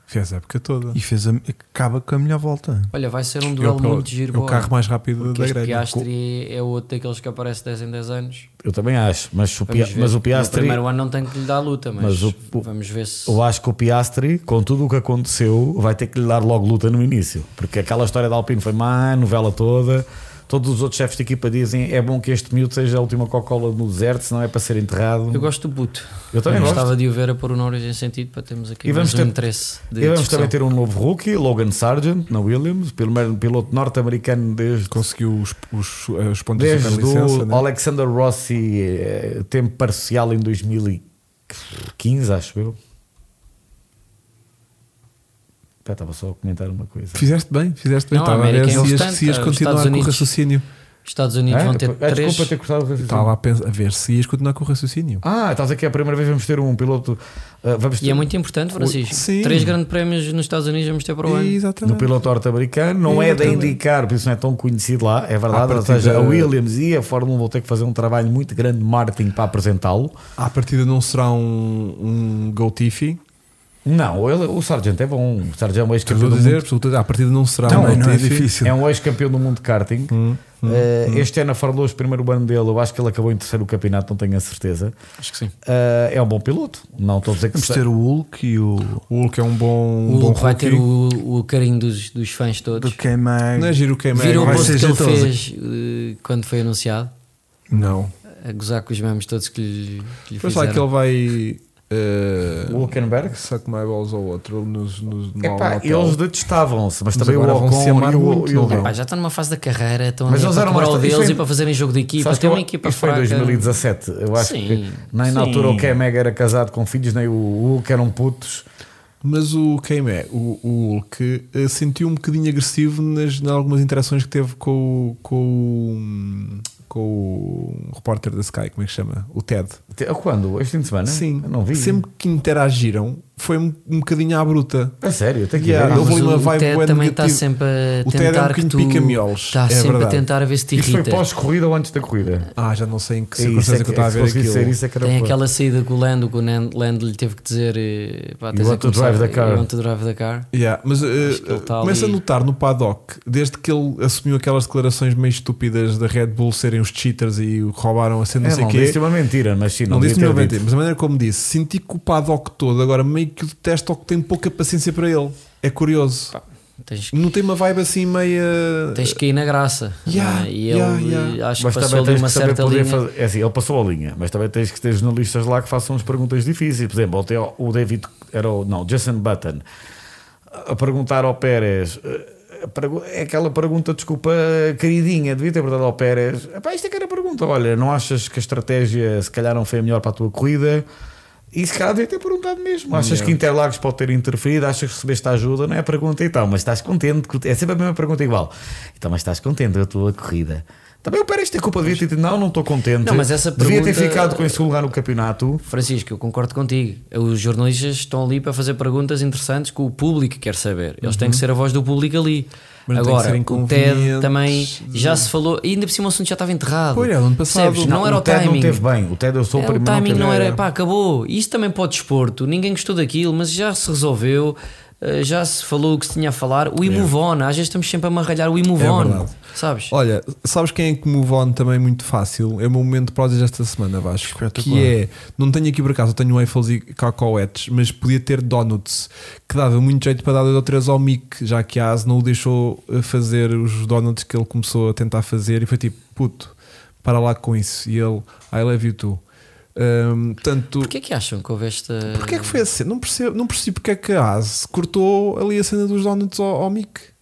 B: Fez a época toda.
D: E fez a, acaba com a melhor volta.
E: Olha, vai ser um duelo muito giro.
B: é o
E: bom,
B: carro mais rápido
E: porque
B: da
E: este
B: grelha.
E: Piastri é outro daqueles que aparece 10 em 10 anos.
C: Eu também acho, mas o,
E: Vamos
C: Pia-
E: ver.
C: mas o
E: No
C: Piastri.
E: primeiro ano não tem que lhe dar luta, mas,
C: Mas o- o-
E: vamos ver se.
C: Eu acho que o Piastri, com tudo o que aconteceu, vai ter que lhe dar logo luta no início. Porque aquela história da Alpine foi má, novela toda. Todos os outros chefes de equipa dizem é bom que este miúdo seja a última Coca-Cola no deserto, senão é para ser enterrado.
E: Eu gosto do puto.
C: Eu também
E: Eu
C: gosto.
E: gostava de o ver a pôr o Norris em sentido para termos aqui
C: E vamos
E: mais um
C: ter-
E: interesse. De
C: E vamos
E: discussão.
C: também ter um novo rookie, Logan Sargent, na Williams, primeiro piloto norte-americano desde,
B: Conseguiu os, os,
D: eh,
B: os pontos de
C: desde
B: superlicença.
C: o
B: Né?
C: Alexander Rossi, eh, tempo parcial em 2015, acho eu. Pá, Estava só a comentar uma coisa.
B: Fizeste bem, fizeste bem.
E: Não,
B: Estava
E: a
B: a ver
E: América é
B: se ias,
E: importante,
B: se ias
E: os
B: continuar
E: Estados
B: com o
E: Unidos-
B: Estados
E: Estados Unidos
C: É?
E: vão ter
C: Ah,
E: três.
C: Desculpa ter cortado o raciocínio.
B: Estava a, pensar, a ver se ias continuar com o raciocínio.
C: Ah, estás aqui é a primeira vez que vamos ter um piloto. ah, vamos ter
E: E é muito importante, Francisco.
B: Sim.
E: Três grandes prémios nos Estados Unidos vamos ter para o ano.
C: no
B: Exatamente.
C: piloto norte-americano, não é de
B: Exatamente.
C: indicar, por isso não é tão conhecido lá, é verdade.
B: À
C: Ou seja,
B: partida-
C: a Williams e a Fórmula 1 vão ter que fazer um trabalho muito grande de marketing para apresentá-lo.
B: À partida não será um, um Gotifi.
C: Não, ele- o Sargent é bom. O Sargent é um
B: Estou
C: ex-campeão
B: a
C: do
B: dizer,
C: mundo.
B: absolutamente, à partida não será um
D: Também não é
B: Gotifi.
D: difícil.
C: É um ex-campeão do mundo de karting.
B: Hum,
C: Eh, Este ano a Fórmula 2, primeiro ano dele, eu acho que ele acabou em terceiro campeonato, não tenho a certeza.
E: Acho que sim.
C: Eh, é um bom piloto. Não estou a dizer que
D: Vamos
C: se-
D: ter o Hulk e o.
B: O Hulk é um bom,
E: O
B: um bom
E: Hulk vai ter
B: rookie.
E: o, o carinho dos, dos fãs
D: do
E: todos.
D: K-Mag.
B: Não é giro o que é
E: Viram o
D: vai
E: post
D: ser
E: que ele
D: jeitoso.
E: fez eh, quando foi anunciado?
B: Não.
E: A gozar com os memes todos que lhe, que lhe
B: Depois lá
E: fizeram.
B: que ele vai. eh,
C: O Hülkenberg?
B: Saco mais bolas ao outro nos, nos, no
C: Epá,
B: hotel.
C: eles detestavam-se, mas
B: Mas
C: também o
B: agora vão
C: Ocon
B: se amar
C: e o,
B: muito,
C: e o-
B: não é? vão?
E: Pá, já está numa fase da carreira, estão
C: Mas
E: ali
C: eles
E: para
C: eram
E: cobrar
C: mais-
E: o
C: isso
E: deles
C: foi-
E: e para fazerem jogo de equipa.
C: Sabes
E: Tem
C: que
E: uma
C: eu-
B: é
E: equipa
C: Isto foi em
E: fraca.
C: 2017. Eu acho
E: Sim,
C: que nem na
E: sim.
C: altura o Kemeg era casado com filhos, nem o Hulk eram putos.
B: Mas o quem é? O, o Hulk eh, sentiu um bocadinho agressivo nas, em algumas interações que teve com, o- com, o- com o repórter da Sky, como é que chama? O Ted.
C: Te- ah, Quando? Este fim de semana?
B: Sim,
C: Eu não vi.
B: sempre que interagiram foi um, um bocadinho à bruta.
C: É sério, tem que
B: Yeah,
C: ver.
E: Pá,
B: eu
E: mas
B: vou ali uma
E: o,
B: vibe
E: Ted
B: bué
E: também
B: negativa.
E: está sempre a
B: O Ted é um
E: tentar que
B: bocadinho
E: tu
B: pica-miolos,
E: está
B: é
E: sempre a
B: verdade.
E: tentar ver se te
C: Isto foi
E: irrita.
C: pós-corrida ou antes da corrida?
B: Ah, já não sei em que
C: É isso, é
B: circunstância que eu estava a
C: se
B: ver
C: conseguisse
B: aquilo.
C: ser isso é que era
E: Tem
C: boa.
E: aquela saída com o Lando, que o Nan- Lando lhe teve que dizer eh, pá,
C: You
E: tens a
C: want to
E: começar-
C: drive the car.
E: you want to drive the car.
B: Yeah, mas eh,
E: Acho que ele tá
B: começa
E: ali.
B: a notar no paddock, desde que ele assumiu aquelas declarações meio estúpidas da Red Bull serem os cheaters e o que roubaram a cena, não
C: É,
B: sei o
C: não
B: quê.
C: disse uma mentira, mas sim,
B: Não,
C: não,
B: disse
C: devia
B: nenhuma
C: ter
B: mentira,
C: dito.
B: mas a maneira como disse, senti que o paddock todo agora meio que o detesta ou que tem pouca paciência para ele. É curioso.
E: Tens,
B: Não tem uma vibe assim meia.
E: tens que ir na graça.
B: Yeah,
E: não é? E ele
B: yeah, yeah.
E: acho
C: Mas
E: que
C: também
E: passou de
C: tens
E: uma
C: que saber
E: certa
C: poder
E: linha.
C: fazer. É assim, ele passou a linha, mas também tens que ter jornalistas lá que façam as perguntas difíceis. Por exemplo, ontem o David, era o, não, Jason Button, a perguntar ao Pérez. eh, a pergu- É aquela pergunta, desculpa, queridinha, devia ter perguntado ao Pérez. Epá, isto é que era a pergunta. Olha, não achas que a estratégia se calhar não foi a melhor para a tua corrida? E se calhar devia ter perguntado mesmo. Achas que Interlagos pode ter interferido? Achas que recebeste ajuda? Não é a pergunta e tal, mas estás contente? que- É sempre a mesma pergunta igual. Então, mas estás contente da tua corrida? Também o Pérez tem culpa, devia ter dito, não, não estou contente.
E: Não, mas essa
C: Devia ter
E: pergunta-
C: ficado com esse lugar no campeonato.
E: Francisco, eu concordo contigo. Os jornalistas estão ali para fazer perguntas interessantes que o público quer saber. Eles
C: Uhum.
E: têm que ser a voz do público ali.
B: Mas não têm que
E: Agora,
B: ser
E: o TED
B: inconvenientes
E: também já se falou, e ainda por cima o assunto já estava enterrado.
B: Pois é, ano passado.
E: Percebes? Não, era
C: o,
E: o,
C: Ted
E: timing.
C: não teve bem. O Ted eu sou
E: É,
C: o primeiro.
E: o timing
C: teve-
E: não era, pá, acabou. Isso também pode desporto. Ninguém gostou daquilo, mas já se resolveu. eh, Já se falou o que se tinha a falar. O Imovon, às vezes estamos sempre a marralhar o
B: É
E: Imovon.
B: verdade.
E: sabes?
B: Olha, sabes quem é que move on também muito fácil? É o meu momento de prosas desta semana, Vasco. Que é, não tenho aqui por acaso, eu tenho waffles e cacauetes, mas podia ter donuts, que dava muito jeito para dar dois ou três ao Mick, já que a As não o deixou eh, fazer os donuts que ele começou a tentar fazer e foi tipo, puto, para lá com isso. E ele, I love you too. Ahm, portanto,
E: Porquê é que acham que houve esta.
B: Porquê é que foi assim? Não percebo, não percebo porque é que a Haas cortou ali a cena dos donuts ao, ao Mick.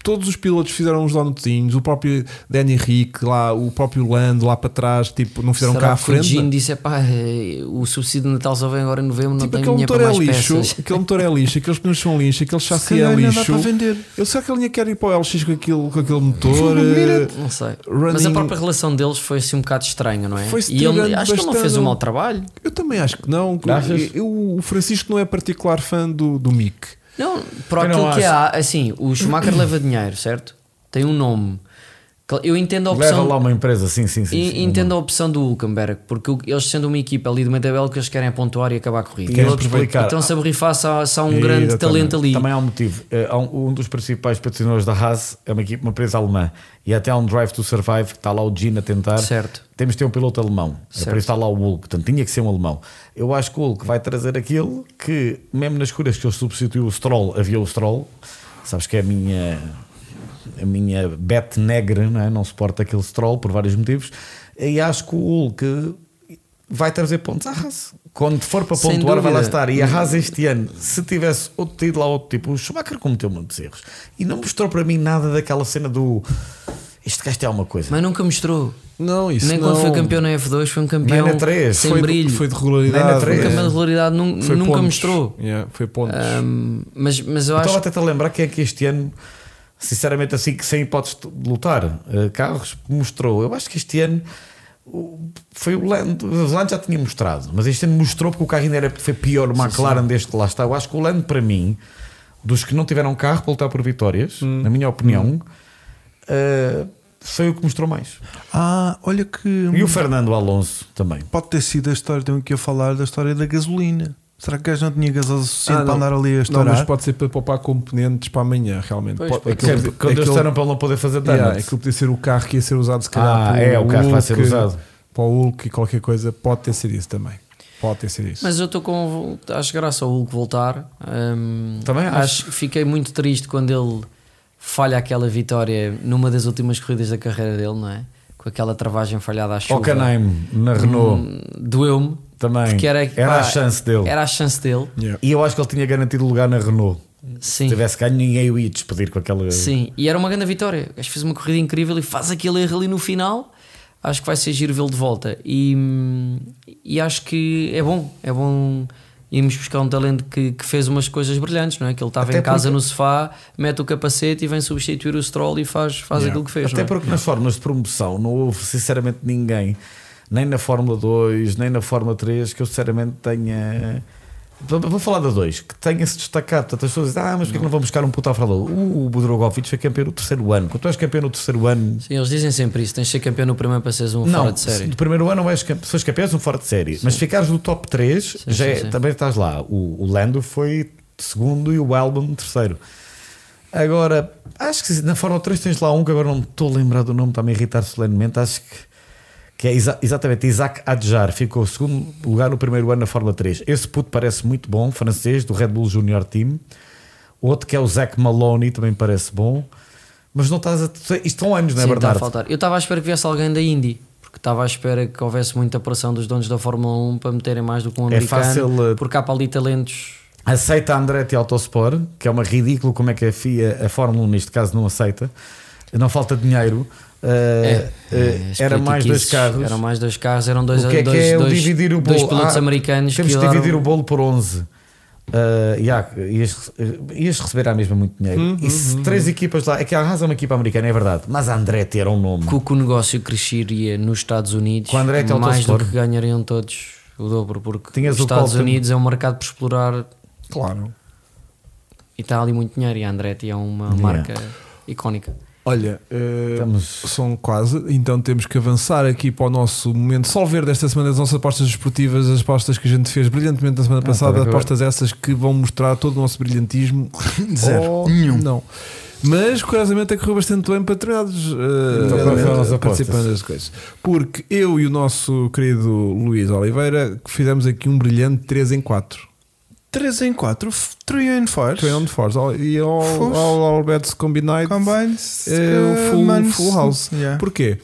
B: Todos os pilotos fizeram uns donutzinhos, o próprio Danny Rick, lá, o próprio Lando lá para trás, tipo, não fizeram
E: Será
B: cá à
E: que O Jim
B: frente.
E: disse: "Epá, eh, o subsídio de Natal só vem agora em novembro, não
B: Tipo,
E: tenho
B: aquele
E: dinheiro
B: motor
E: para
B: é
E: mais
B: lixo,
E: peças. [LAUGHS]
B: aquele motor é lixo, aqueles pneus são lixo, aquele chassi é lixo. Eu sei que ele ainda quer ir para o LX com, aquilo, com aquele motor.
E: um
B: eh,
E: Não sei. Mas a
B: running-
E: própria relação deles foi assim um bocado estranha, não é?
B: Foi
E: e ele, acho
B: estragando
E: que ele não fez
B: bastante.
E: um mau trabalho.
B: Eu também acho que não.
C: Achas?
B: Eu, o Francisco não é particular fã do, do Mick.
E: Não, para
C: Eu
E: aquilo
C: não
E: que há, assim, o Schumacher leva dinheiro, certo? Tem um nome. Cla- Eu entendo a
C: Leva lá um
E: opção.
C: uma empresa, sim, sim, sim.
E: e-
C: sim.
E: entendo a opção do Hulkenberg, porque o- eles sendo uma equipa ali do meio tabela, o que eles querem é pontuar e acabar a corrida.
C: Querem
E: E eles-
C: aproveitar.
E: Então, se abrifar, se há, se há um grande
B: Exatamente.
E: talento ali.
C: Também há um motivo. Eh, há Um um dos principais patrocinadores da Haas é uma, equipe, uma empresa alemã. E até há um Drive to Survive que está lá o Gene a tentar.
E: Certo.
C: Temos de ter um piloto alemão. É
E: Certo.
C: por isso está lá o Hulk. Portanto, tinha que ser um alemão. Eu acho que o Hulk vai trazer aquilo que, mesmo nas curas que ele substituiu o Stroll, havia o Stroll. Sabes que é a minha. A minha bet negra, não, é? não suporta aquele Stroll por vários motivos. E acho que o Hulk vai trazer pontos à Haas. Quando for para
E: Sem
C: pontuar, vai lá
E: dúvida.
C: estar. E a Haas este ano, se tivesse outro tido lá, outro tipo, o Schumacher cometeu muitos erros e não mostrou para mim nada daquela cena do este gajo tem alguma coisa.
E: Mas nunca mostrou.
B: Não, isso
E: Nem
B: não.
E: quando foi campeão na F2, foi um campeão
C: Nem na 3.
E: sem
B: foi,
E: brilho.
B: Foi de regularidade.
C: Nem na
E: Um campeão de
B: é.
E: regularidade nun-
B: Foi
E: nunca
B: pontos.
E: mostrou.
B: Yeah, foi pontos.
E: Ahm, mas, mas eu
C: Eu
E: acho
C: Estava a tentar lembrar quem é que este ano, sinceramente, assim que sem hipótese de lutar, eh, carros mostrou. Eu acho que este ano o- foi o Lando. O Lando já tinha mostrado, mas este ano mostrou porque o carro ainda era, foi pior o McLaren desde que lá está. Eu acho que o Lando, para mim, dos que não tiveram carro para lutar por vitórias,
E: Hum.
C: na minha opinião, eh, foi o que mostrou mais.
D: Ah, olha que.
C: E o Fernando Alonso também.
D: Pode ter sido a história, tenho que eu falar da história da gasolina. Será que o gajo não tinha gasolina suficiente
B: Ah,
D: para
B: não.
D: andar ali a
B: Não,
D: estourar?
B: mas pode ser para poupar componentes para amanhã, realmente.
E: Pois,
B: Pode-
E: pode
B: aquilo-
C: Sempre, quando eles
B: aquilo-
C: disseram para ele não poder fazer danos.
B: Yeah, aquilo podia ser o carro que ia ser usado, se calhar.
C: Ah,
B: para
C: é, o carro vai ser
B: Hulk,
C: usado.
B: Para o Hulk e qualquer coisa, pode ter sido isso também. Pode ter sido isso.
E: Mas eu estou com. Acho graça ao Hulk voltar. Hum,
C: Também acho.
E: que Fiquei muito triste quando ele falha aquela vitória numa das últimas corridas da carreira dele, não é? Com aquela travagem falhada à chuva.
C: Hockenheim na Renault
E: Hum, Doeu-me.
C: também.
E: Porque era,
C: era
E: pá,
C: a chance dele.
E: Era a chance dele.
B: Yeah.
C: E eu acho que ele tinha garantido lugar na Renault.
E: Sim.
C: Se tivesse ganho, ninguém o ia despedir com aquela.
E: Sim, e era uma grande vitória. O gajo fez uma corrida incrível e faz aquele erro ali no final. Acho que vai ser giro vê-lo de volta. E, hum, e acho que é bom, é bom irmos buscar um talento que, que fez umas coisas brilhantes, não é? Que ele estava
C: Até
E: em casa
C: porque-
E: no sofá, mete o capacete e vem substituir o Stroll e faz, faz
B: Yeah.
E: aquilo que fez.
C: Até
E: não é?
C: porque nas fórmulas de promoção não houve, sinceramente, ninguém, nem na Fórmula 2, nem na Fórmula 3, que eu sinceramente tenha. Vou vou falar da 2, que tenha-se destacado. Portanto, as pessoas dizem, ah, mas porquê que não vão buscar um puto à Fórmula 1? O Budrogovic foi campeão no terceiro ano. Quando tu és campeão no terceiro ano,
E: Sim, eles dizem sempre isso: tens de ser campeão no primeiro para seres um fora de
C: se
E: série.
C: No primeiro ano és campe... se fores campeão, és um fora de série. Mas se ficares no top 3, já é-
E: sim, sim.
C: também estás lá. O, o Lando foi segundo e o Albon terceiro. Agora, acho que na Fórmula 3 tens lá um que agora não me estou a lembrar do nome, está-me a irritar solenemente. Acho que, que é exa- exatamente Isaac Adjar, ficou segundo lugar no primeiro ano na Fórmula 3. Esse puto parece muito bom, francês, do Red Bull Junior Team. Outro que é o Zach Maloney, também parece bom. Mas não estás a. Isto são anos, não é
E: Sim, está a
C: verdade?
E: faltar. Eu estava à espera que viesse alguém da Indy, porque estava à espera que houvesse muita pressão dos donos da Fórmula 1 para meterem mais do que um
C: É
E: americano,
C: fácil, eh,
E: porque há para ali talentos.
C: aceita a Andretti Autosport, que é uma ridículo como é que a FIA, a Fórmula 1 neste caso, não aceita. Não falta dinheiro. Uh,
E: É,
C: uh,
E: As
C: era mais dois
E: politiquices,
C: carros.
E: Eram mais dois carros, eram dois
C: o que é que
E: dois,
C: é o
E: dois,
C: dividir o bolo?
E: dois pilotos
C: Ah,
E: americanos
C: Temos
E: que
C: de dividir
E: daram-
C: o bolo por 11. Uh, e há- ias, eh, ias receber à mesma muito dinheiro.
E: Uhum,
C: e se três equipas lá. É que a Haas é uma equipa americana, é verdade. Mas a Andretti era um nome.
E: que o- que o negócio cresceria nos Estados Unidos
C: Com Andretti
E: mais do
C: Autosport.
E: que ganhariam todos o dobro, porque
C: Tinhas
E: os
C: o
E: Estados
C: Colton.
E: Unidos é um mercado por explorar
B: Claro.
E: e está ali muito dinheiro e a Andretti é uma
C: Yeah.
E: marca icónica.
B: Olha, eh,
C: Estamos-
B: são quase, então temos que avançar aqui para o nosso momento solver desta semana das nossas apostas esportivas, as apostas que a gente fez brilhantemente na semana passada, apostas essas que vão mostrar todo o nosso brilhantismo.
D: Zero.
B: Ou
D: Nenhum.
B: Não. Mas curiosamente é que correu bastante bem para determinados eh,
C: Então, quais foram as
B: participantes
C: apostas?
B: das coisas. Porque eu e o nosso querido Luís Oliveira fizemos aqui um brilhante 3 em 4.
D: 3 em 4, 3 em 4.
B: Train on Force. E all, all,
D: Force.
B: all bets combined.
D: Combines.
B: É, full,
D: Commons.
B: full house.
D: Yeah.
B: Porquê?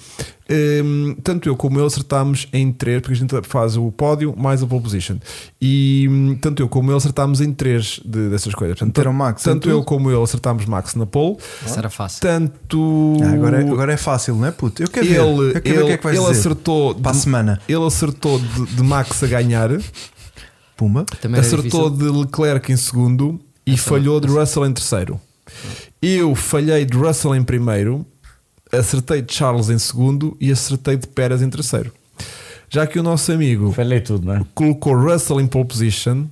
B: Hum, tanto eu como eu acertámos em três, porque a gente faz o pódio mais a pole position. E hum, tanto eu como ele acertámos em três de- dessas coisas. Portanto,
D: Meteram Max em
B: tanto
D: tudo.
B: eu como ele acertámos Max na pole.
E: Isso era fácil.
B: Tanto
D: Ah, agora, é- agora é fácil, não é puto? Eu quero
B: ele,
D: ver, eu
B: ele,
D: quero ver o que é que vais
B: ele
D: dizer.
B: acertou de,
D: Para a semana.
B: ele acertou de, de Max a ganhar,
D: Pumba.
E: Também era
B: acertou
E: difícil.
B: de Leclerc em segundo e falhou de Russell em terceiro. Eu falhei de Russell em primeiro, acertei de Charles em segundo e acertei de Pérez em terceiro. Já que o nosso amigo
C: Falhei tudo, não é?
B: colocou Russell em pole position,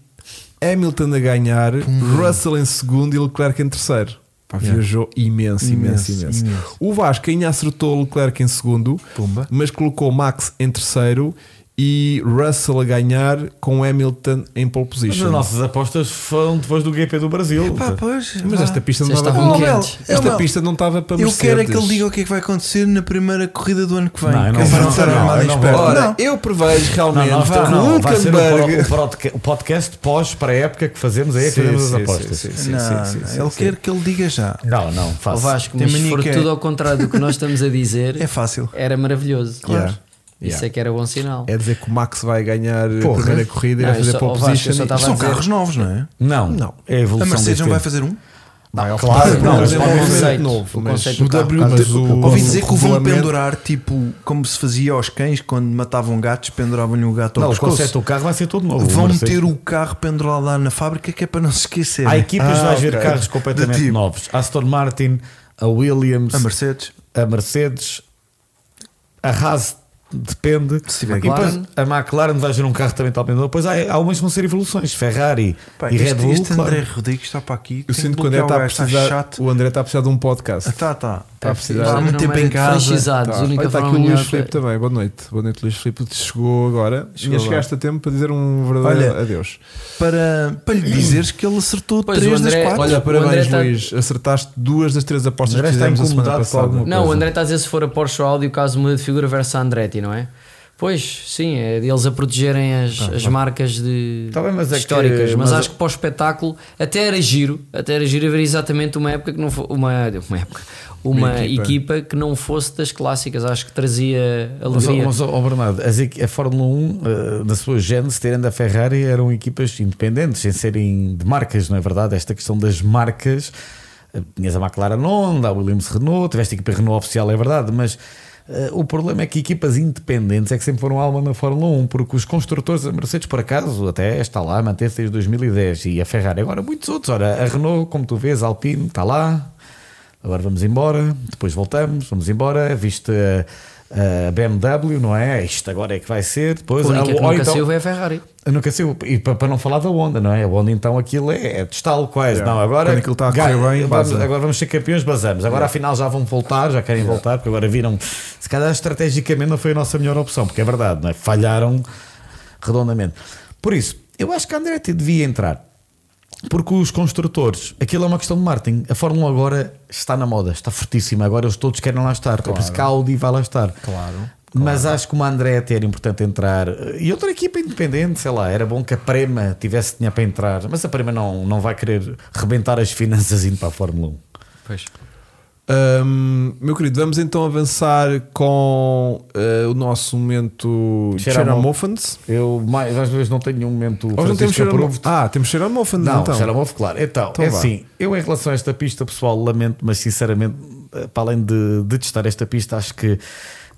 B: Hamilton a ganhar, Russell em segundo e Leclerc em terceiro. Pá, Viajou imenso, imenso, imenso,
D: Imenso, imenso.
B: O Vasco ainda acertou Leclerc em segundo,
D: Pumba.
B: mas colocou Max em terceiro e Russell a ganhar com Hamilton em pole
C: Mas
B: position.
C: as nossas apostas foram depois do GP do Brasil.
D: Pá, pois.
B: Mas
D: vá.
B: esta pista não
E: Vocês
B: estava
E: estavam
B: para-
E: quentes.
D: É
B: Esta
D: uma-
B: pista não estava para
D: Eu quero é que ele
B: Mercedes.
D: diga o que é que vai acontecer na primeira corrida do ano que vem.
C: Não, eu não
D: que é para
C: vou.
D: não estar
C: Não,
D: armado
C: eu
D: e
C: não
D: esperto.
C: vou.
B: Ora,
D: Não.
B: eu prevejo
C: Não,
B: realmente
C: não, não, não, vai ser o,
B: Hulkenberg.
C: pro- o prodca- o podcast pós para a época que fazemos aí é que
B: Sim,
C: fazemos
B: sim,
C: as
B: sim,
C: apostas.
B: sim, sim,
D: Não,
B: sim,
D: não,
B: sim,
D: ele
B: sim.
D: quer que ele diga já.
C: Não, não,
E: Ó
C: faço.
E: Vasco,
D: Tem
E: mas se
D: mania
E: for
D: que é-
E: tudo ao contrário do que nós
C: [LAUGHS]
E: estamos a dizer,
D: É fácil.
E: era maravilhoso.
D: Claro.
E: Isso
B: Yeah.
E: é que era bom sinal.
B: É dizer que o Max vai ganhar
C: Porra.
B: a primeira corrida e
E: Não,
B: vai fazer
E: eu só-
B: pole
E: oh, Vasco, eu
B: position.
E: só tava-
D: São
E: a dizer-
D: carros novos, não é?
C: Não,
B: Não.
C: É a
D: A
C: evolução.
D: Mercedes
C: deste
D: não vai
C: tempo.
D: fazer um?
C: Não, claro,
E: Não,
C: não,
E: mas é
C: não,
E: um
C: não,
E: conceito.
B: novo,
E: O
B: mas
E: conceito
B: o
E: do carro.
B: W- Mas o-
D: Ouvi dizer que o vão
B: regulamento-
D: pendurar tipo como se fazia aos cães quando matavam gatos, penduravam-lhe o gato ao
C: Não, o
D: pescoço.
C: conceito do carro vai ser todo novo.
D: Vão
C: Mercedes.
D: meter o carro pendurado lá na fábrica que é para não se esquecer.
C: Há equipas
B: Ah,
C: vais ver
B: ok.
C: carros completamente
D: De tipo-
C: novos. Aston Martin, a Williams,
D: A Mercedes.
C: a Mercedes, a Haas depende.
D: Se tiver
C: E depois
E: McLaren.
C: a McLaren vai ver um carro também totalmente novo. Depois há, há umas que vão ser evoluções. Ferrari
D: Pá,
C: e
D: este
C: Red Bull.
D: este
C: claro.
D: André Rodrigues está para aqui.
B: Eu
D: tem
B: sinto
D: que
B: que o André está a
D: bloquear o gajo, tá
B: precisar.
D: chato.
B: O André está Então, é a precisar de um podcast.
D: Ah, Tá, tá.
E: Tá
D: Está
E: precisado.
D: Há muito tempo em casa.
E: Franchisados,
B: Tá.
E: a única
B: Olha, tá aqui
E: forma
B: o Luís
E: melhor-
B: Filipe também, boa noite. Boa noite, Luís Filipe. Chegou agora. Ainda chegaste a tempo para dizer um verdadeiro
D: Olha,
B: adeus.
D: Para, para lhe dizeres que ele acertou
E: Pois,
D: 3
E: o
D: das
E: André-
D: 4.
E: olha,
B: Olha,
E: o
B: parabéns,
E: André tá-
B: Luís. Acertaste duas das três apostas
C: André
B: que
C: está
B: fizemos a semana
C: incomodado com
B: passada.
C: alguma
E: Não,
C: coisa.
E: o André está a dizer se for a Porsche ou Audi, o caso muda de figura versus a Andretti, não é? Pois, sim, é deles a protegerem as, as marcas de
C: Ah, Tá bem, mas é que-
E: históricas, mas,
C: mas-
E: acho que para o espetáculo até era giro, até era giro haver exatamente uma época que não fo- uma, uma época, uma,
B: Uma equipa.
E: equipa. que não fosse das clássicas, acho que trazia
C: Mas, ó,
E: alegria.
C: mas, ó, Bernardo, as equi- a Fórmula 1, eh, na sua gênese, tirando a Ferrari, eram equipas independentes, sem serem de marcas, não é verdade? Esta questão das marcas, eh, tinhas a McLaren Honda, a Williams Renault, tiveste a equipa Renault oficial, é verdade, mas eh, o problema é que equipas independentes é que sempre foram alma na Fórmula 1, porque os construtores, a Mercedes, por acaso, até está lá, manteve-se desde 2010, e a Ferrari agora, muitos outros. Ora, a Renault, como tu vês, a Alpine, está lá, Agora vamos embora, depois voltamos, vamos embora. Viste a, a BMW, não é? Isto agora é que vai ser.
E: a
C: Depois
E: única que
C: ou
E: nunca
C: então-
E: saiu é a Ferrari.
C: nunca saiu. E para, para não falar da Honda, não é? A Honda então aquilo é, é testalo quase.
B: Yeah.
C: Não, agora,
B: Quando aquilo está a correr
C: ga-
B: bem,
C: vamos-
B: baza.
C: agora vamos ser campeões, basamos. Agora afinal já vão voltar, já querem voltar, porque agora viram. Se calhar estrategicamente não foi a nossa melhor opção, porque é verdade, não é? Falharam redondamente. Por isso, eu acho que a Andretti devia entrar. Porque os construtores, aquilo é uma questão de marketing. A Fórmula agora está na moda, está fortíssima. Agora eles todos querem lá estar. É por isso que a Audi vai lá estar. Claro. Mas acho que uma Andretti era importante entrar. E outra equipa independente, sei lá, era bom que a Prema tivesse dinheiro para entrar. Mas a Prema não, não vai querer rebentar as finanças indo para a Fórmula 1.
E: Pois.
B: Hum, meu querido, vamos então avançar com eh, o nosso momento
C: Cheira a mo-
B: Cheiramophans.
C: Eu mais às vezes não tenho nenhum momento.
B: Hoje não temos
C: Francisco Aprovo.
B: Cheiramophans. Ah, temos Cheiramophans
C: Não,
B: então.
C: já era novo, claro. Então,
B: Então
C: é
B: vá.
C: assim, eu em relação a esta pista, pessoal, lamento, mas sinceramente, eh, para além de, de testar esta pista, acho que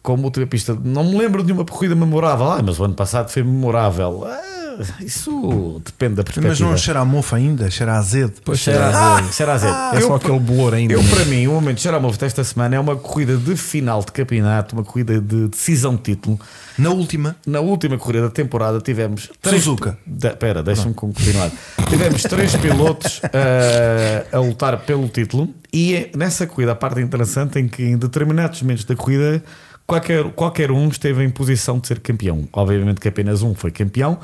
C: como última pista, não me lembro de uma corrida memorável. Ah, mas o ano passado foi memorável. Ah, isso depende da perspectiva.
D: Mas não cheira a mofa ainda, cheira a azedo.
C: Pois será a zero, Ah, será a zero.
B: É só aquele bolor ainda.
C: Eu, para mim, o momento de novo desta semana é uma corrida de final de campeonato, uma corrida de decisão de título.
D: Na última,
C: Na última corrida da temporada tivemos
D: Suzuka.
C: Da- Pera, deixa-me continuar. tivemos três pilotos eh, a lutar pelo título e eh, nessa corrida a parte interessante em que em determinados momentos da corrida qualquer, qualquer um esteve em posição de ser campeão. Obviamente que apenas um foi campeão.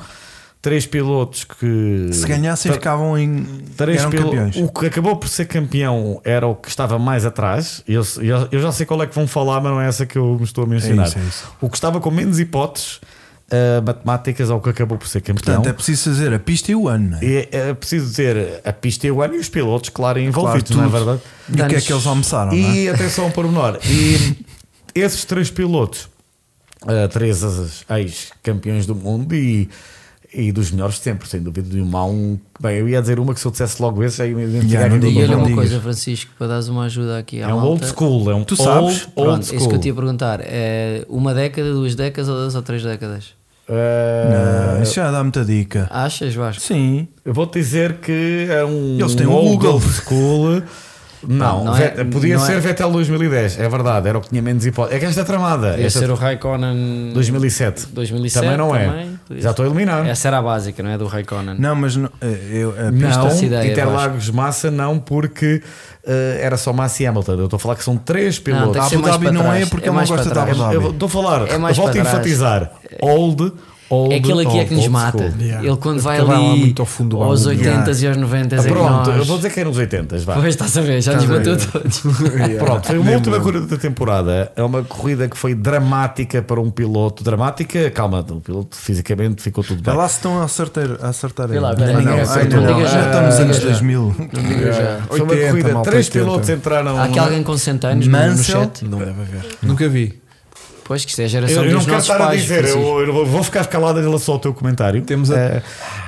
C: Três pilotos que
D: se ganhassem,
C: Tra-
D: ficavam em.
C: Três
D: eram
C: pelo- um.
D: campeões.
C: O que acabou por ser campeão era o que estava mais atrás. Eu, eu- eu já sei qual é que vão falar, mas não é essa que eu me estou a mencionar.
D: isso, é isso.
C: O que estava com menos hipóteses eh, matemáticas ao que acabou por ser campeão.
D: Portanto, é preciso fazer a pista e o ano, não é?
C: E é preciso dizer a pista e o ano e os pilotos, claro, envolvidos,
D: Claro,
C: não é
D: tudo.
C: verdade?
D: E o que é que eles almoçaram, não é?
C: E atenção ao pormenor. E esses três pilotos, ah, três as- ex-campeões do mundo e, e dos melhores de sempre, sem dúvida nenhuma. Há um. Bem, eu ia dizer uma que se eu dissesse logo esse, aí eu ia tirar
D: não
C: aqui
D: digas,
E: E
C: do
E: olha
D: não
C: nome.
E: uma
D: digas.
E: coisa, Francisco, para dares uma ajuda aqui à
C: É um old
E: malta.
C: school, é um
D: Tu sabes?
C: old, old
E: Pronto,
C: school.
E: isso que eu te ia perguntar. É uma década, duas décadas ou duas ou três décadas?
C: Ah,
D: Não, isso já dá muita dica.
E: Achas, Vasco?
D: Sim.
C: eu vou te dizer que é um,
D: Eles têm um
C: old,
D: Google.
C: old school Não,
E: Não
C: Vet-
E: é-
C: podia
E: não
C: ser
E: é-
C: Vettel 2010, é verdade, era o que tinha menos hipótese. É que esta tramada,
E: Podia
C: esta
E: ser o Raikkonen
C: 2007,
E: 2007
C: também não é.
E: também, podia
C: Já estou a eliminar.
E: Essa era a básica, não é? Do Raikkonen.
D: Não, mas não, eh, eu, a pista-
C: Não,
E: essa ideia, eu
C: Interlagos Massa não, porque eh, era só Massa e Hamilton. Eu estou a falar que são três pilotos.
E: tem que
D: Abu
E: ser mais
D: Dhabi
E: para
D: não
E: trás.
D: é porque
E: É
D: ele não
E: mais
D: gosta de
E: para
D: Abu
E: trás.
D: Dhabi.
C: Eu estou a falar,
E: É mais
C: eu volto a
E: para trás.
C: enfatizar. Old, old,
E: É aquilo aqui é
C: old,
E: que nos
C: old
E: mata.
C: school.
E: Ele quando vai
B: Ele vai lá
E: ali
B: muito ao fundo do
E: aos
B: baú.
E: 80s e aos 90s é que
C: Pronto,
E: nós-
C: eu vou dizer que era nos 80, vá.
E: Pois estás a ver, já nos
D: Estás a
E: matou
D: ver.
E: todos.
C: Pronto,
E: [LAUGHS]
C: foi uma última corrida da temporada. É uma corrida que foi dramática para um piloto. Dramática, calma, o piloto fisicamente ficou tudo
D: Vê
C: bem.
D: lá se estão a acertar. A acertar
E: Vê lá,
D: ainda.
E: peraí,
D: Ah,
E: ninguém
D: não,
E: acertou.
D: ainda não.
E: Diga já,
D: Já estamos
E: diga
D: anos
E: já.
D: 2000.
C: Foi uma
F: 80,
C: corrida,
F: malta,
C: três
F: 80.
C: pilotos entraram.
E: Há aqui alguém com 100 anos no- no
D: Mansell.
E: chat?
B: Não deve haver.
F: Nunca vi.
E: Pois que isto é a geração
C: Eu, eu não
E: dos
C: quero
E: nossos
C: estar a
E: pais.
C: dizer,
E: Francisco.
C: eu, eu vou ficar calado em relação ao teu comentário.
F: Temos a-
C: Eh,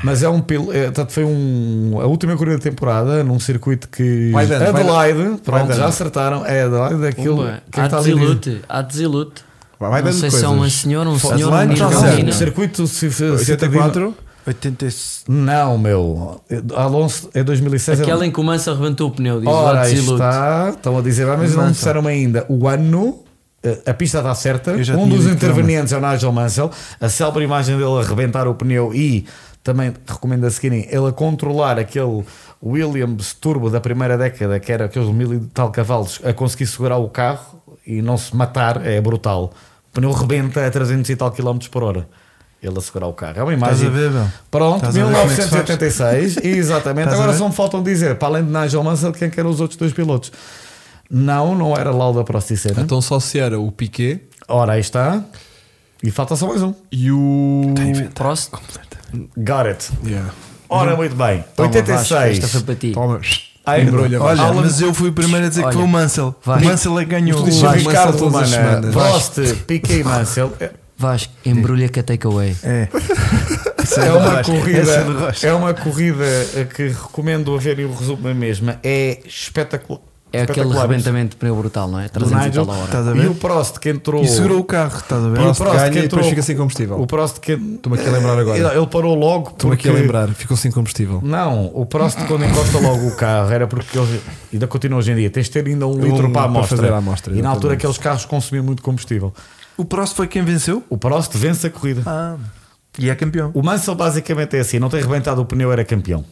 C: mas é um piloto. foi um, a última corrida da temporada num circuito que.
F: Vai dando, vai
C: Adelaide, pronto,
F: dando.
C: já acertaram. É Adelaide, aquilo.
E: Uma,
C: quem
E: há
C: está tá ali diz-
E: desilute, há desilute.
F: Vai, vai
E: não
F: dando
E: sei
F: coisas.
E: se é uma senhora, um senhor, um
D: Atlanta,
E: menino,
D: não
E: uma
D: sei.
E: menina.
C: O circuito se, se- se-
F: 84.
D: 86.
C: Não, meu. Alonso é 2006. é-
E: Aquela em que o Mansa arrebentou o pneu, diz
C: Ora,
E: lá
C: aí
E: desilute.
C: está. Estão a dizer, ah, mas não me
D: Mansell.
C: disseram ainda o ano. eh, A pista está certa.
D: Eu já
C: Um
D: tinha
C: dos
D: dito que era
C: intervenientes é o Nigel Mansell. A célebre imagem dele a arrebentar o pneu e também recomendo a seguirem ele a controlar aquele Williams Turbo da primeira década, que era aqueles mil e tal cavalos, a conseguir segurar o carro e não se matar. É brutal. O pneu rebenta a 300 e tal km por hora. Ele a segurar o carro. É uma
D: Estás
C: imagem.
D: a ver, meu?
C: Pronto,
D: Estás a ver como é que se faz? [LAUGHS]
C: 1986, exatamente.
D: Estás a
C: Agora
D: ver?
C: só me faltam dizer, para além de Nigel Mansell, quem é que eram os outros dois pilotos? Não, não era Lauda Prosticena.
B: Então só se era o Piquet
C: né? Ora, aí está. E falta só mais um.
B: e o.
E: Prost,
C: Got it.
B: Yeah.
C: Ora, muito bem.
E: toma, Vasco,
C: 86.
E: esta foi para ti.
B: Toma.
C: Ayrton.
B: Embrulha,
D: Olha,
C: Alan-
D: mas eu fui o primeiro a dizer
E: Olha,
D: que foi o Mansell.
E: vai.
D: O Mansell é que ganhou.
B: Diz-
D: Vai.
B: Mansell
C: Ricardo
B: todas as
C: Mana,
B: semanas.
C: Prost, Piquet
D: [LAUGHS]
C: e Mansell. É-
E: Vasco, embrulha que a takeaway.
D: É.
C: É
D: Essa
C: uma
D: é
C: corrida,
D: do Rocha.
C: é uma corrida eh, que recomendo a ver e o resumo na mesma. É espetacular.
E: É aquele
C: espetacular.
E: rebentamento de pneu brutal, não é? 300 e
C: Nigel.
E: tal a hora.
D: Estás a
C: E
D: ver?
C: o Prost que entrou.
D: E segurou o carro, estás a ver?
C: E o
B: Prost
C: Prost
B: ganha
C: que
B: e depois
C: entrou-
B: fica sem combustível.
C: O Prost que.
B: Estou-me aqui a lembrar agora.
C: Ele, ele parou logo
B: Estou-me
C: porque.
B: aqui a lembrar, ficou sem combustível.
C: Não, o Prost quando encosta logo o carro era porque ele ainda continua hoje em dia. Tens de ter ainda um litro para a
B: para
C: amostra.
B: fazer a amostra,
C: e na
B: exatamente.
C: altura aqueles carros consumiam muito combustível.
D: O Prost foi quem venceu?
C: O Prost vence a corrida.
D: Ah, e é campeão.
C: O Mansell basicamente é assim: não ter rebentado o pneu era campeão.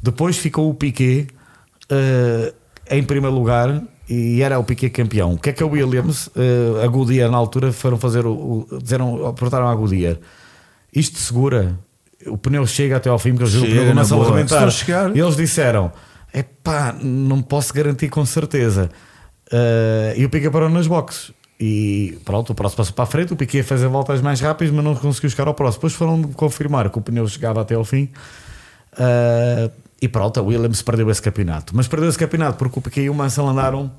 C: Depois ficou o Piquet eh, em primeiro lugar e era o Piquet campeão. O que é que a Williams, eh, a Goodyear na altura, foram fazer? O, o- disseram, perguntaram à Goodyear: isto segura? O pneu chega até ao fim, porque eles viram o pneu do
B: Chega, na
C: Mansell
B: boa.
C: arrebentar.
D: Se for chegar.
C: E eles disseram: é pá, não posso garantir com certeza. Eh, e o Piquet parou nas boxes. E pronto, o próximo passou para a frente. O Piquet ia fazer voltas mais rápidas, mas não conseguiu chegar ao próximo. Depois foram confirmar que o pneu chegava até ao fim. Eh, e pronto, a Williams perdeu esse campeonato. Mas perdeu esse campeonato porque o Piquet e o Mansell andaram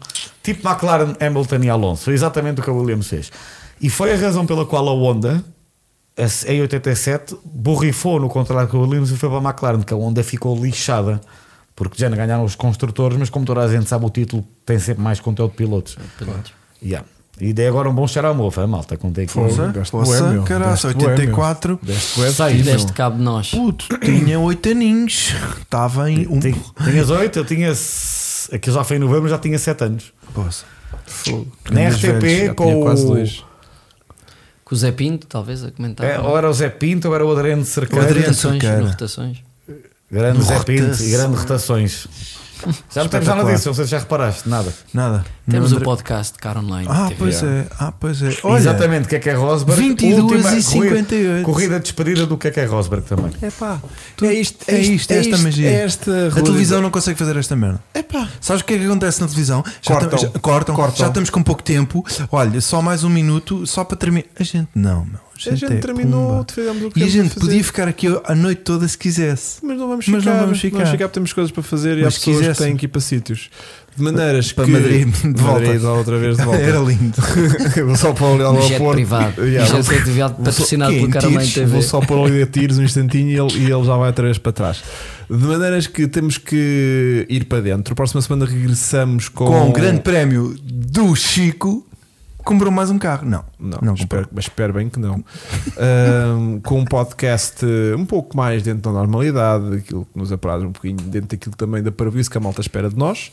C: tipo McLaren, Hamilton e Alonso. Foi exatamente o que a Williams fez. E foi a razão pela qual a Honda em 87 borrifou no contrato com a Williams e foi para a McLaren, que é a Honda ficou lixada. Porque já não ganharam os construtores, mas como toda a gente sabe, o título tem sempre mais conteúdo de pilotos. Yeah. E dei agora um bom cheiro à mofa, malta. Contei aqui.
D: Poça,
B: Deste bué,
D: poça,
B: meu.
D: caraca,
B: Deste bué, meu.
D: 84.
B: Deste web,
E: Sai, deste cabo de nós.
D: Puto, tinha 8 aninhos. Estava em um.
C: Ti- Tinhas 8, eu tinha. Aqui já foi em novembro, já tinha 7 anos.
D: Poça.
C: Na
D: Grandes velhos,
C: RTP,
D: já
C: com
B: tinha
C: o.
B: quase dois.
E: Com o Zé Pinto, talvez, a comentar.
C: É, ou era o Zé Pinto ou era o Adriano
D: Tá
C: Cerqueira.
D: O Adriano
E: rotações,
D: Cerqueira.
E: no rotações.
C: Grande Zé
D: Rotação.
C: Pinto e grandes rotações. Já não temos nada
D: Espetacular.
C: disso, não sei se já reparaste, nada.
D: Nada.
E: Temos
D: Não
E: o
D: André-
E: podcast de Car Online.
D: Ah,
E: TV.
D: pois é. Ah, pois é. Olha,
C: Exatamente, que é que é Rosberg.
D: 22 e
C: Última
D: 58.
C: Corrida, corrida despedida do que é que é Rosberg também.
D: Epá,
B: Tu-
D: é isto, é isto, é esta magia.
B: é esta
D: a
B: realidade.
D: televisão não consegue fazer esta merda. Epá, sabes o que é que acontece na televisão? Já
B: Cortam.
D: tam- já, cortam,
B: Cortam.
D: já estamos com pouco tempo. Olha, só mais um minuto, só para terminar. A gente não, meu. A gente,
B: gente
D: é
B: terminou,
D: pumba.
B: fizemos o que
D: E a
B: tínhamos
D: gente
B: de fazer.
D: podia ficar aqui a noite toda se quisesse.
B: Mas não vamos ficar.
D: Mas não vamos ficar. [LAUGHS]
B: porque temos coisas para fazer e
D: Mas
B: há pessoas
D: quisesse.
B: que têm que ir para sítios. De maneiras
D: Para
B: que.
D: Madrid, de volta.
B: Madrid, outra vez de volta. [LAUGHS]
D: Era lindo.
B: Vou só para olhar
E: Um
B: lá ao
E: jet
B: Porto. [LAUGHS]
E: privado.
B: Yeah,
E: um
B: vou-
E: jet privado patrocinado
D: Quê?
E: pelo Car Online
D: Tiros?
E: TV.
B: Vou só pôr ali a tiros um instantinho e ele, e ele já vai outra vez para trás. De maneiras que temos que
D: um
B: ir para dentro. A próxima semana regressamos com. um
D: Com o grande prémio do Chico. Comprou mais um carro? Não.
B: Não,
D: Não
B: espero, mas espero bem que não. [LAUGHS] Ahm, com um podcast eh, um pouco mais dentro da normalidade, aquilo que nos apraz um bocadinho, dentro daquilo também da parvoíce que a malta espera de nós.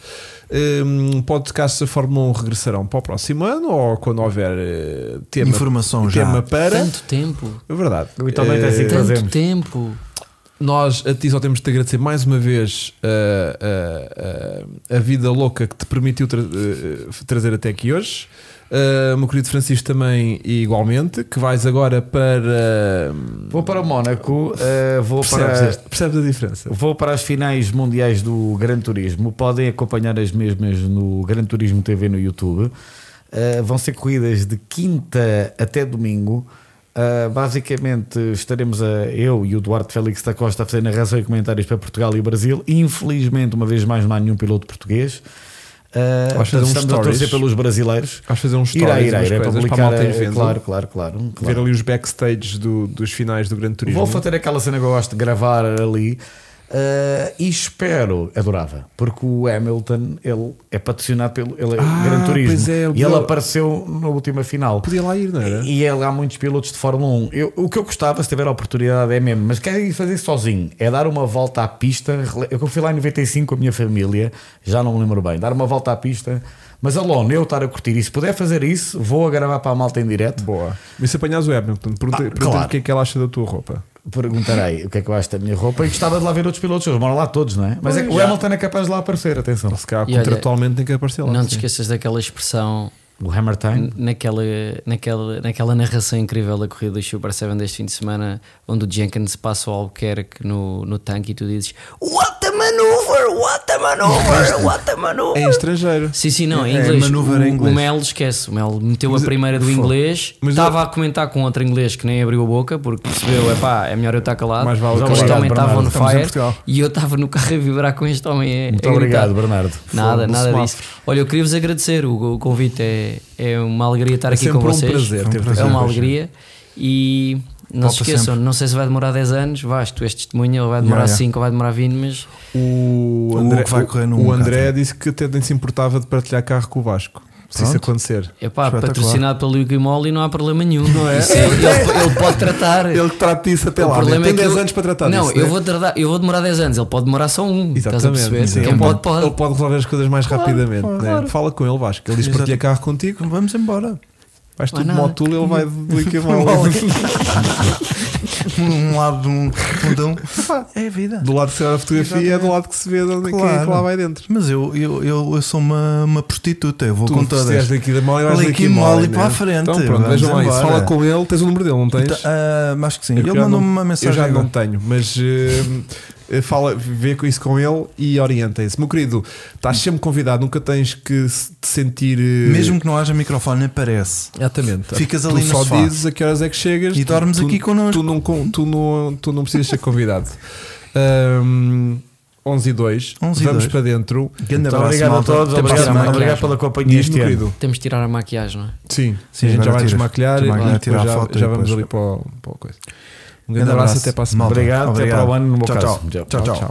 B: Um, podcasts da Fórmula 1 regressarão para o próximo ano ou quando houver eh, tema,
D: Informação já.
B: tema para.
E: Tanto tempo.
B: É verdade.
C: Habitualmente é assim que
B: Eh,
E: Tanto
C: fazemos.
E: tempo.
B: Nós a ti só temos de te agradecer mais uma vez uh, uh, uh, a vida louca que te permitiu tra- uh, uh, trazer até aqui hoje. Uh, meu querido Francisco também igualmente, que vais agora para.
C: Vou para o Mónaco, eh, vou
B: percebes,
C: para.
B: este- percebes a diferença?
C: Vou para as finais mundiais do Gran Turismo. Podem acompanhar as mesmas no Gran Turismo TV no YouTube. Uh, vão ser corridas de quinta até domingo. Uh, basicamente estaremos a, eu e o Duarte Félix da Costa a fazer narração e comentários para Portugal e Brasil. Infelizmente, uma vez mais, não há nenhum piloto português. Uh,
B: Vais fazer
C: portanto,
B: uns
C: estamos a
B: stories?
C: torcer pelos brasileiros.
B: Vais fazer uns
C: Irá,
B: stories,
C: irá,
B: umas
C: irá,
B: coisas
C: publicar,
B: é para a malta ir
C: eh,
B: vendo.
C: claro, claro, claro, claro.
B: Ver ali os backstages do- dos finais do Grande Turismo.
C: Vou fazer aquela cena que eu gosto de gravar ali. eh, e espero, adorava, porque o Hamilton ele é patrocinado pelo ele é
B: Ah,
C: Gran
B: pois
C: Turismo
B: é,
C: e ele
B: eu-
C: apareceu na última final.
B: Podia lá ir, não era?
C: E ele há muitos pilotos de Fórmula 1. Eu- o que eu gostava, se tiver a oportunidade, é mesmo, mas quero ir fazer fazer sozinho é dar uma volta à pista. rele- Eu fui lá em 95 com a minha família, já não me lembro bem, dar uma volta à pista, mas alone, eu estar a curtir. E se puder fazer isso, vou a gravar para a malta em direto.
B: Boa. E se apanhas o Hamilton, pergunta- pergunta-lhe
C: claro.
B: o que é que ela acha da tua roupa.
C: perguntarei o que é que eu acho da minha roupa e gostava de lá ver outros pilotos. Eles moram lá todos, não é? Mas é que o
E: Já.
C: Hamilton é capaz de lá aparecer, atenção.
B: Ou se calhar
E: E olha,
B: contratualmente tem que aparecer lá.
E: Não te
B: Então, sim.
E: esqueças daquela expressão
C: O Hammer Time.
E: n- naquela, naquela, naquela narração incrível da corrida do Super 7 deste fim de semana, onde o Jenkins passa o Albuquerque no, no tanque e tu dizes What a maneuver! What a maneuver! What a
B: É em
E: maneuver!
B: estrangeiro.
E: Sim, sim, não, em
D: É,
E: inglês.
D: maneuver
E: o,
D: em inglês.
E: o Mel esquece. O Mel meteu a primeira do inglês,
B: mas
E: estava a comentar com outro inglês que nem abriu a boca porque percebeu: é pá, é melhor eu estar calado.
B: Mais vale
E: Mas
B: calado,
E: este homem estava
C: Bernardo.
E: on
B: Estamos em
E: fire
B: Portugal.
E: e eu estava no carro a vibrar com este homem. é-
C: Muito
E: a gritar.
C: obrigado, Bernardo.
E: Nada,
B: Fogo,
E: nada
B: semáforo.
E: disso. Olha, eu queria vos agradecer. O, o convite é, é uma alegria estar
B: É
E: aqui com
B: sempre um
E: vocês.
B: prazer ter-te
E: é
B: aqui
E: uma
B: hoje.
E: alegria. E não se
D: Volta
E: esqueçam, não sei se vai demorar 10 anos, vais, tu és testemunha, ou vai demorar
D: Ya, ya.
E: 5, ou vai demorar 20, mas
B: O
D: O
B: André,
D: que vai correr no
B: o- o
D: Mundial.
B: André disse que até nem se importava de partilhar carro com o Vasco. Se isso
D: Pronto.
B: acontecer.
E: epá,
D: Espetacular.
E: patrocinado pelo Hugo Moli não há problema nenhum. Isso é- ele,
B: [LAUGHS]
E: ele pode tratar.
B: Ele trata isso até
E: O
B: lá.
E: problema
B: né? Tem
E: é que
B: 10
E: eu-
B: anos para tratar
E: Não,
B: disso.
E: eu,
B: né?
E: vou tardar, eu vou demorar 10 anos, ele pode demorar só um. Estás a perceber?
B: Exatamente. sim.
E: Quem
B: Ele,
E: pode,
B: pode,
E: pode.
B: ele pode resolver as coisas mais rapidamente. né? Fala com ele, Vasco. Ele diz
D: Exato.
B: partilha carro contigo.
D: Vamos embora.
B: Vais tu
E: Não
B: de
E: há nada.
B: motul, ele vai de Liquimol.
D: Um lado de um fundão. É a vida.
B: do lado que se vê a fotografia é do lado que se vê de onde quem é que
D: Claro.
B: lá vai dentro.
D: Mas eu, eu, eu, eu sou uma, uma prostituta, eu vou com
B: tu se
D: todas.
B: és daqui da mole e vais
D: Liquimol
B: daqui mole.
D: para a frente.
B: Então pronto,
D: Vamos
B: vejam lá isso.
D: embora.
B: Fala com ele, tens o número dele, não
E: tá-
B: tens?
D: Então, ah, acho que sim.
B: Eu
D: Ele
B: já
D: mandou-me
B: não-
D: uma
B: Eu
D: mensagem.
B: já não
D: agora.
B: tenho, mas eh, fala, vê com isso com ele e orientem-se. Meu querido, estás sempre convidado, nunca tens que se- te sentir. eh,
D: Mesmo que não haja microfone, aparece.
B: Exatamente.
D: Ficas
B: tu
D: ali no
B: só
D: sofá.
B: dizes a que horas é que chegas
D: E dormes
B: tu,
D: aqui connosco.
B: Tu não, con- tu não, tu não precisas ser convidado. Ahm, 11 e 2.
D: 11 e
B: Vamos
D: dois.
B: para dentro.
D: Grande
C: Muito
D: abraço,
C: obrigado a
D: malta.
C: todos,
D: Até para Então, a
C: obrigado,
D: semana.
C: obrigado pela companhia
B: Diz-me,
C: este ano.
B: querido.
E: Temos de tirar a maquiagem, não é?
B: Sim,
D: Sim,
B: a gente já
D: agora
B: vai
D: tiras.
B: desmaquilhar
D: Já
B: e
D: vai
B: depois
D: tirar a
B: já,
D: foto e
B: já vamos
D: depois-
B: ali para, o- para a coisa. Um grande abraço, até para a semana.
D: malta.
C: Obrigado, até para o ano, no meu
D: Tchau,
C: caso.
D: tchau. tchau, tchau.